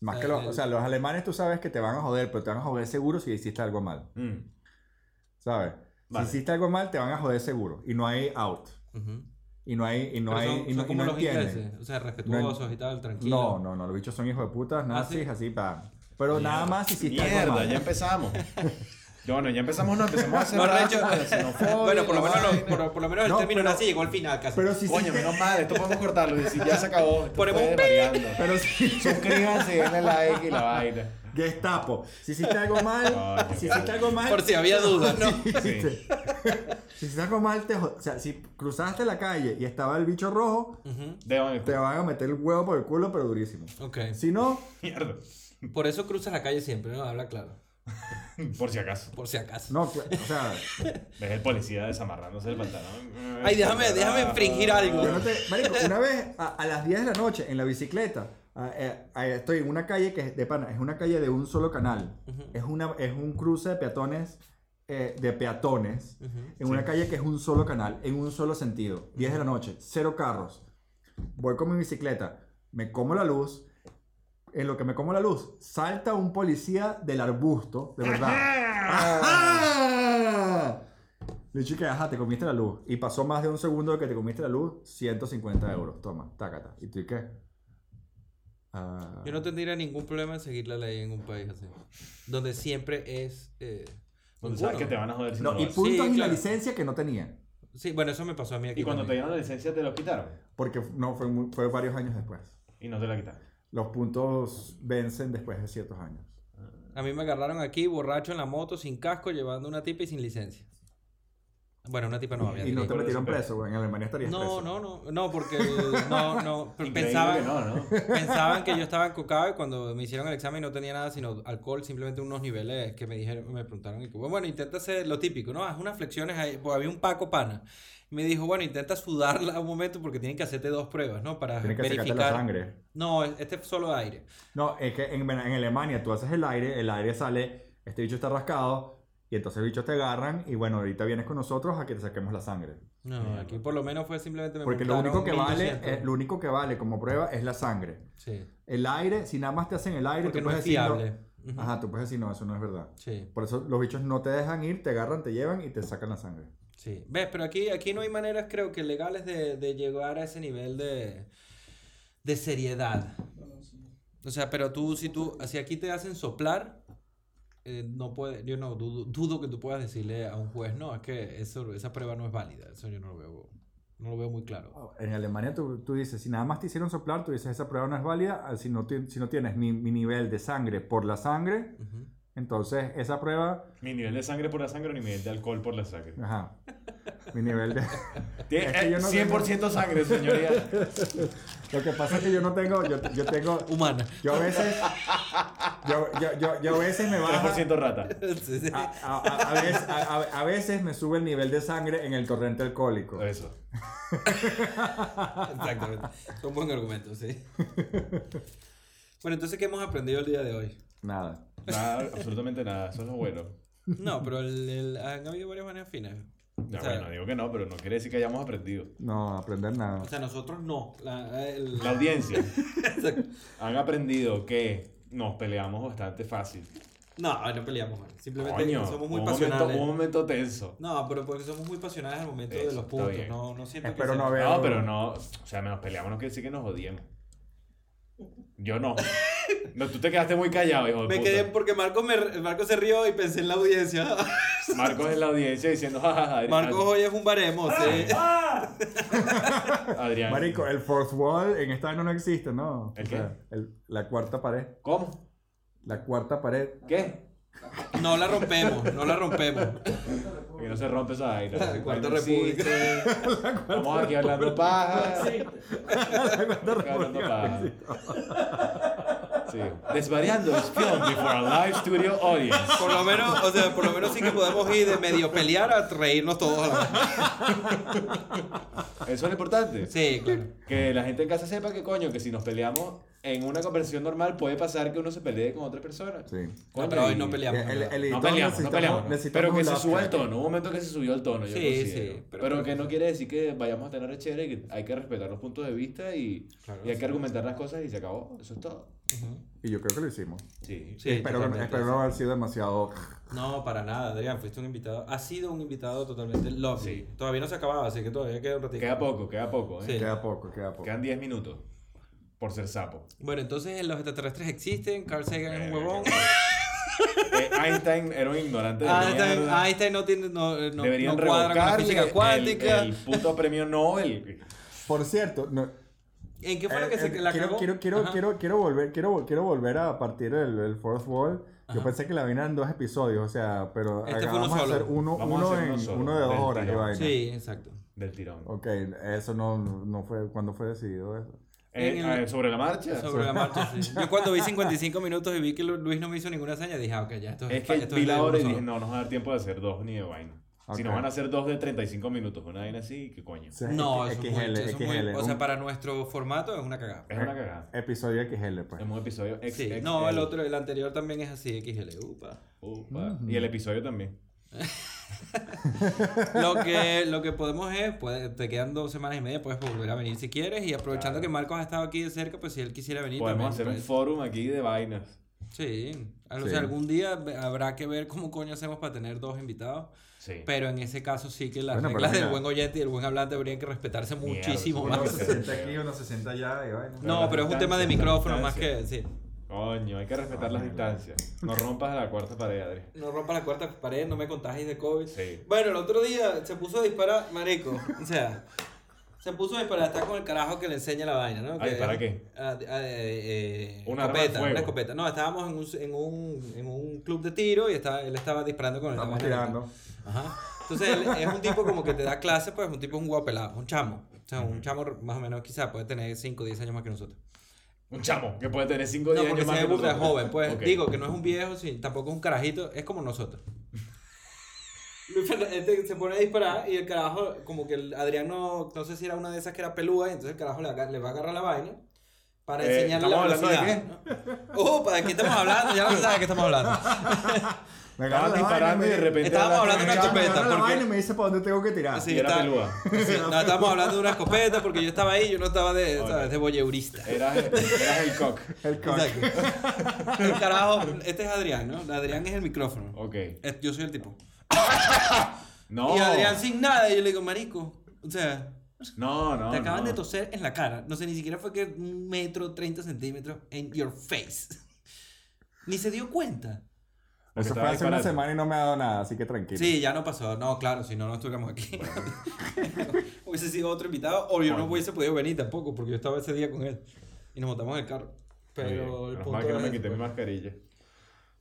Más que el- los, o sea, los alemanes tú sabes que te van a joder, pero te van a joder seguro si hiciste algo mal. Mm. ¿Sabes? Vale. Si hiciste algo mal, te van a joder seguro. Y no hay out. Ujú. Y no hay. Y no Pero hay. son, son y no, y como no los entienden. ingleses, o sea, respetuosos y tal, tranquilos. No, no, no. Los bichos son hijos de putas, ¿Ah, nazis, así, pa. Pero nada más si hiciste algo Mierda, mal. ya empezamos. No, no, ya empezamos, no, empezamos a hacer No, de rato, hecho, la xenofobia, bueno, por lo la menos, lo- vaina. por, por lo menos el No, término pero- nazi llegó al final casi. Pero si Coño, hiciste- menos mal, esto podemos cortarlo. Y si ya se acabó, esto Ponemos fue un variando. Pero si Suscríbanse, denle like y la vaina. Gestapo. Si hiciste algo mal, Coño, si hiciste algo mal. por si había dudas, ¿no? Sí. Si hiciste algo mal, te jo- o sea, si cruzaste la calle y estaba el bicho rojo, Ujú, Deban el te van a meter el huevo por el culo, pero durísimo. Ok. Si no, mierda. Por eso cruzas la calle siempre, ¿no? Habla claro. Por si acaso. Por si acaso. no, cl- o sea, Ves el policía desamarrándose el pantalón. Ay, déjame- déjame infringir algo. yo no te- marico, una vez a, a las 10 de la noche en la bicicleta, a- eh, a- estoy en una calle que es de pana, es una calle de un solo canal. Ujú. es, una, es un cruce de peatones, eh, de peatones, Ujú. en una calle que es un solo canal, en un solo sentido. 10 de la noche, cero carros. Voy con mi bicicleta, me como la luz. En lo que me como la luz, salta un policía del arbusto, de verdad. Ah. ¡Ajá! Le dije que, ajá, te comiste la luz. Y pasó más de un segundo de que te comiste la luz, 150 euros. Toma, tácata. ¿Y tú y qué? Ah. Yo no tendría ningún problema en seguir la ley en un país así. Donde siempre es. eh, Donde sabes ninguno. que te van a joder si no, No, y lo haces. puntos y la claro. licencia que no tenía. Sí, bueno, eso me pasó a mí aquí. Y cuando te también. dieron la licencia te los quitaron. Porque no, fue, muy- fue varios años después. Y no te la quitaron. Los puntos vencen después de ciertos años. A mí me agarraron aquí, borracho en la moto, sin casco, llevando una tipa y sin licencia. Bueno, una tipa no había. y no te por metieron desespero. preso, güey. En Alemania estarías No, preso. no, no, no, porque no, no, pero Increíble pensaban, que no, ¿no? pensaban que yo estaba encocado y cuando me hicieron el examen no tenía nada sino alcohol, simplemente unos niveles que me dijeron, me preguntaron, y que, bueno, bueno, intenta hacer lo típico, ¿no? Haz unas flexiones ahí, pues había un Paco Pana. Me dijo, bueno, intenta sudarla un momento porque tienen que hacerte dos pruebas, ¿no? Para Tienes que sacarte la verificar. sangre. No, este es solo aire. No, es que en, en Alemania tú haces el aire, el aire sale, este bicho está rascado, y entonces los bichos te agarran, y bueno, ahorita vienes con nosotros a que te saquemos la sangre. No, aquí por lo menos fue simplemente me Porque lo único, multaron que vale, 1200. eh, lo único que vale como prueba es la sangre. Sí. El aire, si nada más te hacen el aire, Porque tú no puedes es decir, no- fiable. Ujú. Ajá, tú puedes decir, no, eso no es verdad. Sí. Por eso los bichos no te dejan ir, te agarran, te llevan y te sacan la sangre. Sí, ves, pero aquí, aquí no hay maneras, creo que legales de, de llegar a ese nivel de, de seriedad. O sea, pero tú, si tú, si aquí te hacen soplar, eh, no puede, yo no dudo, dudo que tú puedas decirle a un juez, no, es que eso, esa prueba no es válida. Eso yo no lo veo, no lo veo muy claro. En Alemania tú, tú dices, si nada más te hicieron soplar, tú dices, esa prueba no es válida. Ah, Si no, ti- si no tienes mi, mi nivel de sangre por la sangre, Ujú. entonces esa prueba, Mi nivel de sangre por la sangre o mi nivel de alcohol por la sangre. ajá, mi nivel de... Tiene- Es que yo no eh, 100% sangre, señoría. Lo que pasa es que yo no tengo, yo, yo tengo, Humana. yo a veces, yo, yo, yo, yo a veces me baja... 3% rata. Sí, sí. A, a- a veces, a- a- a veces me sube el nivel de sangre en el torrente alcohólico. Eso. Exactamente. Es un buen argumento, sí. Bueno, entonces, ¿qué hemos aprendido el día de hoy? Nada. Nada, absolutamente nada. Eso es lo bueno. No, pero el, el- han habido varias maneras finas. Ya, O sea- bueno, digo que no, pero no quiere decir que hayamos aprendido. No, aprender nada. O sea, nosotros no. La, el- La audiencia Exacto. han aprendido que nos peleamos bastante fácil. No, no peleamos. man. Simplemente Coño, somos muy un pasionales. momento, un momento tenso. No, pero porque somos muy pasionales al momento Eso, de los está puntos. bien. No, no siento Espero que sea- no haber. No, pero no, o sea, nos peleamos no quiere decir que nos odiemos. Yo no. No, tú te quedaste muy callado, hijo de Me puta. quedé porque Marco, me, Marco se rió y pensé en la audiencia. Marcos en la audiencia diciendo, jajaja, Adrián. Marcos hoy es un baremo, sí. Adrián. Marico, el fourth wall en esta vaina no existe, ¿no. ¿El O sea, el- la cuarta pared. ¿Cómo? La cuarta pared. ¿Qué? No la rompemos, no la rompemos. Que no se rompe esa aire. La Cuarta No República. existe. Estamos aquí hablando paja. la cuarta Acá hablando república. paja. Sí. Desvariando el spion before a live studio audience. Por lo menos, o sea, por lo menos sí que podemos ir de medio pelear a reírnos todos a la vez. Eso es lo importante. Sí, claro. Que la gente en casa sepa que, coño, que si nos peleamos en una conversación normal, puede pasar que uno se pelee con otra persona. Sí. Coño, No, pero hoy y- no peleamos. Eh, El- el- el- No Necesitamos- peleamos, no necesitamos- peleamos. necesitamos Pero que un se laugh suba el track. tono. Hubo un momento que se subió el tono, yo Sí, considero. sí, pero- Pero, que no quiere decir que vayamos a tener rechera y que hay que respetar los puntos de vista y, Claro, y hay sí. que argumentar las cosas y se acabó. Eso es todo. Y yo creo que lo hicimos. Sí. Sí, Espero, que no- totalmente. espero no haber sido demasiado. No, para nada, Adrián, fuiste un invitado. Has sido un invitado totalmente lovely. Sí. Todavía no se ha acabado, así que todavía queda un ratito. Queda poco, queda poco. ¿eh? Sí. Queda poco, queda poco. Quedan 10 minutos por ser sapo. Bueno, entonces los extraterrestres existen, Carl Sagan es un huevón. Ah, Eh, Einstein era un ignorante de Einstein, mierda. Einstein no tiene no, eh, no, Deberían no cuadra con la revocarle física el- cuántica. El, puto premio Nobel. Por cierto, no, ¿En qué fue lo Eh, que se eh, la quiero, cagó? quiero, quiero, Ajá. quiero, quiero volver, quiero, vol- quiero volver a partir el, el fourth wall. Yo Ajá. pensé que la vaina en dos episodios, o sea, pero Este fue uno vamos a solo. hacer uno, Vamos a uno, hacer en, uno solo, uno de dos del horas. qué tirón. vaina. Sí, exacto. Del tirón. Ok, eso no, no fue cuando fue decidido eso. Eh, En el- eh, sobre la marcha. Sobre la marcha, sí. Yo cuando vi 55 minutos y vi que Lu- Luis no me hizo ninguna hazaña, dije, ah, ok, ya, esto Es pa- que esto vi de la uno hora y solo. dije, no, no nos va a dar tiempo de hacer dos ni de vaina. Si Ok. nos van a hacer dos de 35 minutos, una vaina así, ¿qué coño? O sea, No, X- eso es muy- XL, eso es muy- XL, O sea, un para nuestro formato es una cagada. Es una cagada. episodio XL, pues. Es un episodio ex, Sí, ex- no, el otro, el anterior también es así, XL, upa. Upa. Y el episodio también. Lo que, lo que podemos es, pues, te quedan dos semanas y media, puedes volver a venir si quieres. Y aprovechando que Marcos ha estado aquí de cerca, pues si él quisiera venir Podemos hacer también. un forum aquí de vainas. pues, sí. O sea, Sí. algún día ve- habrá que ver cómo coño hacemos para tener dos invitados. Sí. Pero en ese caso sí que las Bueno, pero reglas del mira. buen oyente y del buen hablante habrían que respetarse Mierda, muchísimo seguro más. que sí. uno se sienta allá y vaina. No, las pero es un tema de distancias, las micrófono más que... Sí. Coño, hay que respetar las distancias. No rompas la cuarta pared, Adri. No rompa la cuarta pared, no me contagies de COVID. Sí. Bueno, el otro día se puso a disparar, marico. O sea, se puso a disparar, está con el carajo que le enseña la vaina, ¿no? ¿A Que- disparar qué? a- a- eh, eh, Un arma de escopeta, fuego. una escopeta. No, estábamos en un, en un, en un club de tiro y estaba, él estaba disparando con el Estamos tirando. Ajá. Entonces él es un tipo como que te da clase, pues un tipo es un guapo pelado, un chamo. O sea, un chamo más o menos quizá puede tener 5 o 10 años más que nosotros. Un chamo que puede tener 5 No, días porque más. se ve que burda de nosotros. joven, pues. Ok. Digo que no es un viejo, sí, tampoco es un carajito, es como nosotros. Luis Fernández- Este se pone a disparar y el carajo, como que el Adrián no, no sé si era una de esas que era pelúa, y entonces el carajo le, aga- le va a agarrar la vaina para Eh, enseñarle la ¿estamos hablando de velocidad. ¿no? Upa, Uh, ¿de qué estamos hablando? Ya no sabes de qué estamos hablando. Me agarra la vaina Estaba disparando y me- de repente. Estábamos hablaste- hablando de una me agarra chupeta, la porque- vaina y me dice para dónde tengo que tirar. Sí, Y era está- pelúa. Sí, no, estábamos hablando de una escopeta porque yo estaba ahí, yo no estaba de, Ok. Eh, ¿sabes? de voyeurista. Eras, eras el cock. El cock. Exacto. El carajo, este es Adrián, ¿no? Adrián es el micrófono. Ok. Eh, Yo soy el tipo. No. Y Adrián sin nada, y yo le digo, marico, o sea, No, no. te acaban no. de toser en la cara. No sé, ni siquiera fue que un metro, 30 centímetros en your face. ni se dio cuenta. Porque Eso fue estaba hace una disparate. semana y no me ha dado nada, así que tranquilo. Sí, ya no pasó. No, claro, si no, no estuviéramos aquí. hubiese sido otro invitado o yo no Coño. hubiese podido venir tampoco porque yo estaba ese día con él y nos montamos en el carro. Pero Oye, el menos punto mal que no es me ese, quité mi pues. mascarilla.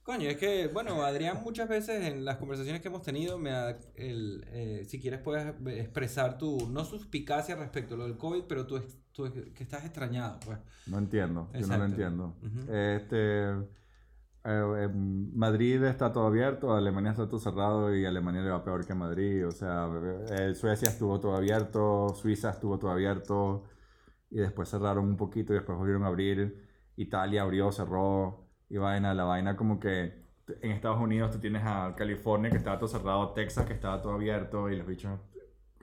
Coño, es que, bueno, Adrián muchas veces en las conversaciones que hemos tenido, me ha- el, eh, si quieres puedes expresar tu, no suspicacia respecto a lo del COVID, pero tú, ex- tú ex- que estás extrañado, pues. No entiendo, yo no Exacto. lo entiendo. Ujú. Este, eh, eh, Madrid está todo abierto, Alemania está todo cerrado y Alemania le va peor que a Madrid. O sea, eh, Suecia estuvo todo abierto, Suiza estuvo todo abierto y después cerraron un poquito y después volvieron a abrir. Italia abrió, cerró y vaina, la vaina como que en Estados Unidos tú tienes a California que estaba todo cerrado, Texas que estaba todo abierto y los bichos...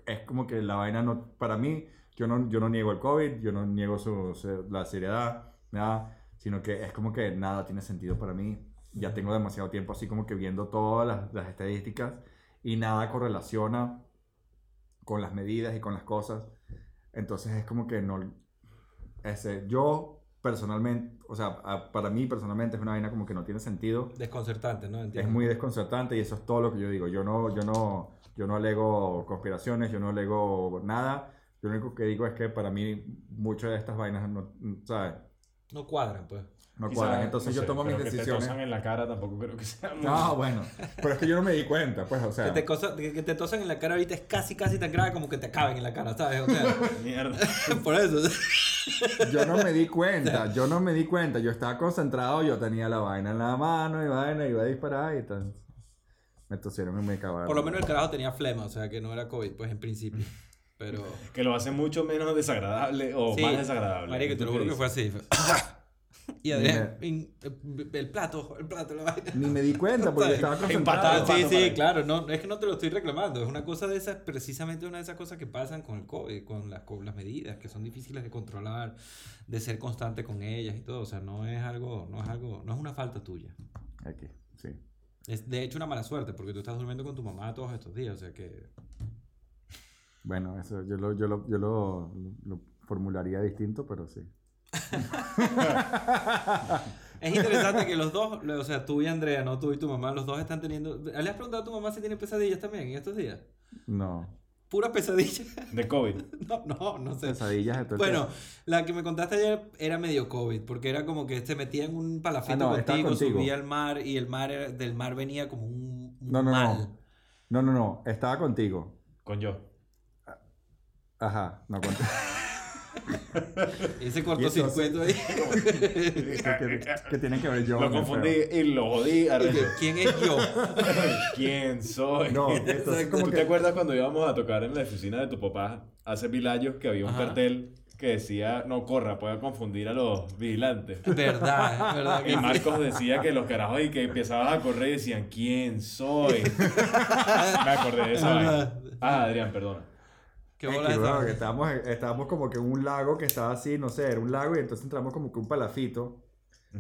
Es como que la vaina no... Para mí, yo no, yo no niego el COVID, yo no niego su, se- la seriedad, nada, sino que es como que nada tiene sentido para mí. Ya tengo demasiado tiempo así como que viendo todas las, las estadísticas y nada correlaciona con las medidas y con las cosas. Entonces es como que no... Ese, yo personalmente, o sea, a- para mí personalmente es una vaina como que no tiene sentido. Desconcertante, ¿no? Es Entiendo. muy desconcertante y eso es todo lo que yo digo. Yo no, yo no, yo no alego conspiraciones, yo no alego nada. Lo único que digo es que para mí muchas de estas vainas no, ¿sabes? No cuadran, pues. No Quizá, cuadran. Entonces no yo sé, tomo pero mis Que te decisiones. tosan en la cara tampoco creo que sea muy... No, bueno. Pero es que yo no me di cuenta, pues, o sea. Que te, cosa- que que te tosen en la cara ahorita es casi, casi tan grave como que te acaben en la cara, ¿sabes? O sea, Mierda. por eso. Yo no me di cuenta, yo no me di cuenta. Yo estaba concentrado, yo tenía la vaina en la mano y vaina, iba a disparar y tal. Me tosieron y me acabaron. Por lo menos el carajo tenía flema, o sea que no era COVID, pues en principio. Pero. Que lo hace mucho menos desagradable o Sí, más desagradable. Marico, te lo juro que fue así. y Adrián, in- el plato, el plato, la vaina. Ni me di cuenta porque yo estaba Empatado. concentrado. Ah, sí, pato, sí, pato. claro. No, es que no te lo estoy reclamando. Es una cosa de esas, precisamente una de esas cosas que pasan con el COVID, con las, con las medidas, que son difíciles de controlar, de ser constante con ellas y todo. O sea, no es algo, no es algo, no es una falta tuya. Aquí, sí. Es de hecho una mala suerte, porque tú estás durmiendo con tu mamá todos estos días. O sea que. Bueno, eso yo lo, yo lo, yo lo, lo formularía distinto, pero sí. Es interesante que los dos, o sea, tú y Andrea, no tú y tu mamá, los dos están teniendo. ¿Le has preguntado a tu mamá si tiene pesadillas también en estos días? No. Puras pesadillas. De COVID. No, no, no sé. Pesadillas de todo el Bueno, tiempo. la que me contaste ayer era medio COVID, porque era como que se metía en un palafito Ah, no, estaba contigo, contigo. subía al mar y el mar era- del mar venía como un, un No, no, no. mal. No, no, no. Estaba contigo. Con yo. Ajá, no contigo. Ese cortocircuito ahí. ¿Qué, qué tiene que ver yo? lo con el confundí feo? y lo jodí. Y que, arrecho. ¿Quién es yo? ¿Quién soy? No, entonces como ¿Tú te que... acuerdas cuando íbamos a tocar en la oficina de tu papá hace mil años que había un Ajá. cartel que decía no corra, puede confundir a los vigilantes? Verdad, verdad. que Y sí. Marcos decía que los carajos y que empezabas a correr decían ¿Quién soy? Me acordé de esa vaina. Ah, Adrián, perdona. Qué X, bola weón, que esa. estábamos, estábamos como que en un lago que estaba así, no sé, era un lago y entonces entramos como que un palafito,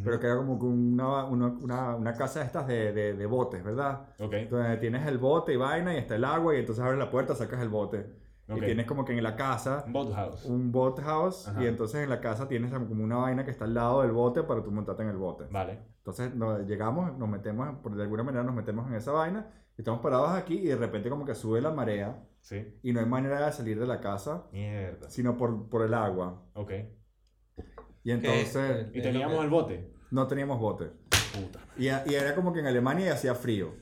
pero que era como que una, una, una, una casa de estas de, de, de botes, ¿verdad? Ok, Donde tienes el bote y vaina y está el agua y entonces abres la puerta, sacas el bote. Ok. Y tienes como que en la casa Boat House. un boat house Ajá. y entonces en la casa tienes como una vaina que está al lado del bote para tú montarte en el bote. Vale. Entonces nos, llegamos, nos metemos, por de alguna manera nos metemos en esa vaina, y estamos parados aquí y de repente como que sube la marea Sí. y no hay manera de salir de la casa Mierda. sino por, por el agua. Ok. Y entonces Y Es lo que- teníamos el bote. no teníamos bote. Puta. Y, a- y era como que en Alemania y hacía frío.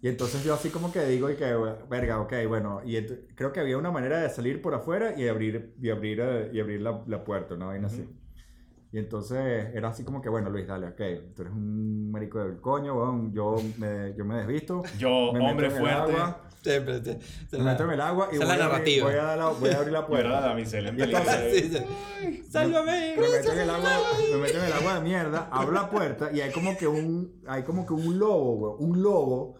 Y entonces yo así como que digo y que, verga, ok, bueno, y ent- creo que había una manera de salir por afuera y abrir, y abrir, eh, y abrir la, la puerta, una vaina así. Ujú. Y entonces era así como que, bueno, Luis, dale, ok, tú eres un marico del coño, weón, yo me, yo me desvisto. Yo, me hombre meto en el fuerte. agua, Siempre, se- se me la- meto en el agua y esa voy, es la a abrir, narrativa. voy a dar la- voy a abrir la Yo era la puerta. damisela en Y peligro. entonces- Sí, sí. ¡Sálvame! Me meto en el agua, me meto en el agua de mierda, abro la puerta y hay como que un, hay como que un lobo, güey, un lobo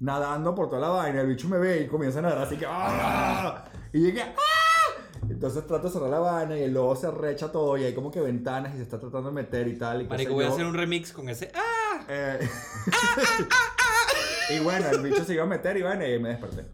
nadando por toda la vaina. El bicho me ve y comienza a nadar así que ¡ah! y llegué ¡ah! Entonces trato de cerrar la vaina y el lobo se arrecha todo y hay como que ventanas y se está tratando de meter y tal. Y qué Marico, sé voy a yo. hacer un remix con ese. ¡Ah! Eh, y bueno, el bicho se iba a meter y vaina y me desperté.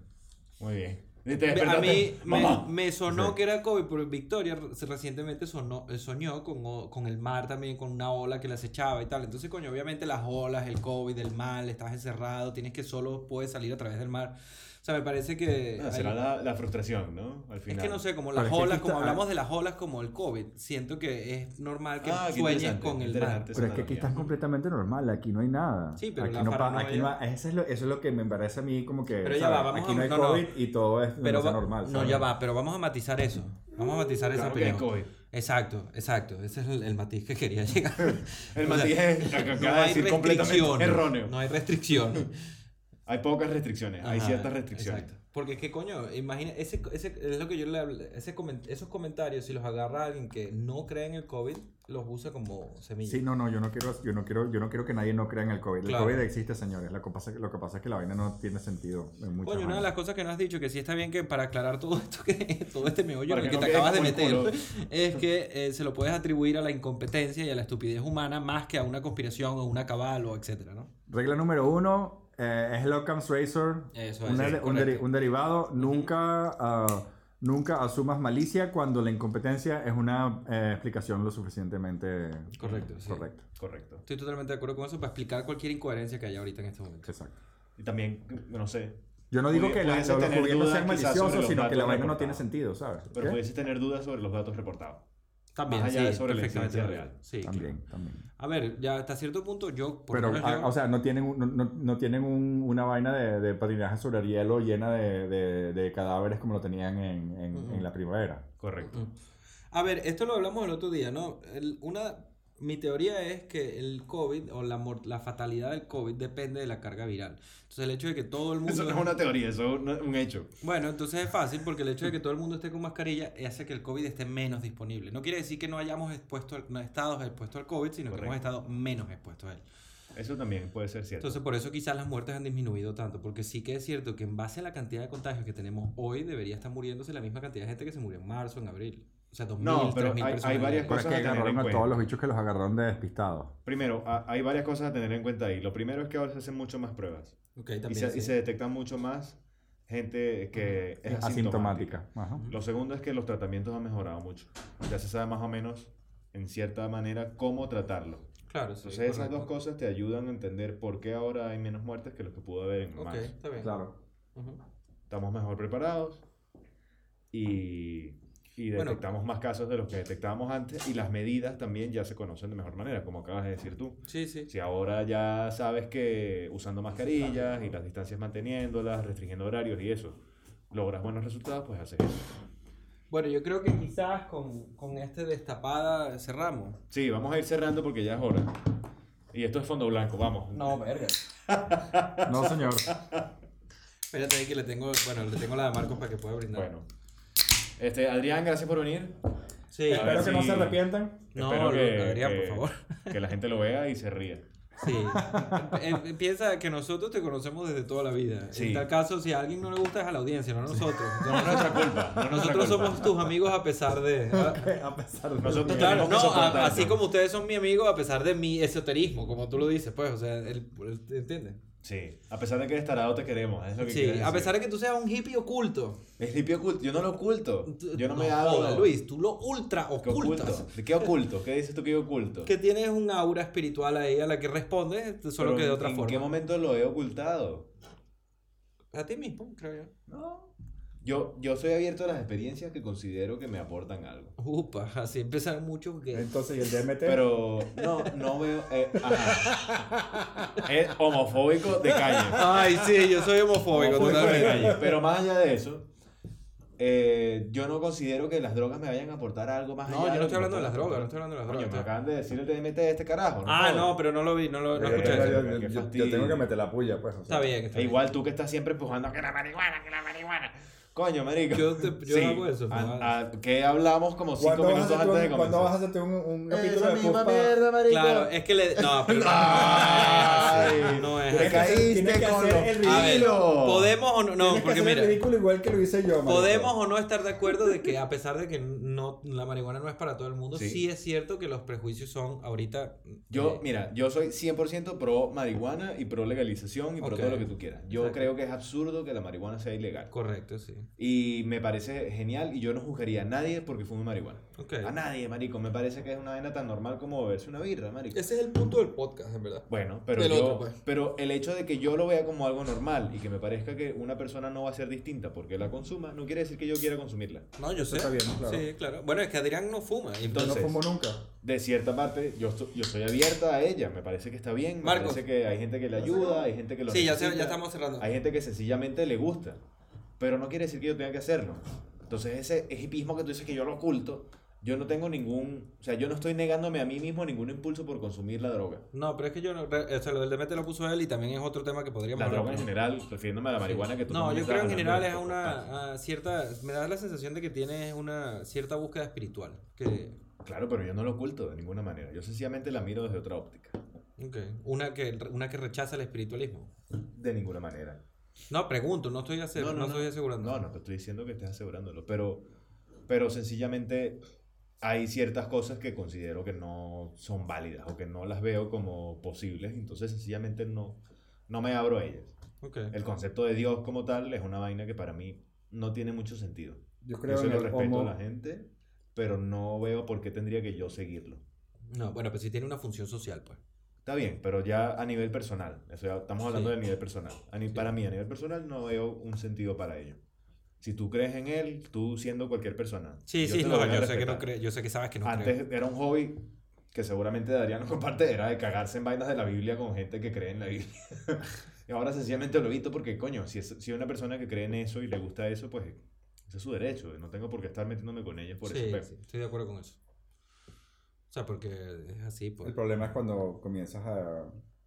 Muy bien. Y te A mí despertaste, me, "Mamá". me sonó Sí. que era COVID, porque Victoria re- recientemente sonó, eh, soñó con, o- con el mar también, con una ola que la acechaba y tal. Entonces, coño, obviamente las olas, el COVID, el mal, estás encerrado, tienes que solo puedes salir a través del mar. O sea, me parece que... Ah, hay- será la, la frustración, ¿no? Al Es final. que no sé, como las Pero es que olas, aquí ah. como está- hablamos de las olas como el COVID, siento que es normal que Ah, qué sueñes interesante, con el mar. interesante. Pero es que aquí analogía. estás completamente normal, aquí no hay nada. Sí, pero aquí la no, pa- paranoia- aquí no hay- eso, es lo, eso es lo que me parece a mí como que... Pero ya ¿sabes? va, vamos Aquí a- no hay no, no. COVID y todo es Pero va- demasiado normal. no, ¿sabes? ya va, pero vamos a matizar eso. Vamos a matizar esa Claro que opinión. es COVID. Exacto, exacto. Ese es el, el matiz que quería llegar. El O sea, matiz es que acabas no de hay decir completamente restricciones. erróneo. No hay restricciones. Hay pocas restricciones, hay Ajá, ciertas restricciones. exacto. Porque es que, coño, imagina, ese, ese- es lo que yo le hablé, ese comen- esos comentarios, si los agarra alguien que no cree en el COVID, los usa como semillas. Sí, no, no, yo no quiero, yo no quiero, yo no quiero que nadie no crea en el COVID. Claro. El COVID existe, señores. Lo que pasa, es que- lo que pasa es que la vaina no tiene sentido en muchos Coño, una de las años. cosas que no has dicho, que sí está bien que para aclarar todo esto, que todo este meollo Para en el que que no te quede acabas de como el meter, culo. es que eh, se lo puedes atribuir a la incompetencia y a la estupidez humana más que a una conspiración o una cabal o etcétera, ¿no? Regla número uno eh, es el Occam's Razor. Eso es, un, sí, deri- un correcto. deri- un derivado. Nunca, ah, nunca asumas malicia cuando la incompetencia es una eh, explicación lo suficientemente Correcto, sí. correcta. Correcto. Estoy totalmente de acuerdo con eso para explicar cualquier incoherencia que haya ahorita en este momento. Exacto. Y también, no sé, Yo no digo Pudi- que la, los pudiese tener juguetes dudas sean quizás sobre maliciosos, los sino que la datos vaina no reportados. tiene sentido, ¿sabes? pero ¿Qué? pudiese tener dudas sobre los datos reportados. También, Más allá de sí, sobre la perfectamente incidencia de acuerdo. real. Sí, También, claro. también. A ver, ya hasta cierto punto yo, por lo Pero, menos ah, yo- o sea, no tienen, un- no, no- no tienen un- una vaina de, de patinaje sobre el hielo llena de, de- de cadáveres como lo tenían en, en- Ujú. en la primavera. Correcto. Mm. A ver, esto lo hablamos el otro día, ¿no? El- una, mi teoría es que el COVID o la, mor- la fatalidad del COVID depende de la carga viral. Entonces el hecho de que todo el mundo... Eso no es una teoría, eso es un, un hecho. Bueno, entonces es fácil porque el hecho de que todo el mundo esté con mascarilla hace que el COVID esté menos disponible. No quiere decir que no hayamos expuesto, al- no estado expuestos al COVID, sino que hemos Correcto. estado menos expuestos a él. Eso también puede ser cierto. Entonces por eso quizás las muertes han disminuido tanto, porque sí que es cierto que en base a la cantidad de contagios que tenemos hoy debería estar muriéndose la misma cantidad de gente que se murió en marzo, en abril. O sea, 2.000, No, pero 3.000 hay- hay personas. Pero varias es Cosas que a tener agarraron en a todos cuenta. los bichos que los agarraron de despistados. Primero, a- hay varias cosas a tener en cuenta ahí. Lo primero es que ahora se hacen mucho más pruebas. Ok, Y también. se, sí. y se detecta mucho más gente que es Eh, asintomática. Asintomática. Ajá. Lo segundo es que los tratamientos han mejorado mucho. Ya se sabe más o menos, en cierta manera, cómo tratarlo. Claro, sí. Entonces esas correcto. dos cosas te ayudan a entender por qué ahora hay menos muertes que lo que pudo haber en Ok, marzo. está bien. Claro. Ujú. Estamos mejor preparados y, y Bueno. detectamos más casos de los que detectábamos antes y las medidas también ya se conocen de mejor manera, como acabas de decir tú. Sí, sí. Si ahora ya sabes que usando mascarillas y las distancias manteniéndolas, restringiendo horarios y eso, logras buenos resultados, pues haces eso. Bueno, yo creo que quizás con, con este destapada cerramos. Sí, vamos a ir cerrando porque ya es hora. Y esto es fondo blanco, vamos. No, verga. No, señor. Espérate ahí que le tengo, bueno, le tengo la de Marcos para que pueda brindar. Bueno. Este, Adrián, gracias por venir. Sí. A ver Espero que no si- se arrepientan. No, Espero lo- Adrián, por favor. Que la gente lo vea y se ría. Sí. Eh, eh, Piensa que nosotros te conocemos desde toda la vida. Sí. En tal caso, si a alguien no le gusta es a la audiencia, no a nosotros. No, no, Nuestra culpa. no es nuestra Nosotros culpa. somos tus amigos a pesar de... A pesar de Nosotros Claro, no, tenemos que a- soportar así eso. como ustedes son mi amigo a pesar de mi esoterismo, como tú lo dices, pues, o sea, el, el- ¿entiendes? Sí, a pesar de que eres tarado, te queremos. Es lo que Sí, a pesar de que tú seas un hippie oculto. que. Es hippie oculto. Yo no lo oculto. Tú- Yo no, me jodas, hago. Luis, tú lo ultra ¿Qué oculto? ocultas. ¿De qué oculto? ¿Qué dices tú que yo oculto? Que tienes un aura espiritual ahí a la que respondes, solo Pero que de otra ¿en forma. qué momento lo he ocultado? A ti mismo, creo yo. Yo, yo soy abierto a las experiencias que considero que me aportan algo. ¿Eh? Upa, así empiezan muchos gays. Entonces, ¿y el DMT? Pero no, no veo. eh, ajá. Es homofóbico de calle. Ay, sí, yo soy homofóbico, Homofóbico de totalmente. calle. Pero más allá de eso, eh, yo no considero que las drogas me vayan a aportar algo más No, allá. yo no lo estoy que me hablando de las aportan. drogas, no estoy hablando de las Coño, drogas. me acaban de decir el DMT de este carajo. Ah, jodas. no, pero no lo vi, no lo no Eh, escuché. yo- eso. yo- Qué yo- yo fastidio. tengo que meter la puya, pues. o sea. Está bien, está E bien. igual tú que estás siempre empujando que la marihuana, que la marihuana. Coño, marico. Yo te- yo hago eso, a- pero- a- que hablamos como cinco ¿Cuándo vas, minutos a hacerte antes de un, ¿Cuándo vas a comenzar. hacerte un, un capítulo Esa de misma Puff pa- mierda, marico. Claro, es que le. No, pero. Ah, Ay, no es. Te así. Tienes caíste que con hacer los el A ver, pilos. ¿podemos o no? Tienes No, que porque hacer el mira. ridículo igual que lo hice yo, marico. Podemos o no estar de acuerdo de que a pesar de que no la marihuana no es para todo el mundo, sí, Sí. es cierto que los prejuicios son ahorita Yo, eh, mira, yo soy 100% pro marihuana y pro legalización y pro Ok. todo lo que tú quieras. Yo Exacto. creo que es absurdo que la marihuana sea ilegal. correcto, sí. Y me parece genial y yo no juzgaría a nadie porque fume marihuana. Ok. A nadie, marico. Me parece que es una vaina tan normal como beberse una birra, marico. Ese es el punto del podcast, en verdad. Bueno, pero, Del yo- otro, pues. pero el hecho de que yo lo vea como algo normal y que me parezca que una persona no va a ser distinta porque la consuma, no quiere decir que yo quiera consumirla. No, yo sé. Está bien, claro. Sí, claro. Bueno, es que Adrián no fuma. y- Yo Entonces- no fumo nunca. De cierta parte, yo, estu- yo soy abierta a ella, me parece que está bien, me Marcos. parece que hay gente que le ayuda, hay gente que lo sí, ya, se- necesita, ya estamos cerrando. Hay gente que sencillamente le gusta, pero no quiere decir que yo tenga que hacerlo. Entonces ese hipismo que tú dices que yo lo oculto, yo no tengo ningún, o sea, yo no estoy negándome a mí mismo ningún impulso por consumir la droga. No, pero es que yo. no- re- O sea, lo del DMT lo puso él y también es otro tema que podríamos La hablar, droga en ¿no? general, refiriéndome a la marihuana que tú No, también yo estabas creo en general hablando de es otros podcasts. una a cierta. Me da la sensación de que tienes una cierta búsqueda espiritual. Que. Claro, pero yo no lo oculto de ninguna manera, yo sencillamente la miro desde otra óptica, ok, Una que, una que rechaza el espiritualismo. de ninguna manera. No, pregunto, no estoy, ase- No, no, no no. estoy asegurando. No, no te estoy diciendo que estés asegurándolo, pero, pero sencillamente hay ciertas cosas que considero que no son válidas o que no las veo como posibles, entonces sencillamente no, no me abro a ellas. Ok. El concepto de Dios como tal es una vaina que para mí no tiene mucho sentido. Yo Yo creo soy en el el respeto a homo. la gente, pero no veo por qué tendría que yo seguirlo. No, bueno, pero sí tiene una función social, pues. Está bien, pero ya a nivel personal, o sea, estamos hablando Sí. del nivel personal. A ni- Para mí, a nivel personal, no veo un sentido para ello. Si tú crees en él, tú siendo cualquier persona. Sí, yo sí, te lo no, voy a yo sé que no respetar. creo. Yo sé que sabes que no Antes creo. era un hobby que seguramente Darían no comparte, era de cagarse en vainas de la Biblia con gente que cree en la Biblia. y ahora sencillamente lo evito porque, coño, si es si una persona que cree en eso y le gusta eso, pues ese es su derecho. No tengo por qué estar metiéndome con ellos por sí, ese peo. sí, estoy de acuerdo con eso. O sea, porque es así, pues. El problema es cuando comienzas a.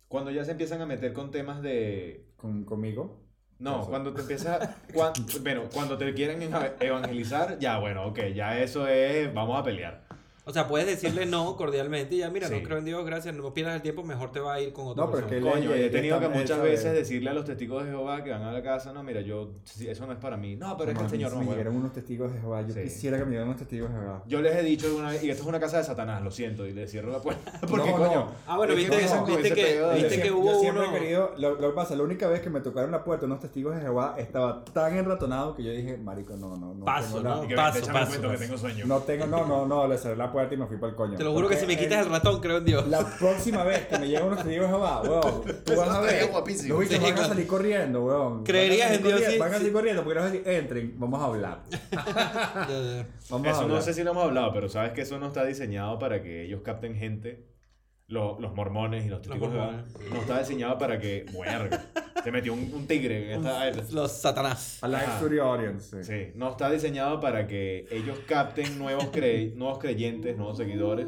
Cuando ya se empiezan a meter con temas de Con, conmigo. No, Eso. cuando te empieza. cuan- bueno, cuando te quieren eva- evangelizar, ya bueno, ok, ya eso es. Vamos a pelear. O sea, puedes decirle no cordialmente y ya, mira, Sí. no creo en Dios, gracias, no pierdas el tiempo, mejor te va a ir con otra No, pero es persona. que Coño, leyes he tenido que están muchas hechas veces de- decirle a los testigos de Jehová que van a la casa, no, mira, yo. sí, Eso no es para mí. No, pero es que el Mami, Señor si no me bueno. llegaron unos testigos de Jehová. Yo Sí. quisiera que me llegaran unos testigos de Jehová. Yo les he dicho alguna vez, y esto es una casa de Satanás, lo siento, y le cierro la puerta. Porque, No, no. coño. Ah, bueno, es viste, empiezan con viste ese que- pedo de- viste Yo que siem- hubo yo siempre uno- he querido, lo, lo que pasa, la única vez que me tocaron la puerta unos testigos de Jehová estaba tan enratonado que yo dije, marico, no, no, no. Paso, tengo la- ¿no? y que, Paso, échame el paso, cuento, que paso. tengo sueño. No tengo, no, no, no, le cerré la puerta y me fui para el coño. Te lo juro que Porque si me quitas el- el ratón, creo en Dios. La próxima vez que me llegue unos testigos de Jehová, weón, tú vas a ver. Los bichos Sí, van a claro. salir corriendo, weón. ¿Creerías Van a en salir Dios corriendo- si- Van a si- salir corriendo porque no van a decir, entren, vamos a hablar. Ya, ya, ya. Vamos a Eso hablar. no sé si lo hemos hablado, pero sabes que eso no está diseñado para que ellos capten gente. Lo- los mormones y los testigos de Jehová. mormones. No está diseñado para que. Muerga. Se metió un, un tigre en esta. Los satanás. A la Ajá. Studio Audience. sí. Sí, no está diseñado para que ellos capten nuevos, cre- nuevos creyentes, nuevos seguidores.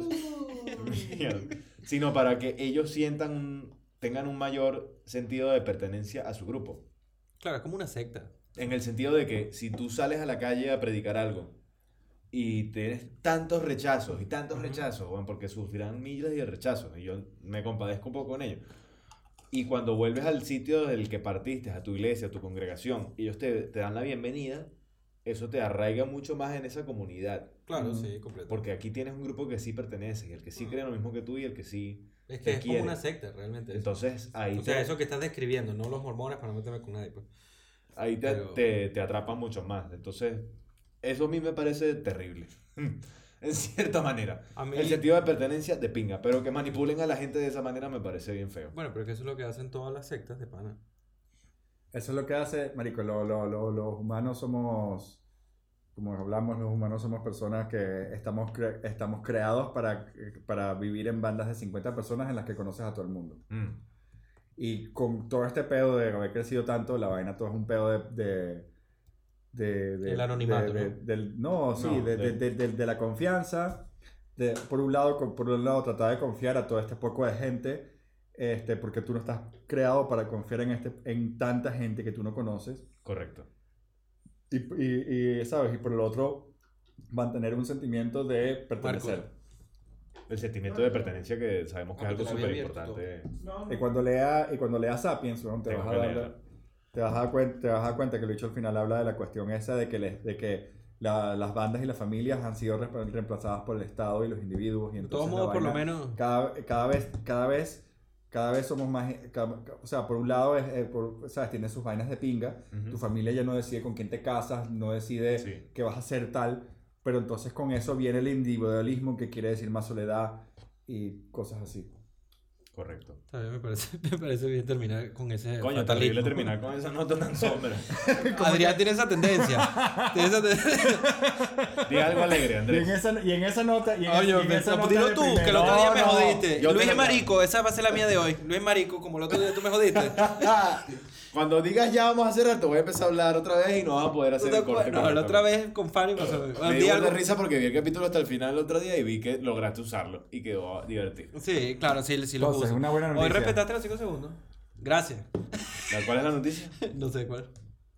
Mierda. sino para que ellos sientan un- tengan un mayor sentido de pertenencia a su grupo. Claro, es como una secta. En el sentido de que si tú sales a la calle a predicar algo y tienes tantos rechazos y tantos rechazos, bueno, porque sufrirán miles de rechazos y yo me compadezco un poco con ellos. Y cuando vuelves al sitio del que partiste, a tu iglesia, a tu congregación, ellos te, te dan la bienvenida, eso te arraiga mucho más en esa comunidad. Claro, Ujú. sí, completo. Mm. Porque aquí tienes un grupo que sí pertenece, y el que sí cree lo mismo que tú y el que sí. es te que es quiere. como una secta, realmente. Entonces ahí, o sea, te, eso que estás describiendo, no los mormones para no meterme con nadie. Pues. ahí te, pero- te- te atrapa mucho más. Entonces, eso a mí me parece terrible. en cierta manera. A mí- El sentido de pertenencia de pinga, pero que manipulen a la gente de esa manera me parece bien feo. Bueno, pero es que eso es lo que hacen todas las sectas de pana. Eso es lo que hace, marico, lo- lo- lo- los humanos somos, como hablamos, los humanos somos personas que estamos, cre- estamos creados para, para vivir en bandas de 50 personas en las que conoces a todo el mundo. Mm. Y con todo este pedo de haber crecido tanto, la vaina todo es un pedo de... de de, de- El anonimato, de- ¿no? de- del- no, sí, No, de, de- del- de- de- de la confianza. De, por, un lado, con- por un lado, tratar de confiar a todo este poco de gente, este, porque tú no estás creado para confiar en, este, en tanta gente que tú no conoces. Correcto. Y, y- y, ¿sabes? Y por el otro, mantener un sentimiento de pertenecer. Marcos. El sentimiento de pertenencia que sabemos que Ah, es pero algo te lo súper había importante. No, Y cuando lea, y cuando lea Sapiens, weón, te, Tengo vas a que dar, leerla. te, vas a dar cuen- te vas a dar cuenta que lo dicho al final habla de la cuestión esa de que, les, de que la- las bandas y las familias han sido re- reemplazadas por el Estado y los individuos. Y De entonces todos la modos, por lo vaina- menos. Cada, cada vez, cada vez cada vez somos más, ca- ca- o sea, por un lado, es, eh, por- sabes, tiene sus vainas de pinga, Ujú. tu familia ya no decide con quién te casas, no decide Sí. qué vas a hacer tal, pero entonces con eso viene el individualismo que quiere decir más soledad y cosas así. Correcto. Está bien, me parece, me parece bien terminar con ese. Coño, fatalismo. terrible terminar con esa nota tan sombra. Adrián tiene esa tendencia. tiene esa tendencia. Di algo alegre, Y en Andrés. esa, y en esa nota... Y en, Coño, y en me- esa nota dilo de tú, primero- que el otro día No, me no. jodiste. yo te Luis lo- Marico, esa va a ser la mía de hoy. Luis Marico, como el otro día tú me jodiste. ah. Cuando digas ya vamos a cerrar, te voy a empezar a hablar otra vez y no vas a poder ¿Tú hacer te el corte. acuerdas? No, la otra vez con Fanny pasó. Me Di dio algo- de risa porque vi el capítulo hasta el final el otro día y vi que lograste usarlo y quedó divertido. Sí, claro, sí, sí lo Entonces, puse. una buena Hoy noticia. respetaste los 5 segundos. Gracias. ¿La cuál es la noticia? No sé cuál.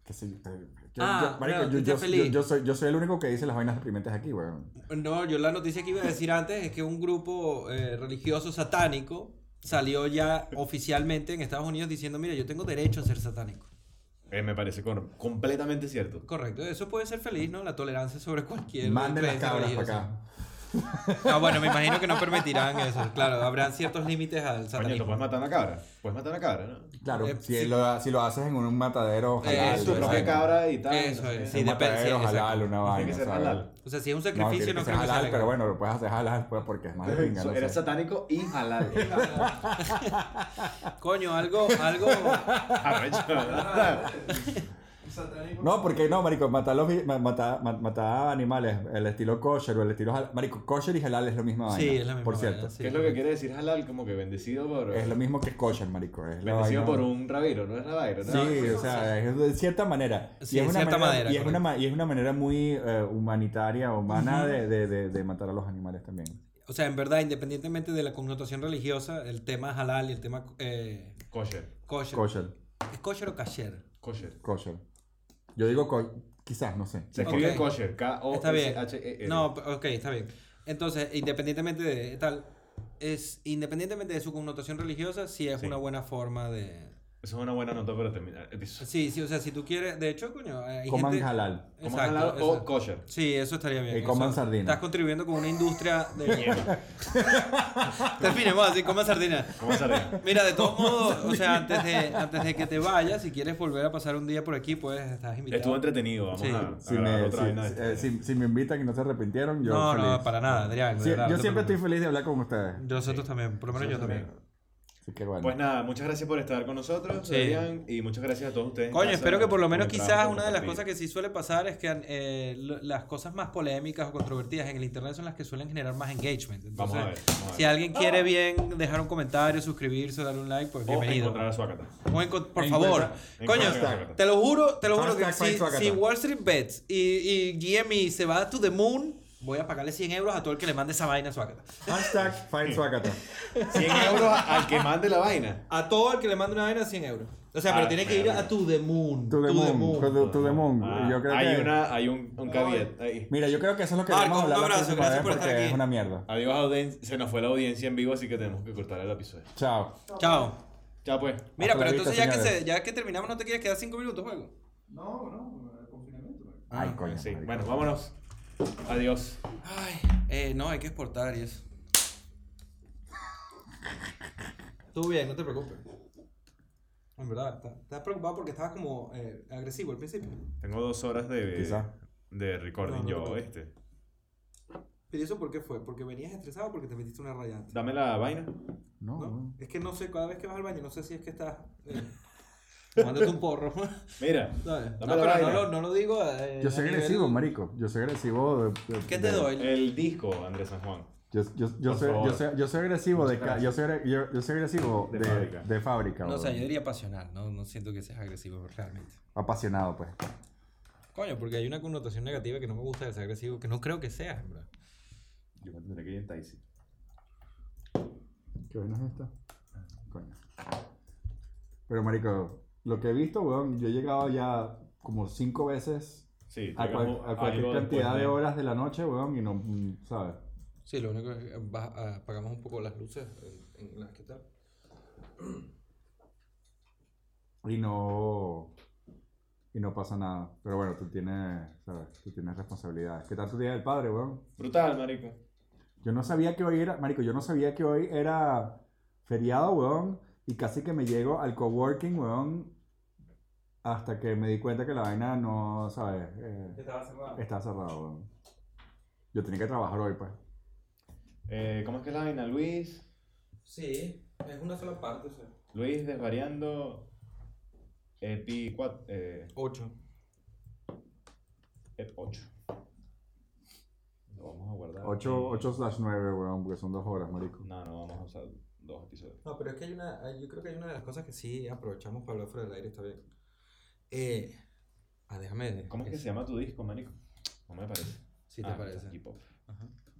Que sí, eh, yo- Ah, yo- marico, claro, yo- tú yo- estás feliz. yo- yo soy- Yo soy el único que dice las vainas deprimentes aquí, weón. No, yo la noticia que iba a decir antes es que un grupo eh, religioso satánico salió ya oficialmente en Estados Unidos diciendo, mira, yo tengo derecho a ser satánico. Eh, me parece cor- completamente cierto. Correcto, eso puede ser feliz, ¿no? La tolerancia sobre cualquier Manden las creencia cabras para religiosa. acá. Ah, bueno, me imagino que no permitirán eso. Claro, habrán ciertos límites al Coño, tú satanismo. puedes matar a una cabra. Puedes matar a una cabra, ¿no? Claro, Eh, si, sí. Lo, si lo haces en un matadero, ojalá. Eh, Es Eso tu es, propia exacto. cabra y tal. Eso no sé. es, en sí, un depende, matadero, sí, exacto. halal, una Tiene vaina. que ser ¿sabes? halal. O sea, si es un No, sacrificio, tiene no, creo que ser que sea halal, legal. pero bueno, lo puedes hacer halal pues, porque es más de pinga. no Era sé. satánico y halal. Coño, algo, algo... Arrecho, ¿verdad? Satánico. No, porque no, marico, matar, los, vi- ma- matar, ma- matar animales, el estilo kosher o el estilo halal. Marico, kosher y halal es lo mismo Sí, es la misma Por vaina, cierto, sí. ¿Qué es lo que quiere decir halal? Como que bendecido por. es lo mismo que kosher, marico. Es la Bendecido vaina- por un rabiro, no es rabiro, ¿no? Sí, o sea, es de cierta manera. Sí, Y es de una cierta manera, manera, y es, una, ma- y es una manera muy eh, humanitaria, humana de, de- de- de matar a los animales también. O sea, en verdad, independientemente de la connotación religiosa, el tema halal y el tema eh, Kosher. kosher. Kosher, ¿Es kosher o kasher? Kosher. kosher. Yo digo ko- quizás, no sé. Se escribe Ok. kosher. Está E bien. E K-O-S-H-E-R. No, p- ok, está bien. Entonces, independientemente de tal, es independientemente de su connotación religiosa, sí es Sí. una buena forma de... Eso es una buena nota para terminar. el episodio. Sí, sí, o sea, si tú quieres... De hecho, coño, eh, hay Coman gente... halal. Coman Exacto, halal o exacto. kosher. Sí, eso estaría bien. Y Eso- coman sardina. Estás contribuyendo con una industria de mierda. Terminemos así, coman sardina. ¿Cómo se lee? Mira, de todos modos, o sea, antes de, antes de que te vayas, si quieres volver a pasar un día por aquí, pues estás invitado. Estuvo entretenido. Vamos Sí. a, a Si grabar me, otra si- vaina de si- esta. eh, si- si me invitan y no se arrepintieron, yo No, no, feliz. para nada, Adrián. de Sí, verdad, yo no te siempre estoy preocupes. feliz de hablar con ustedes. Nosotros también, por lo menos yo Nosotros también. Así que bueno. Pues nada, muchas gracias por estar con nosotros, Sí. Adrián, y muchas gracias a todos ustedes. en Coño, casa, espero que por lo menos por el quizás trabajo, una de las compartir. cosas que sí suele pasar es que eh, lo- las cosas más polémicas o controvertidas en el internet son las que suelen generar más engagement. Entonces, Vamos a ver, vamos a ver. Si alguien quiere bien dejar un comentario, suscribirse, darle un like, pues O bienvenido. Oh, encontrar a Suácata. O enco- por Encuentra- favor, encuentra- coño, hashtag. te lo juro, te lo juro que Hashtag si, Fight Suácata. si Wall Street Bets y, y GME se va to the moon, voy a pagarle 100 euros a todo el que le mande esa vaina a Suácata. Hashtag Fight Suácata. 100 euros al que mande la vaina. A todo el que le mande una vaina 100 euros. O sea, Ah, pero tiene que ir verga. a to the moon. To the moon. Pues moon. To the- to the moon. Ah, Yo creo hay que- una, hay un, un eh. caveat ahí. Mira, yo creo que eso es lo que Marco, debemos un hablar la abrazo, próxima gracias vez por estar porque es aquí. una mierda. Adiós, audiencia. Se nos fue la audiencia en vivo, así que tenemos que cortar el episodio. Chao. Chao. Chao, pues. Mira, Hasta pero la entonces vista, ya que, señores. se- ya que terminamos, ¿no te quieres quedar 5 minutos, juego? No, no, el confinamiento. güey. Ay, coño. Sí, Ah, marico. bueno, vámonos. Adiós. Ay, eh, no, hay que exportar y eso. Estuvo bien, no te preocupes. En verdad, ¿estás- estás preocupado porque estabas como eh, agresivo al principio. Tengo dos horas de, Quizá. de recording No, no yo, te este. ¿Pero eso por qué fue? ¿Porque venías estresado o porque te metiste una raya antes? Dame la vaina. No, ¿No? weón. Es que no sé, cada vez que vas al baño, no sé si es que estás. eh, tomándote un porro. Mira. ¿sabes? No, Dame la pero no vaina. lo, no lo digo. eh, Yo soy a nivel- agresivo, Eh, marico. Yo soy agresivo. de- de- ¿Qué te de- doy? El disco, Andrés San Juan. Yo, yo, yo, Por soy, favor. yo, soy, yo soy agresivo de ca- Muchas yo soy, agre- yo, yo soy agresivo De de, fábrica. de fábrica, No, o sea, weón. yo diría pasional, no, no siento que seas agresivo realmente. apasionado pues. Coño, porque hay una connotación negativa que no me gusta de ser agresivo, que no creo que seas, en verdad. Yo me tendré que ir en Taisi. ¿Qué vaina es esta? Coño. Pero marico, lo que he visto, weón, yo he llegado ya como cinco veces Sí, a, cual- tocamos a cualquier algo cantidad después de horas de la noche, weón, y no, mm, ¿sabes? Sí, lo único es que baja- ah, apagamos un poco las luces eh, en, en las que tal. Y no... Y no pasa nada. Pero bueno, tú tienes, ¿sabes? Tú tienes responsabilidades. ¿Qué tal tu día del padre, weón? Brutal, marico. Yo no sabía que hoy era, marico, yo no sabía que hoy era feriado, weón, y casi que me llego al coworking, weón, hasta que me di cuenta que la vaina no, ¿sabes? Eh, Estaba cerrado. está cerrada, weón. Yo tenía que trabajar hoy, pues. Eh, ¿Cómo es que es la vaina? Luis, Sí, es una sola parte. o sea. Luis desvariando. Epi 4. Eh, 8. Ep 8. Lo vamos a guardar. 8, 8 slash 9, weón, porque son dos horas, marico. No, no, vamos a usar dos episodios. No, pero es que hay una. hay- Yo creo que hay una de las cosas que sí aprovechamos para hablar fuera del aire, está bien. Eh, ah, déjame. ¿Cómo es que se llama tu disco, manico? No me parece. Si te Ah, parece. Hip hop. Ajá.